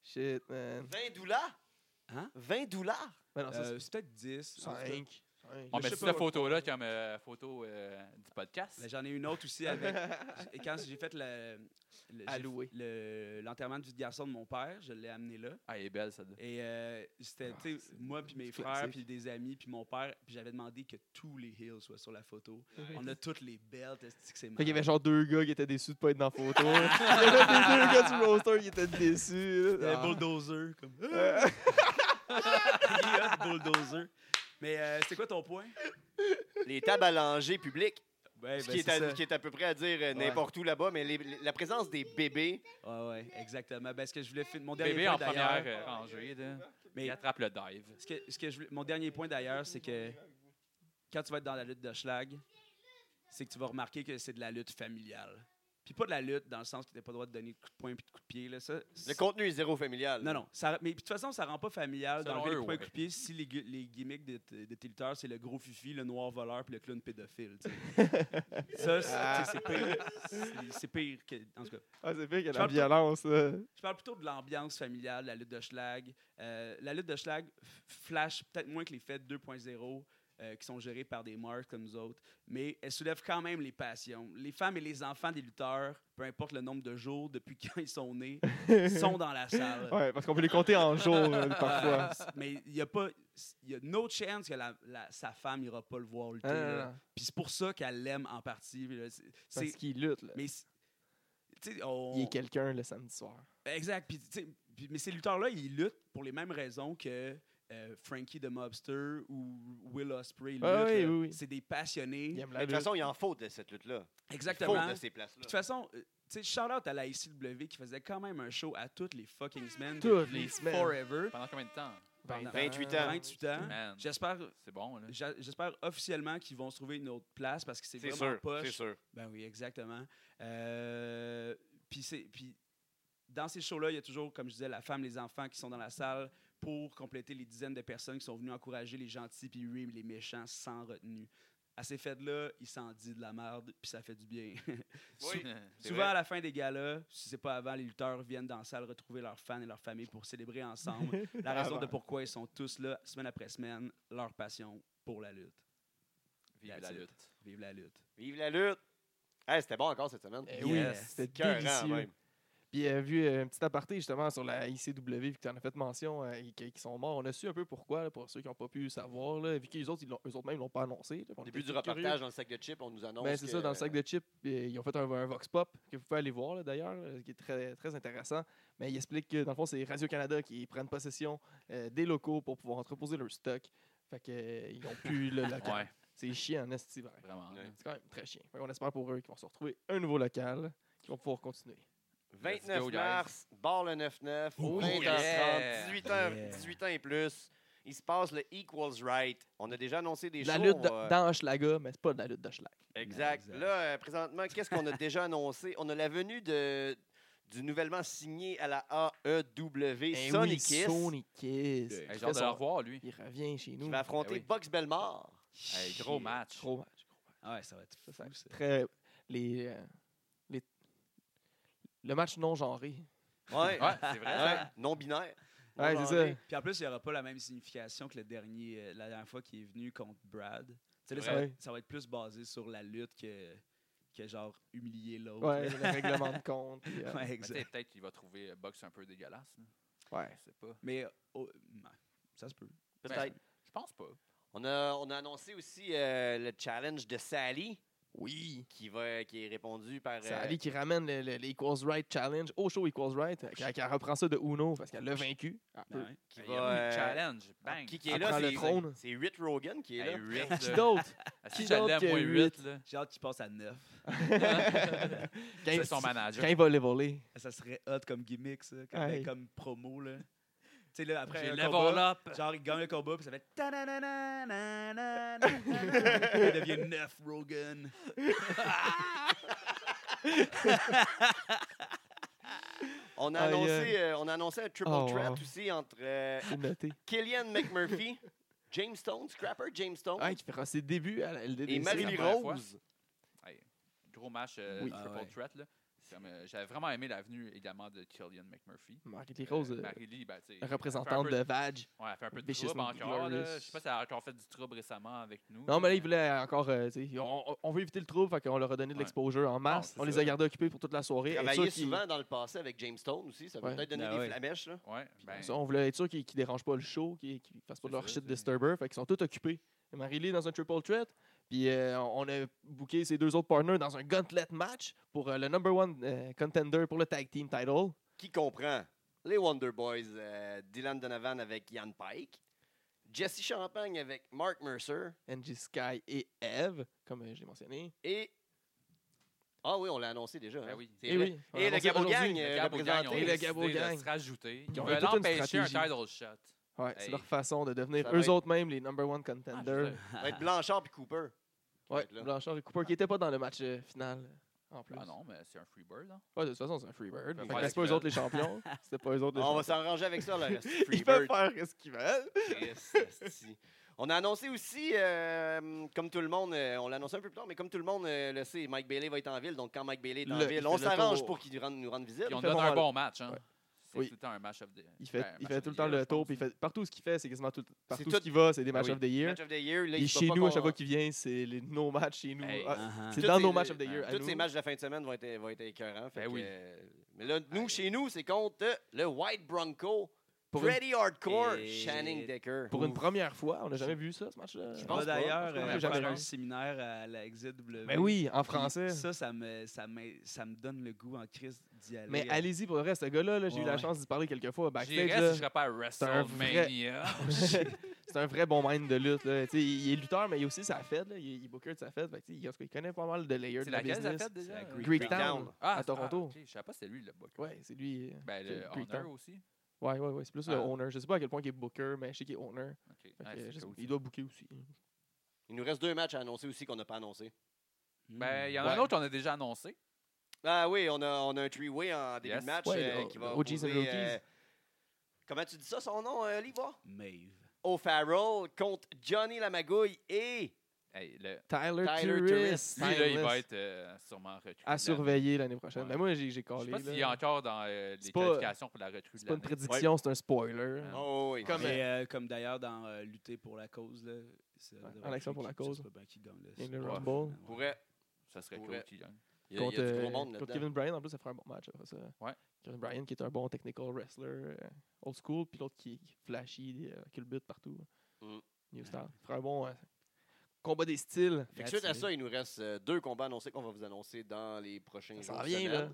B: Shit, man.
A: 20 dollars?
C: Hein?
A: 20 dollars?
B: Ben non, ça,
C: Euh, Ah, c'est peut-être 10. en tout cas.
B: 5.
D: On
C: Je
D: met
C: sais
D: Ah, cette
C: pas.
D: photo-là comme euh, photo euh, du podcast.
C: Mais ben, J'en ai une autre aussi avec. Et quand j'ai fait le- le- j'ai
B: Alloué.
C: fait le- l'enterrement du garçon de mon père, je l'ai amené là.
D: Ah, elle est belle, ça.
C: Et euh, c'était,
B: Ah,
C: tu sais,
B: c'est
C: moi, puis mes
B: c'est
C: frères,
B: classique.
C: puis des amis, puis mon père, puis j'avais demandé que tous les heels soient sur la photo. On a toutes les belles, est-ce que c'est
B: Fait qu'il y avait
C: malade.
B: genre deux gars qui étaient déçus de pas être dans la photo. Il y avait les deux gars du roster qui étaient déçus.
C: Il y avait
B: là.
C: un
B: Ah.
C: bulldozer, comme.
B: Euh,
C: Il y a du bulldozer. Mais euh, c'est quoi ton point?
A: Les tables à langer publiques,
B: Eh
C: Ouais, ben,
A: ce,
B: ben,
A: qui est
C: c'est
A: à,
C: ça.
A: ce qui est à peu près à dire euh,
C: Ouais.
A: n'importe où là-bas, mais les- les- la présence des bébés,
C: Ouais, ouais, exactement. Ben, ce que je voulais finir. Mon dernier
D: Bébé
C: point
D: en première
C: d'ailleurs-
D: euh, rangée. là.
C: Mais-
D: Il attrape le dive.
C: Ce que, ce que je voulais- mon dernier point d'ailleurs, c'est que quand tu vas être dans la lutte de schlag, c'est que tu vas remarquer que c'est de la lutte familiale. Puis pas de la lutte dans le sens que tu n'as pas le droit de donner de coups de poing et de coups de pied. Là, ça,
A: le
C: c'est-
A: contenu est zéro familial.
C: non, non. Ça, mais puis de toute façon, ça rend pas familial
D: Selon
C: d'enlever les
D: eux,
C: points
D: ouais.
C: et coups de pied si les, gu- les gimmicks de, t- de tes lutteurs, c'est le gros fufi, le noir voleur puis le clown pédophile. tu sais. ça,
D: Ah.
C: c'est- tu sais, c'est pire. C'est- C'est pire que. En tout cas.
B: Ah, c'est pire qu'il y a de la
C: Charles-
B: violence, là.
C: Je parle plutôt de l'ambiance familiale, la lutte de schlag. Euh, la lutte de schlag f- flash peut-être moins que les fêtes 2.0 euh, qui sont gérées par des mœurs comme nous autres. Mais elles soulèvent quand même les passions. Les femmes et les enfants des lutteurs, peu importe le nombre de jours depuis quand ils sont nés, sont dans la salle.
B: Ouais, parce qu'on peut les compter en jours euh, parfois.
C: Ouais, c- Mais il y a pas. Il y a no chance que la- la- sa femme ira pas le voir lutter.
B: Ah, non,
C: là.
B: non, non.
C: Puis c'est pour ça qu'elle l'aime en partie. puis là, c'est-
B: Parce
C: c'est-
B: qu'ils luttent. là.
C: Mais c'est- tu sais, on-
B: Il est quelqu'un le samedi soir.
C: Exact. Puis, tu sais, puis- mais ces lutteurs-là, ils luttent pour les mêmes raisons que euh, Frankie the Mobster ou Will Ospreay. luttent,
B: Ah oui,
C: là.
B: oui, oui.
C: C'est des passionnés.
B: Il aime
A: Mais
B: la
A: De toute
B: lutte.
A: façon, il en faut de cette lutte-là.
C: Exactement.
A: Il faut de
C: Puis
A: ces
C: de
A: places-là.
C: toute façon, euh, tu sais, shout-out à la ICW qui faisait quand même un show à toutes les fucking semaines.
B: Toutes
C: depuis
B: les semaines.
C: Forever.
D: Pendant combien de temps?
B: Ben,
C: pendant
A: 28 ans.
C: 28 ans.
D: Man,
C: J'espère...
D: c'est bon, là.
C: j'a- J'espère officiellement qu'ils vont se trouver une autre place parce que c'est
A: C'est
C: vraiment
A: sûr,
C: poche.
A: c'est sûr.
C: Ben oui, exactement. Euh, puis c'est puis dans ces shows-là, il y a toujours, comme je disais, la femme, les enfants qui sont dans la salle pour compléter les dizaines de personnes qui sont venues encourager les gentils puis oui, les méchants sans retenue. À ces fêtes-là, ils s'en disent de la merde puis ça fait du bien. Sou-
A: Oui. c'est
C: Souvent,
A: vrai.
C: à la fin des galas, si c'est pas avant, les lutteurs viennent dans la salle retrouver leurs fans et leurs familles pour célébrer ensemble la raison de pourquoi ils sont tous là, semaine après semaine, leur passion pour la lutte.
D: Vive
C: That's
D: la
C: it.
D: lutte.
C: Vive la lutte.
A: Vive la lutte. Hey, C'était bon encore cette semaine.
B: Eh
C: oui, Yes.
B: c'était
A: Écœurant,
B: délicieux.
A: hein, même.
B: Puis, euh, vu euh, un petit aparté justement sur la ICW, vu que tu en as fait mention, euh, et qui qui sont morts, on a su un peu pourquoi, là, pour ceux qui n'ont pas pu savoir, là, vu qu'eux autres, ils l'ont- eux autres même ne l'ont pas annoncé. là, on
A: Au
B: était
A: début du
B: tous curieux.
A: reportage dans le sac de chips, on nous annonce.
B: Ben, c'est
A: que-
B: ça, dans le sac de chips, euh, ils ont fait un, un vox pop que vous pouvez aller voir là, d'ailleurs, là, qui est très, très intéressant. Mais ils expliquent que dans le fond, c'est Radio-Canada qui prennent possession euh, des locaux pour pouvoir entreposer leur stock. Fait que, euh, ils ont plus le local.
D: Ouais,
B: C'est chiant, hein, en esti, vraiment.
D: vraiment.
A: Ouais.
D: là.
B: C'est quand même très chiant. Fait qu'on espère pour eux qu'ils vont se retrouver un nouveau local, qu'ils vont pouvoir continuer.
D: Let's
A: 29
D: go, guys.
A: mars, bar le 9-9,
C: Ouh,
A: 20h30,
D: yeah.
A: 18h,
C: Yeah.
A: 18 ans et plus. Il se passe le Equals Right. On a déjà annoncé des
B: la
A: shows,
B: lutte
A: on
B: d-
A: va-
B: dans Hochelaga, mais c'est pas de la lutte d'Hochelaga.
A: Exact.
C: Exact.
A: Là, euh, présentement, qu'est-ce qu'on a déjà annoncé? On a la venue de, du nouvellement signé à la AEW,
B: Eh
A: Sonic
B: oui,
A: Kiss,
B: Sonic Kiss.
C: Yeah.
B: Il
D: Hey,
B: fait
D: J'ai hâte de
B: son-
D: le revoir, lui.
B: Il revient chez
A: qui
B: nous.
A: va affronter
D: Eh oui.
A: Box Belmar.
D: Hey, gros match.
B: Gros match.
C: Ouais, ça va être fou,
B: Ça, ça-
C: ça.
B: Très, les, euh, les- le match non genré.
A: Ouais.
D: Ouais, c'est vrai. ça.
A: Ouais, Hein? Non-binaire.
B: Ouais,
A: Non
B: c'est
A: genré.
B: ça.
C: Puis en plus, il n'y aura pas la même signification que le dernier, euh, la dernière fois qu'il est venu contre Brad. Tu sais, là, ça, va
B: Ouais.
C: être, ça va être plus basé sur la lutte que, que genre humilier l'autre.
B: Ouais, le règlement de compte. puis, euh,
C: Ouais,
D: Mais
C: exact.
D: tu sais, peut-être qu'il va trouver euh, Box un peu dégueulasse. là.
B: ouais.
D: Je sais pas.
C: Mais oh, ouais, ça se peut.
A: Peut-être.
D: Je pense pas.
A: On a, on a annoncé aussi euh, le challenge de Sally,
B: Oui.
A: qui, va, qui est répondu par... euh,
B: C'est Ali qui ramène le, le- l'Equals Right Challenge au show Equals Right. euh, Qu'elle qu'elle reprend ça de Uno parce qu'elle l'a vaincu.
C: Ouais.
A: qui
D: ben, Il y
A: va,
D: a eu
A: euh,
D: le challenge. Bang.
A: Qui, qui est
B: Elle
A: là,
B: prend le
A: c'est-
B: trône.
A: c'est Ritt Rogan qui est là.
D: Hey, Rick,
B: Qui
D: là.
B: d'autre?
D: Ah,
B: qui
D: Si je l'aime,
B: d'autre que
D: moi,
B: huit?
D: 8, là.
C: J'ai hâte qu'il passe à 9.
B: Quand
D: C'est
B: il-
D: son
B: Quand
D: manager.
B: il va les voler.
C: Ça serait hot comme gimmick, ça. Comme, ben,
B: Ouais.
C: comme promo, là. Tu sais, là, après
D: J'ai
C: un
D: level
C: combat,
D: up.
C: genre, il gagne le combat, puis ça fait... ta-na-na-na-na-na-na-na-na. Il devient 9, Rogan.
A: On a,
B: Aïe,
A: annoncé,
B: aïe.
A: euh, on a annoncé un triple
B: Oh,
A: threat
B: wow.
A: aussi entre euh,
B: C'est noté.
A: Killian McMurphy, James Stone, Scrapper James Stone
B: Ouais, qui fera ses débuts à la LDDC.
A: et Marie
D: première
A: Rose.
D: Hey, gros match euh,
B: Oui.
D: Triple
C: Ah ouais.
D: Threat. là. Comme, euh, J'avais vraiment aimé l'avenue également de Killian McMurphy.
B: Marie Rose, euh,
D: Marie-Lee, ben, tu sais,
B: représentante
D: elle fait
B: de
D: un
B: Vadge.
D: peu- Ouais, elle fait un peu de
B: Vicious
D: trouble
B: and
D: encore. là.
B: Glorious.
D: Je sais pas si elle a encore fait du trouble récemment avec nous.
B: Non, mais là, ils voulaient encore. euh, tu sais, on, on veut éviter le trouble, fait qu'on leur a donné de
D: Ouais.
B: l'exposure en masse.
D: c'est
B: on les
D: ça.
B: a gardés occupés pour toute la
A: Il
B: soirée. être
A: travaillait
B: sûr qu'ils-
A: souvent dans le passé avec James Stone aussi. Ça peut
B: Ouais.
A: peut-être donner
C: Ah
A: des
C: ouais.
A: flamèches. Là.
D: Ouais, ben,
B: Ça, on voulait être sûr qu'ils ne dérangent pas le show, qu'ils ne fassent pas de
D: C'est
B: leur
D: ça,
B: shit
D: c'est-
B: disturber. Fait qu'ils sont tous occupés. Marie-Lee dans un triple threat. Puis euh, on a booké ses deux autres partners dans un gauntlet match pour euh, le number one euh, contender pour le tag team title.
A: Qui comprend les Wonder Boys, euh, Dylan Donovan avec Ian Pike, Jesse Champagne avec Mark Mercer
B: NG Sky et Eve, comme euh, je l'ai mentionné.
A: et. Ah oui, on l'a annoncé déjà.
D: Ben
A: hein.
D: oui.
A: C'est
B: Eh
A: vrai.
B: oui, on
A: Et le
B: l'a annoncé
A: Gabo Gang,
B: aujourd'hui.
A: euh,
D: le Gabo Gang,
A: représenté.
D: ont
B: Et le
D: décidé
B: Gabo
D: de
B: Gang.
D: se rajouter. Ils
B: ont eu
D: veulent
B: toute une
D: empêcher un
B: stratégie.
D: title shot.
B: Ouais, c'est
D: Hey.
B: leur façon de devenir
A: Ça va
B: eux
A: être-
B: autres même les number one
D: Ah, je veux
B: contenders.
D: dire,
A: Ça va être Blanchard puis Cooper.
B: ouais,
A: Là.
B: Blanchard et Cooper qui n'étaient pas dans le match euh, final euh, en plus.
D: Ah non, mais c'est un Freebird. Hein.
B: Ouais, de toute façon, c'est un Freebird.
D: Ils peuvent
B: Fait
D: faire
B: que
D: ce
B: C'est pas
D: qu'ils
B: eux autres les champions. C'était pas eux autres les
A: On va
B: champions.
A: s'arranger avec ça. Là, le
B: Ils peuvent
A: Freebird.
B: faire ce qu'ils veulent.
A: Christ, asti. On a annoncé aussi, euh, comme tout le monde, euh, on l'a annoncé un peu plus tard, mais comme tout le monde euh, le sait, Mike Bailey va être en ville. Donc, quand Mike Bailey est en
B: Le-
A: ville,
B: il
A: on
B: fait le
A: s'arrange
B: tour.
A: pour qu'il rende- nous rende visite.
D: Puis on
B: fait
D: donne
B: bon
D: un
B: mal.
D: bon match. Hein.
B: Ouais.
D: C'est
B: Oui.
D: tout le temps un match of the
B: Il fait,
D: ben,
B: il
D: match
B: fait
D: of
B: tout le
D: the
B: temps
D: year,
B: le
D: je
B: tour.
D: pense,
B: Puis il
D: là.
B: fait partout ce qu'il fait, c'est quasiment tout, partout
A: tout-
B: ce qu'il va, c'est des matchs
A: oui.
B: of the year.
A: Match of the Year. Là,
B: Et
A: il
B: chez
A: va pas
B: nous, à
A: con-
B: chaque fois qu'il vient, c'est les- nos matchs chez nous.
D: Hey.
B: Ah,
C: Ah,
B: c'est
A: Tous
B: dans
A: ces-
B: nos matchs of the year. à
A: Tous
B: nous.
A: ces matchs de la fin de semaine vont être, vont être écœurants. fait
D: Ben
A: que,
D: oui.
A: euh, mais là, nous, chez nous, c'est contre euh, le White Bronco.
B: Ben Pour une-
A: Pretty hardcore,
C: Et-
A: Shannon Decker.
B: Pour une première fois, on n'a jamais vu ça, ce match-là.
A: Je
C: Je
A: pense pas.
C: pense d'ailleurs
B: Je pense
C: euh,
B: que j'ai jamais
C: faire un
B: vu.
C: séminaire à la
B: Mais
C: XZW.
B: Ben oui, en
C: Puis
B: français.
C: Ça, ça me, ça, me, ça me donne le goût en crise d'y aller.
B: Mais
C: euh,
B: allez-y pour le reste. Ce gars-là, là, j'ai eu
C: Ouais,
B: la
C: ouais.
B: chance d'y parler quelques fois.
D: J'irais
B: Backstage,
D: si
B: là,
D: je serais pas à
B: c'est un
D: WrestleMania.
B: c'est un vrai bon mind de lutte. là. Tu sais, Il est lutteur, mais il est aussi sa fête. là. Il est- il est booker de sa fête. Fait que, tu sais, il- en tout cas, il connaît pas mal de layers
D: C'est
B: de la
D: laquelle la
B: business.
D: fête déjà
C: la
D: euh?
C: Greek
B: Greektown,
A: Town.
D: Ah,
B: à
D: c'est-
B: Toronto.
D: ok, Je savais pas si c'est lui le booker.
B: Ouais, c'est lui. euh,
D: Ben,
B: c'est
D: le
B: Greektown.
D: Honor aussi.
B: Ouais, ouais, ouais. C'est plus le
D: Ah.
B: owner. Je sais pas à quel point il est booker, mais je sais qu'il est owner.
D: Ok,
B: Fait
D: ouais,
B: que,
D: c'est
B: je sais pas,
D: cool, ça.
B: il doit booker aussi.
A: Il nous reste deux matchs à annoncer aussi qu'on n'a pas annoncé.
C: hmm.
D: Ben, il y en a un
B: Ouais.
D: autre qu'on a déjà annoncé.
A: Ah oui, on a, on a un three-way en début
D: Yes.
A: de match
B: Ouais,
A: euh,
B: le-
A: qui va
B: le OGs and
A: opposer,
B: Rookies.
A: euh, Comment tu dis ça, son nom, euh, Livoire?
C: Maeve.
A: O'Farrell contre Johnny Lamagouille et
D: Hey, le-
B: Tyler,
A: Tyler
B: Turris.
A: Turris.
D: Lui, là, il
B: Timeless.
D: va être euh, sûrement recruté.
B: à surveiller l'année prochaine.
D: Ouais.
B: Mais moi, j'ai j'ai
D: Je sais
B: collé.
D: pas
B: là.
D: s'il est encore dans euh, les
B: C'est pas-
D: qualifications pour la recrue
B: C'est
D: de
B: pas une
D: l'année.
B: prédiction, c'est un spoiler.
D: Ah.
A: Oh oui.
B: Comme-
C: Mais, euh, comme d'ailleurs dans euh, Lutter pour la cause. Là, ça
B: Ouais,
C: devrait
B: en action
C: être
B: pour la
C: qui-
B: cause.
C: Je sais pas bien qui gagne. là,
B: Et
C: ça.
B: le
C: Ouais.
B: Rumble.
C: Ouais.
A: Pourrait.
D: Ça serait
A: Pourrait.
D: cool qu'il gagne.
A: Il y a, il
B: Contre,
A: y a du gros
B: euh,
A: monde
B: contre
A: là-dedans.
B: Kevin Bryan, en plus, ça ferait un bon match. après ça.
D: Ouais.
B: Kevin Bryan, qui est un bon technical wrestler, euh, old school, puis l'autre qui est flashy, euh, qui le but partout.
A: Mm.
B: New Star. Ça ferait un bon euh, combat des styles.
A: Fait que suite à
C: That's it.
A: ça, il nous reste euh, deux combats annoncés qu'on va vous annoncer dans les prochains
B: Ça
A: jours.
B: s'en vient,
A: semaines.
B: là.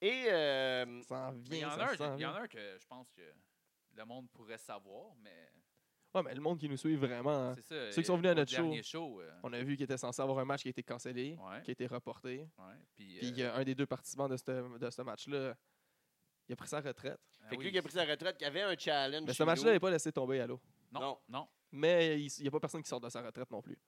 A: Et euh,
B: Ça s'en
D: Mais Il y
B: vient,
D: en
B: ça
D: a un-
B: s'en
D: il y en
B: vient.
D: a un que je pense que le monde pourrait savoir, mais
B: Ouais, mais le monde qui nous suit, vraiment,
D: c'est
B: Ah.
D: ça. euh,
B: Ceux qui sont venus à
D: au
B: notre show.
D: dernier show. euh,
B: on a vu qu'il était censé avoir un match qui a été cancellé,
D: Ouais.
B: qui a été reporté.
D: ouais, Puis, euh,
B: Puis il y a un des deux participants de ce de ce match-là, il a pris sa retraite.
D: ah
A: fait que lui qui a pris sa retraite, qui avait un challenge.
B: Ah Mais ce
A: chez
B: match-là
A: nous.
B: n'est pas laissé tomber à l'eau.
D: Non,
A: Non.
D: non.
B: Mais il n'y a pas personne qui sort de sa retraite non plus.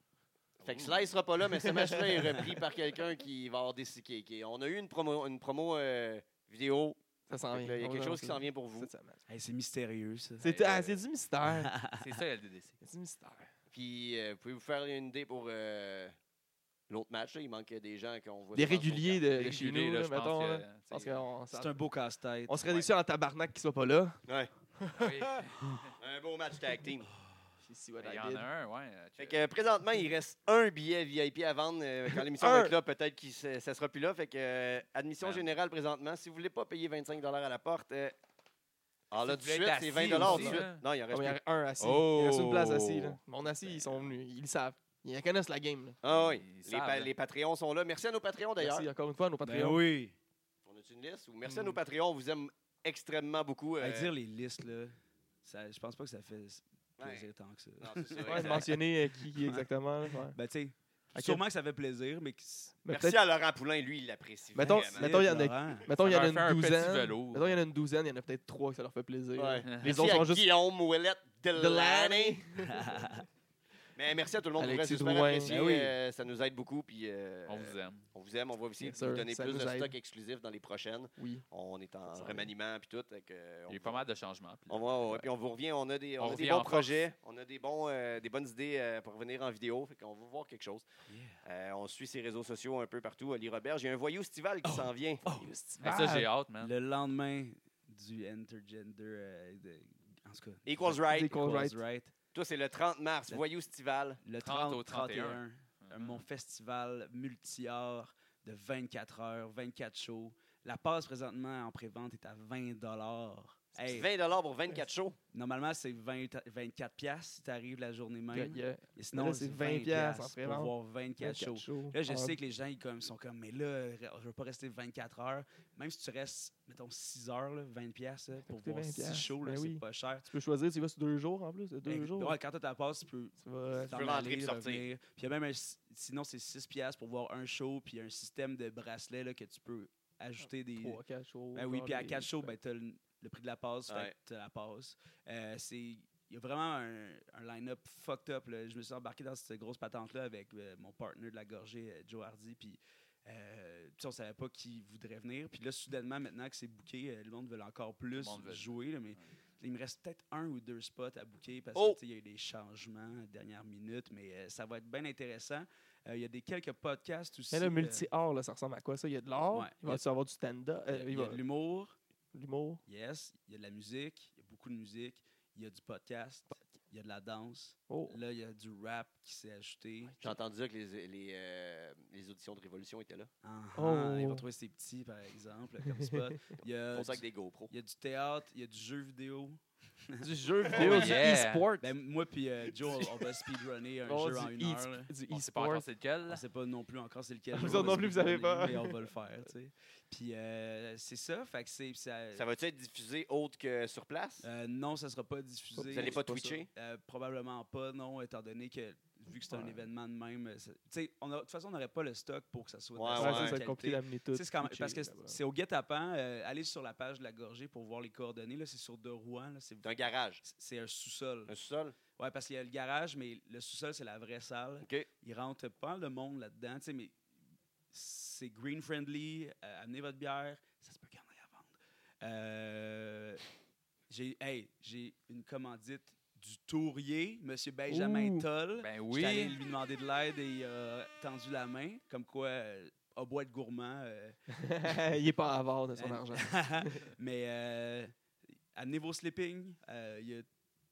A: Fait que Sly sera pas là, mais ce match-là est repris par quelqu'un qui va avoir des CKK. On a eu une promo, une promo euh, vidéo.
B: Ça s'en
A: Fait
B: vient.
A: que là, Il y a
B: On
A: quelque
B: va
A: chose qui
B: voir
A: s'en vient pour
B: ça.
A: vous.
B: Cette semaine.
C: Hey, c'est mystérieux, ça.
B: C'est ah, c'est du mystère.
D: C'est ça, LDDC.
B: C'est du mystère.
A: Puis, euh, pouvez-vous faire une idée pour euh, l'autre match? là? Il manque des gens qu'on voit.
B: Des
A: souvent sur le
B: réguliers
A: camp.
B: de, de
D: Avec
B: Euh, chez
D: Julie,
B: nous,
D: là,
B: là,
D: je pense
B: mettons.
D: que,
B: là.
D: euh,
B: Je pense
D: c'est-
B: qu'on s'en-
C: C'est un beau casse-tête.
B: on serait déçus en tabarnak qu'il soit pas là.
A: Ouais.
D: Ah Oui,
A: Un beau match tag team.
D: Il y en a un, ouais. euh,
A: Fait
D: que-
A: que euh, présentement, il reste un billet VIP à vendre. euh, quand l'émission va
B: Un.
A: être là, peut-être que ça sera plus là. Fait que euh, admission
D: Man.
A: générale présentement. Si vous voulez pas payer 25 à la porte, euh, ah là,
D: vous
A: tout de
D: voulez
A: suite,
D: être
A: c'est 20
D: assis
A: tout de
D: aussi,
A: suite.
D: là.
A: hein. Non, il en
B: Ah,
A: reste
B: mais Il y en
A: plus.
B: a un assis. Il reste une place assis. là.
A: Oh.
B: Mon assis, ils sont venus. Ils le savent. Ils connaissent la game. là.
A: Ah oui.
D: Ils
A: Les,
D: savent,
A: pa-
D: là.
A: les Patreons sont là. Merci hein. à nos Patreons d'ailleurs.
B: Merci encore une fois à nos
C: Ben
B: Patreons.
C: oui.
A: On a une liste? Ou merci à nos
B: Mm.
A: Patreons. On vous aime extrêmement beaucoup.
C: À
A: euh,
C: dire les listes, là, ça, je pense pas que ça fait s- plaisir tant que ça.
A: non, c'est ça,
B: Ouais,
A: exact.
B: mentionner euh, qui qui exactement. là, ouais.
C: Ben, tu sais,
B: À quel-
C: sûrement que ça fait plaisir, mais que c'est-
B: Mais
A: Merci
B: peut-être-
A: à Laurent Poulain. Lui, il l'apprécie.
B: Mettons-
A: vraiment.
B: mettons, il y en a-
C: Laurent.
B: Mettons, il y en
D: Ça
B: a
D: leur fait
B: une
D: un petit
B: douzaine.
D: velours.
B: Mettons, il y en a une douzaine. Il y en a peut-être trois que ça leur fait plaisir.
A: Ouais.
B: Les
A: Merci
B: autres sont
A: à
B: juste
A: Guillaume Ouellet Delaney.
B: Delaney.
A: Mais merci à tout le monde. pour vrai,
B: Alexis
A: c'est super
B: Drouin.
A: apprécié.
B: Ben oui.
A: Euh, ça nous aide beaucoup. Puis, euh,
D: On vous aime.
A: on vous aime. On va essayer
B: Bien
A: de vous
B: sûr,
A: donner
B: ça
A: plus de
B: nous aide.
A: stock exclusif dans les prochaines.
B: Oui.
A: On est en
B: Ça s'en
A: remaniement puis tout. fait que, euh,
D: Il
A: on
D: y a eu
A: vous-
D: pas mal de changements. puis là,
A: On va, ouais, puis on vous revient. On a des, on
D: On
A: a des
D: revient
A: bons
D: en force.
A: projets. On a des, bons, euh, des bonnes idées euh, pour revenir en vidéo. Fait qu'on va voir quelque chose.
C: Yeah.
A: Euh, on suit ses réseaux sociaux un peu partout. Ali Robert, j'ai un voyou estival qui s'en vient.
C: Oh!
D: Hey, ça, j'ai hâte,
A: Hein?
D: man.
C: Le lendemain du Intergender, euh, de- en tout cas,
A: Equals Right.
B: Equals
C: Equals
B: Right.
A: Toi, c'est le 30 mars,
C: Le-
A: voyou estival.
C: le
D: 30
C: 30,
D: au
C: au
D: 31.
C: 31,
B: Bah,
C: euh,
A: Hein?
C: mon festival multi-art de 24 heures, 24 shows. La passe présentement en pré-vente est à 20 Hey,
A: 20 pour 24 shows.
C: Normalement, c'est 20 24 piastres si tu arrives la journée même.
B: Il y a
C: Et sinon,
B: Mais là,
C: c'est
B: c'est 20
C: 20
B: piastres en
C: piastres pour
B: pré-vente.
C: voir 24 shows.
B: 24 shows.
C: Là, je
B: Ah,
C: sais que les gens ils comme, sont comme, mais là, je veux pas rester 24 heures. Même si tu restes, mettons, 6 heures, là, 20 piastres là, pour
B: coûté
C: voir
B: 20
C: 6
B: piastres,
C: shows, là,
B: ben
C: c'est
B: oui.
C: pas cher.
B: Tu peux choisir, tu y vas sur deux jours en plus, de deux
C: Ben,
B: jours.
C: ouais, quand tu as ta passe, tu peux
B: Tu vas-
A: Tu
C: t'en
A: peux rentrer
C: aller,
A: puis sortir.
C: revenir. Puis il y a même un si- sinon, c'est 6 piastres pour voir un show, puis il y a un système de bracelets là, que tu peux ajouter des.
B: trois, quatre shows.
C: Ben oui,
B: genre
C: puis à
B: des-
C: 4 shows, ben, tu le, le prix de la passe, fait
A: Ouais.
C: que t'as la passe. Euh, c'est. Il y a vraiment un, un line-up fucked up. là. Je me suis embarqué dans cette grosse patente-là avec euh, mon partner de la gorgée, euh, Joe Hardy. Puis, euh, tu sais, on savait pas qui voudrait venir. Puis là, soudainement, maintenant que c'est booké, euh, le monde veut encore plus
D: monde veut.
C: jouer. là, mais
D: Ouais.
C: il me reste peut-être un ou deux spots à booker parce
A: Oh!
C: que tu sais, il y a eu des changements à dernière minute. Mais euh, ça va être bien intéressant. Euh, Il y a des quelques podcasts aussi.
B: Mais là,
C: euh,
B: multi-art, là, ça ressemble à quoi ça Il y a de l'art,
C: Ouais.
B: il va y avoir du stand-up, euh,
C: il y a-
B: il
C: il y
B: va-
C: a de l'humour.
B: l'humour.
C: Yes, il y a de la musique, il y a beaucoup de musique, il y a du podcast, il y a de la danse.
B: Oh.
C: Là, il y a du rap qui s'est ajouté.
A: J'ai entendu dire que les, les, euh, les auditions de Révolution étaient là.
C: Ah,
B: Oh.
C: Il va trouver ses petits, par exemple, comme spot. Il y a,
A: Pour ça avec
C: Euh, du,
A: des GoPros.
C: il y a du théâtre, il y a du jeu vidéo.
B: Du jeu vidéo, du
D: yeah.
B: e-sport.
C: Ben, moi puis euh, Joe, on- on va speedrunner un
B: Oh,
C: jeu en
B: du
C: une
B: e-
C: heure. là.
B: Du
D: On sait pas encore
B: e-sport.
D: c'est lequel.
C: On sait pas non plus encore c'est lequel.
B: Vous
C: jeu on
B: autres
C: va
B: non plus, vous savez
C: speedrunner,
B: pas.
C: Mais on va le faire, tu sais. Puis euh, c'est ça, fait que c'est... ça-
A: Ça va-tu être diffusé autre que sur place?
C: Euh, non, ça sera pas diffusé.
A: Vous allez pas
C: C'est ça.
A: twitcher?
C: Euh, probablement pas, non, étant donné que vu que c'est un
B: Ouais.
C: événement de même, euh, ça- tu sais, on a- de toute façon, on n'aurait pas le stock pour que ça soit. de
A: Ouais,
C: la
B: Ouais,
A: ouais,
B: ça, ça
C: qualité.
B: va être compliqué d'amener tout.
C: Tu sais, c'est quand même- parce que
B: pitcher
C: c'est-
B: là-bas.
C: c'est au guet-apens. euh, allez sur la page de la gorgée pour voir les coordonnées. Là, c'est sur de Rouen. là, c'est-
A: C'est un garage.
C: C'est un sous-sol.
A: Un sous-sol?
C: Ouais, parce qu'il y a le garage, mais le sous-sol, c'est la vraie salle.
A: OK.
C: Il rentre pas le monde là-dedans, tu sais, mais c'est green friendly. euh, amenez votre bière. Ça se peut qu'il y en ait à vendre. Euh, j'ai, hey, j'ai une commandite du tourier, M. Benjamin
B: Ouh.
C: Toll.
D: Ben
C: J'étais allé
D: oui.
C: lui demander de l'aide et il a tendu la main, comme quoi, euh, à bois de gourmand. euh,
B: Il est pas avare de son
C: euh,
B: argent.
C: Mais euh, amenez vos sleeping. euh, il y a-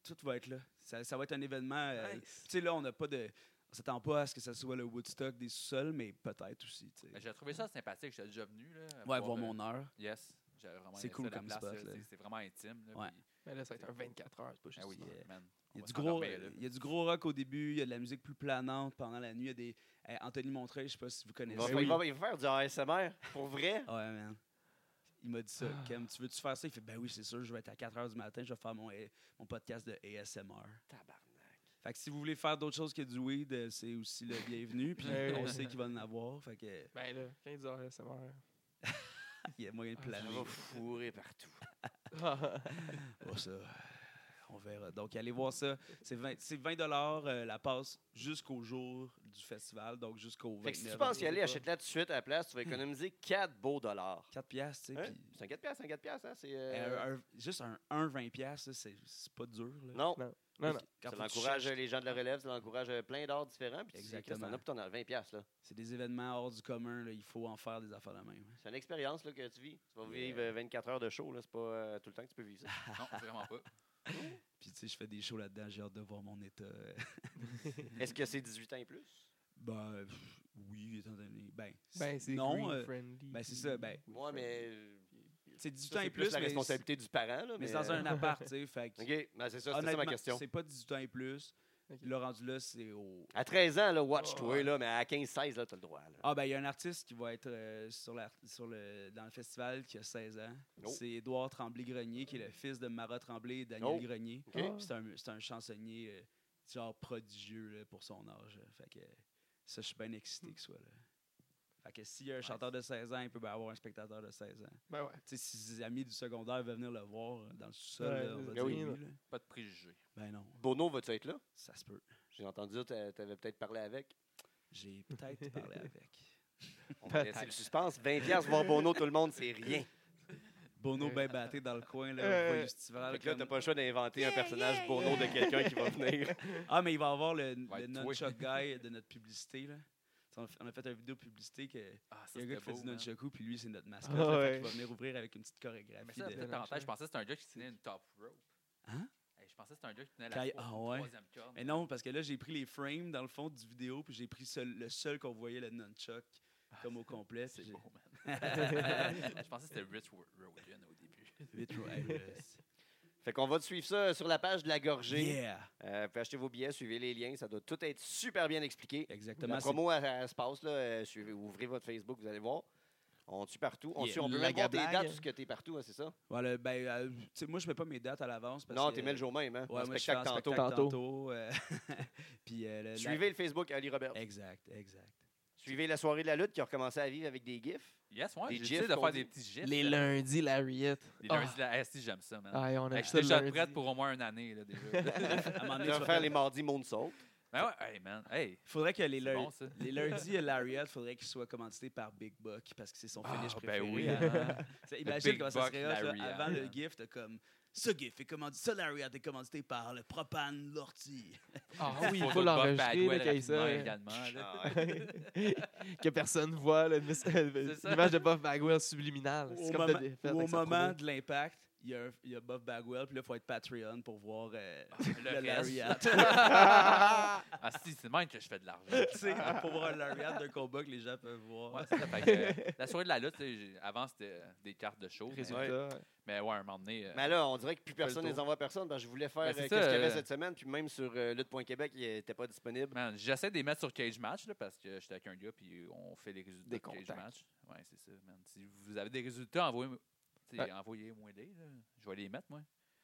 C: tout va être là. Ça, ça va être un événement. euh, Tu sais, là, on n'a pas de. On s'attend pas à ce que ça soit le Woodstock des sous-sols, mais peut-être aussi. tu sais.
D: Ben, J'ai trouvé ça sympathique. J'étais déjà venu. Là,
C: Ouais,
D: voir
C: voir
D: euh,
C: mon heure.
D: Yes. J'avais vraiment
C: C'est
D: aimé
C: cool
D: ça, la
C: comme
D: place,
C: spot,
D: là,
C: là.
D: c'est- C'est vraiment intime. Là,
C: Ouais.
D: puis-
B: Mais là, ça va être un 24 heures, c'est pas juste.
D: Ah oui,
C: Yeah.
D: man. on
C: Il y, a
D: va
C: du gros, euh,
D: s'endormir, là.
C: il y a du gros rock au début, il y a de la musique plus planante pendant la nuit. Il y a des. eh, Anthony Montreuil, je sais pas si vous
A: Il
C: connaissez.
A: va, il va- il va faire du ASMR, pour vrai.
C: Ouais, man. Il m'a dit ça. Cam, tu veux-tu faire ça? Il fait, ben oui, c'est sûr, je vais être à 4 h du matin, je vais faire mon, eh, mon podcast de ASMR.
A: Tabarnak.
C: Fait que si vous voulez faire d'autres choses que du weed, euh, c'est aussi le bienvenu. Puis
B: Ouais.
C: on sait qu'il va en avoir. Fait que euh,
B: Ben là, 15 heures, hein. ça meurt.
C: il y a moyen de
B: Ah,
A: Ça
C: planer.
A: va fourrer partout.
C: Bon, ça, euh, on verra. Donc, allez voir ça. C'est 20, c'est 20 euh, la passe jusqu'au jour du festival, donc jusqu'au 29.
A: Fait que si tu penses y aller,
B: pas.
A: achète-la tout de suite à la place. Tu vas économiser 4 beaux dollars.
C: 4 piastres, tu sais.
A: Hein?
C: puis-
A: C'est un 4 piastres, un 4 piastres, hein? C'est, euh,
C: Euh, un- juste un 1 20 piastres, là, c'est c'est pas dur. Là.
A: Non,
B: Non, non.
C: Quand
A: ça
C: faut que tu
A: l'encourage hein.
C: cherches,
A: les gens de la relève, ça l'encourage euh, plein d'arts différents. Puis Exactement.
C: Exactement.
A: Tu en as, puis t'en as 20 piastres, là.
C: C'est des événements hors du commun, là, il faut en faire des affaires de même. hein.
A: C'est une expérience là, que tu vis. Tu vas
C: Yeah.
A: vivre euh, 24 heures de show. là. C'est pas euh, tout le temps que tu peux vivre ça.
D: Non, vraiment pas.
C: Puis, tu sais, je fais des shows là-dedans, j'ai hâte de voir mon état.
A: Est-ce que c'est 18 ans et plus?
C: ben, pff, oui, étant donné. Ben,
B: Ben, c'est
C: non.
B: green
C: euh,
B: friendly.
C: ben, c'est ça, ben,
A: Moi, mais. euh,
C: c'est 18
A: ça,
C: ans
A: c'est
C: et plus,
A: la
C: mais
A: responsabilité du parent. Là,
C: mais c'est dans
A: euh,
C: un appart, tu sais. Fait que,
A: OK, ben, c'est ça, c'était ça ma
C: honnêtement,
A: question.
C: C'est pas 18 ans et plus.
B: Ok.
C: Le rendu là, c'est au.
A: À 13 ans, là, watch
B: Oh,
A: toi,
B: ouais.
A: là, mais à 15-16, là, t'as le droit. là.
C: Ah, ben, il y a un artiste qui va être euh, sur la, sur le, dans le festival qui a 16 ans.
A: Oh.
C: C'est Édouard Tremblay-Grenier, qui est le fils de Mara Tremblay et
A: Oh.
C: Daniel Grenier.
A: OK?
B: Ah.
C: C'est un, c'est un chansonnier, euh, genre prodigieux là, pour son âge. là. Fait que euh, ça, je suis bien excité qu'il soit là. Fait que s'il y a un chanteur de 16 ans, il peut bien avoir un spectateur de 16 ans.
B: Ben ouais.
C: Tu sais, si ses amis du secondaire veulent venir le voir euh, dans le sous-sol,
B: Ouais,
C: là, on va
B: ben
C: dire
B: oui.
C: oui, là.
D: Pas de préjugés.
C: Ben non,
A: Bono, vas-tu être là?
C: ça se peut.
A: J'ai entendu dire que t'avais peut-être parlé avec.
C: J'ai peut-être parlé avec.
A: On va laisser le suspense. 20 piastres, voir Bono, tout le monde, c'est rien.
C: Bono
B: Euh.
C: bien batté dans le coin, là,
B: Euh.
C: au Voyou Estival,
A: Fait que là, t'as
C: comme-
A: pas le choix d'inventer un personnage Bono de quelqu'un qui va venir.
C: Ah, mais il va avoir le,
D: Va
C: le
D: être toi.
C: nunchuck guy de notre publicité, là. On a fait- on a fait une vidéo publicité que
D: Ah, ça,
C: il y a un gars qui fait
D: c'était beau,
C: du
D: man.
C: nunchaku, puis lui, c'est notre mascotte.
B: Ah
C: là, fait
B: ouais.
C: qu'il va venir ouvrir avec une petite
D: Mais
C: chorégraphie.
D: ça,
C: de-
D: petite parenthèse, je pensais que c'était un gars qui tenait une top rope.
C: Hein?
D: Hey, je pensais que c'était un gars qui tenait la
C: Quand il-
D: tro-
C: ah ouais.
D: troisième corde.
C: Mais non, parce que là, j'ai pris les frames dans le fond du vidéo, puis j'ai pris seul- le seul qu'on voyait, le nunchuck, comme au complet.
D: Ah, C'est
C: puis j'ai-
D: beau, man. je pensais que c'était Rich Ro- Rogan au début.
C: Vite, ouais, là, c'est-
A: Fait qu'on va te suivre ça sur la page de la gorgée.
C: Yeah!
A: Euh, puis achetez vos billets, suivez les liens. Ça doit tout être super bien expliqué.
C: Exactement.
A: la
C: c'est-
A: promo, elle, elle se passe. Là, Euh, suivez, ouvrez votre Facebook, vous allez voir. On tue partout. On,
C: Yeah.
A: suit, on peut même
B: Laga
A: voir tes
B: blague.
A: dates, tout ce que t'es partout, hein, c'est ça?
C: Voilà, ben, euh, tu sais, moi, je mets pas mes dates à l'avance. parce
A: non,
C: que-
A: t'es mis le jour même. Hein?
C: Ouais,
A: Un
C: moi, je fais
A: spectacle
C: un
A: tantôt.
C: spectacle
B: Tantôt.
C: tantôt. euh, puis, euh, le- la-
A: Suivez le Facebook Ali Robert.
C: Exact, exact.
A: Suivez la soirée de la lutte qui a recommencé à vivre avec des gifs.
D: Yes, ouais,
A: Des
D: j'ai
A: gifs
D: essayé de
A: qu'on
D: faire
A: dit.
D: des petits gifs.
B: Les
D: là.
B: lundis, Lariat.
D: Les
B: Ah.
D: lundis, là. Ah, si, j'aime ça, man.
B: Ah, et on
D: Hey,
B: a
D: je
B: ça
D: suis
B: le
D: déjà
B: lundi.
D: prête pour au moins une année, là, déjà. ben
C: À un
A: On
C: moment donné, tu
A: va
C: vas
A: faire
C: faire-
A: les mardis Moonsault.
D: ouais, hey, man. Hey,
C: Faudrait que les,
D: c'est
C: lun-
D: bon, ça.
C: les lundis, euh, Lariat, faudrait qu'il soit commandité par Big Buck parce que c'est son
D: Ah,
C: finish
D: ben
C: préféré.
D: oui,
C: hein.
D: hein.
C: T'sais,
D: Le
C: Imagine
D: Big
C: comment ça
D: Buck
C: serait hot, là,
D: Lariat,
C: avant le
D: hein.
C: gift, t'as comme Ce GIF est commandité, ce Lariat est commandité par le propane Lortie.
B: Ah oui, il
D: Photo
B: faut
D: de Bob
B: l'enregistrer,
D: Bagwell
B: là, quand il
D: rapidement,
B: sort.
D: également, là.
A: Ah ouais.
B: que personne voit là, mais c'est-
D: ça.
B: l'image de Buff Bagwell subliminale.
C: Au
B: C'est comme de-
C: moment,
B: de faire
C: ou au
B: avec sa
C: moment
B: promo.
C: de l'impact, il y, a un- il y a Buff Bagwell, puis là, il faut être Patreon pour voir euh, le,
D: Ah, le reste.
C: Lariat.
B: hein.
D: Ah si, c'est le même que je fais de l'argent.
C: Tu sais, pour voir un Lariat d'un combat que les gens peuvent voir.
D: Ouais, c'est ça. Fait que, euh, la soirée de la lutte, tu sais, j'ai- avant, c'était euh, des cartes de show. Mais,
B: Résultat.
D: mais ouais, un moment donné. euh,
A: Mais là, on dirait que plus
D: fait le
A: personne ne les
D: tour.
A: envoie à personne parce que je voulais faire
D: Ben,
A: euh,
D: c'est
A: qu'est-ce
D: ça,
A: qu'il y avait
D: euh,
A: cette semaine, puis même sur euh, Lutte.Québec, il n'était pas disponible.
D: man, j'essaie de les mettre sur Cage Match là, parce que j'étais avec un gars puis on fait les résultats
B: Des
D: de Cage
B: contacts.
D: Match. Ouais, c'est ça, man. Si vous avez des résultats, envoyez- tu sais,
B: Ouais.
D: envoyez-moi les. là. Je vais les mettre, moi.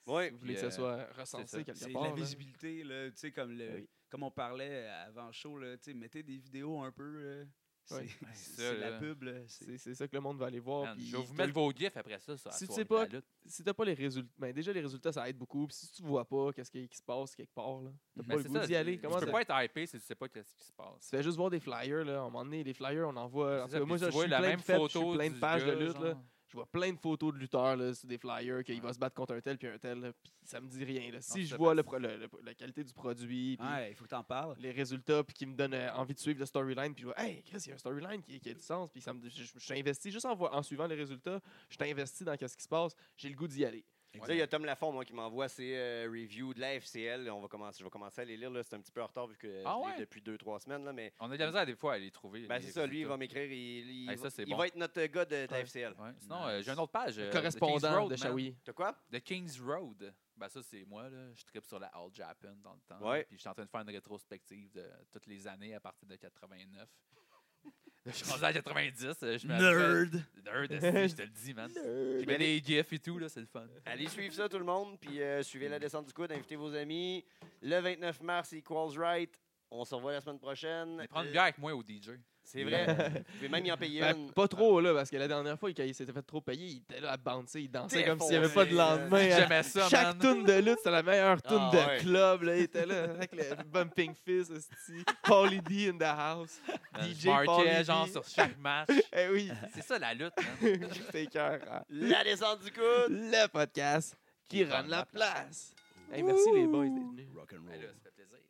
A: Oui.
B: Si vous voulez que
D: puis,
B: ça
D: euh,
B: soit
D: c'est ça.
B: recensé
C: C'est
B: quelque
C: de
B: part.
C: la
B: là.
C: visibilité, là, tu sais, comme, le,
B: Oui.
C: comme on parlait avant le show, là, tu sais, mettez des vidéos un peu. là. C'est
B: Oui.
C: c'est-
D: Ouais, ça,
C: c'est la
D: là.
C: pub. là, c'est-
B: C'est c'est ça que le monde va aller voir.
D: Man,
B: puis
D: je vais vous
B: te-
D: mettre vos gifs après ça. Sur la
B: Si tu
D: soirée
B: sais pas-
D: de la lutte.
B: Si t'as pas les résultats, ben déjà les résultats ça aide beaucoup. Puis si tu vois pas qu'est-ce qui, qui se passe quelque part, là, t'as
D: Ben,
B: pas le
D: c'est
B: goût
D: ça,
B: d'y aller.
D: tu-
B: Comment
D: tu
B: ça-
D: peux pas être hypé si tu sais pas qu'est-ce qui se passe.
B: Tu fais juste voir des flyers là. À un moment donné, les flyers on en voit. En
D: C'est
B: tout
D: ça,
B: cas, moi
D: puis
B: je
D: tu
B: je
D: vois
B: suis
D: la
B: plein
D: même
B: de fêtes, je
D: photo
B: suis plein de
D: du
B: pages de
D: gars,
B: lutte là.
D: genre.
B: Je vois plein de photos de lutteurs là, sur des flyers qu'il
D: Ouais.
B: va se battre contre un tel puis un tel. là, puis ça me dit rien. là.
D: c'est
B: Si je
D: ça,
B: vois
D: ben,
B: le pro- le- le- la qualité du produit, puis
C: Ouais, il faut que t'en parles.
B: les résultats puis qui me donnent euh, envie de suivre le storyline puis je vois hey Chris il y a un storyline qui, qui a du sens puis ça me je, je- je suis investi juste en, voi- en suivant les résultats je suis investi dans ce qui se passe j'ai le goût d'y aller
A: Là, il y a Tom Lafont, moi, qui m'envoie ses euh, reviews de la FCL. On va commencer, je vais commencer à les lire. là. C'est un petit peu en retard vu que euh,
D: Ah
A: je l'ai
D: ouais?
A: depuis deux, trois semaines. Là, mais
D: On a de la misère des fois à les trouver.
A: ben,
D: les
A: c'est ça, lui, il
D: résultats.
A: va m'écrire. Il, il-
D: Hey,
A: il va-
D: ça, c'est
A: il
D: bon.
A: va être notre gars de, de la
B: Ouais.
A: FCL.
D: Ouais. Sinon, euh, j'ai une autre page. euh, The Kings
B: correspondant
D: Road,
B: de
D: man.
B: Shawi
A: De quoi?
D: The King's Road. Ben ça, c'est moi. Là. Je tripe sur la All Japan dans le temps.
A: Ouais.
D: Puis je suis en train de faire une rétrospective de toutes les années à partir de 89. je suis rendu à 90. euh, Je me
C: Nerd!
D: Nerd, esti, je te le dis, man. J'ai mis des gifs et tout, là, c'est le fun.
A: Allez suivre ça, tout le monde. Puis euh, suivez la descente du coude. Invitez vos amis. Le 29 mars, Equals Right. On se revoit la semaine prochaine.
D: Mais prends une bière avec moi au DJ.
A: C'est vrai. Vous pouvez même y en payer
B: Ben,
A: une.
B: pas trop là parce que la dernière fois il s'était fait trop payer il était là à bouncer il dansait comme s'il n'y avait pas de
A: Défoncé, là.
B: lendemain
D: J'aimais ça,
B: chaque
D: man.
B: tune de lutte c'était la meilleure tune
A: Ah
B: de
A: ouais.
B: club là il était là avec le bumping fist esti. Paulie D in the house
D: Man,
B: DJ
D: je marquais,
B: Paulie
D: genre,
B: D.
D: sur chaque match.
B: eh oui
D: C'est ça, la lutte, man.
B: c'est cœur
A: La descente du coude.
B: le podcast qui rend la place. Hey, merci les boys d'être venus.
C: Rock and
D: Ben
C: roll.
D: là, ça fait plaisir.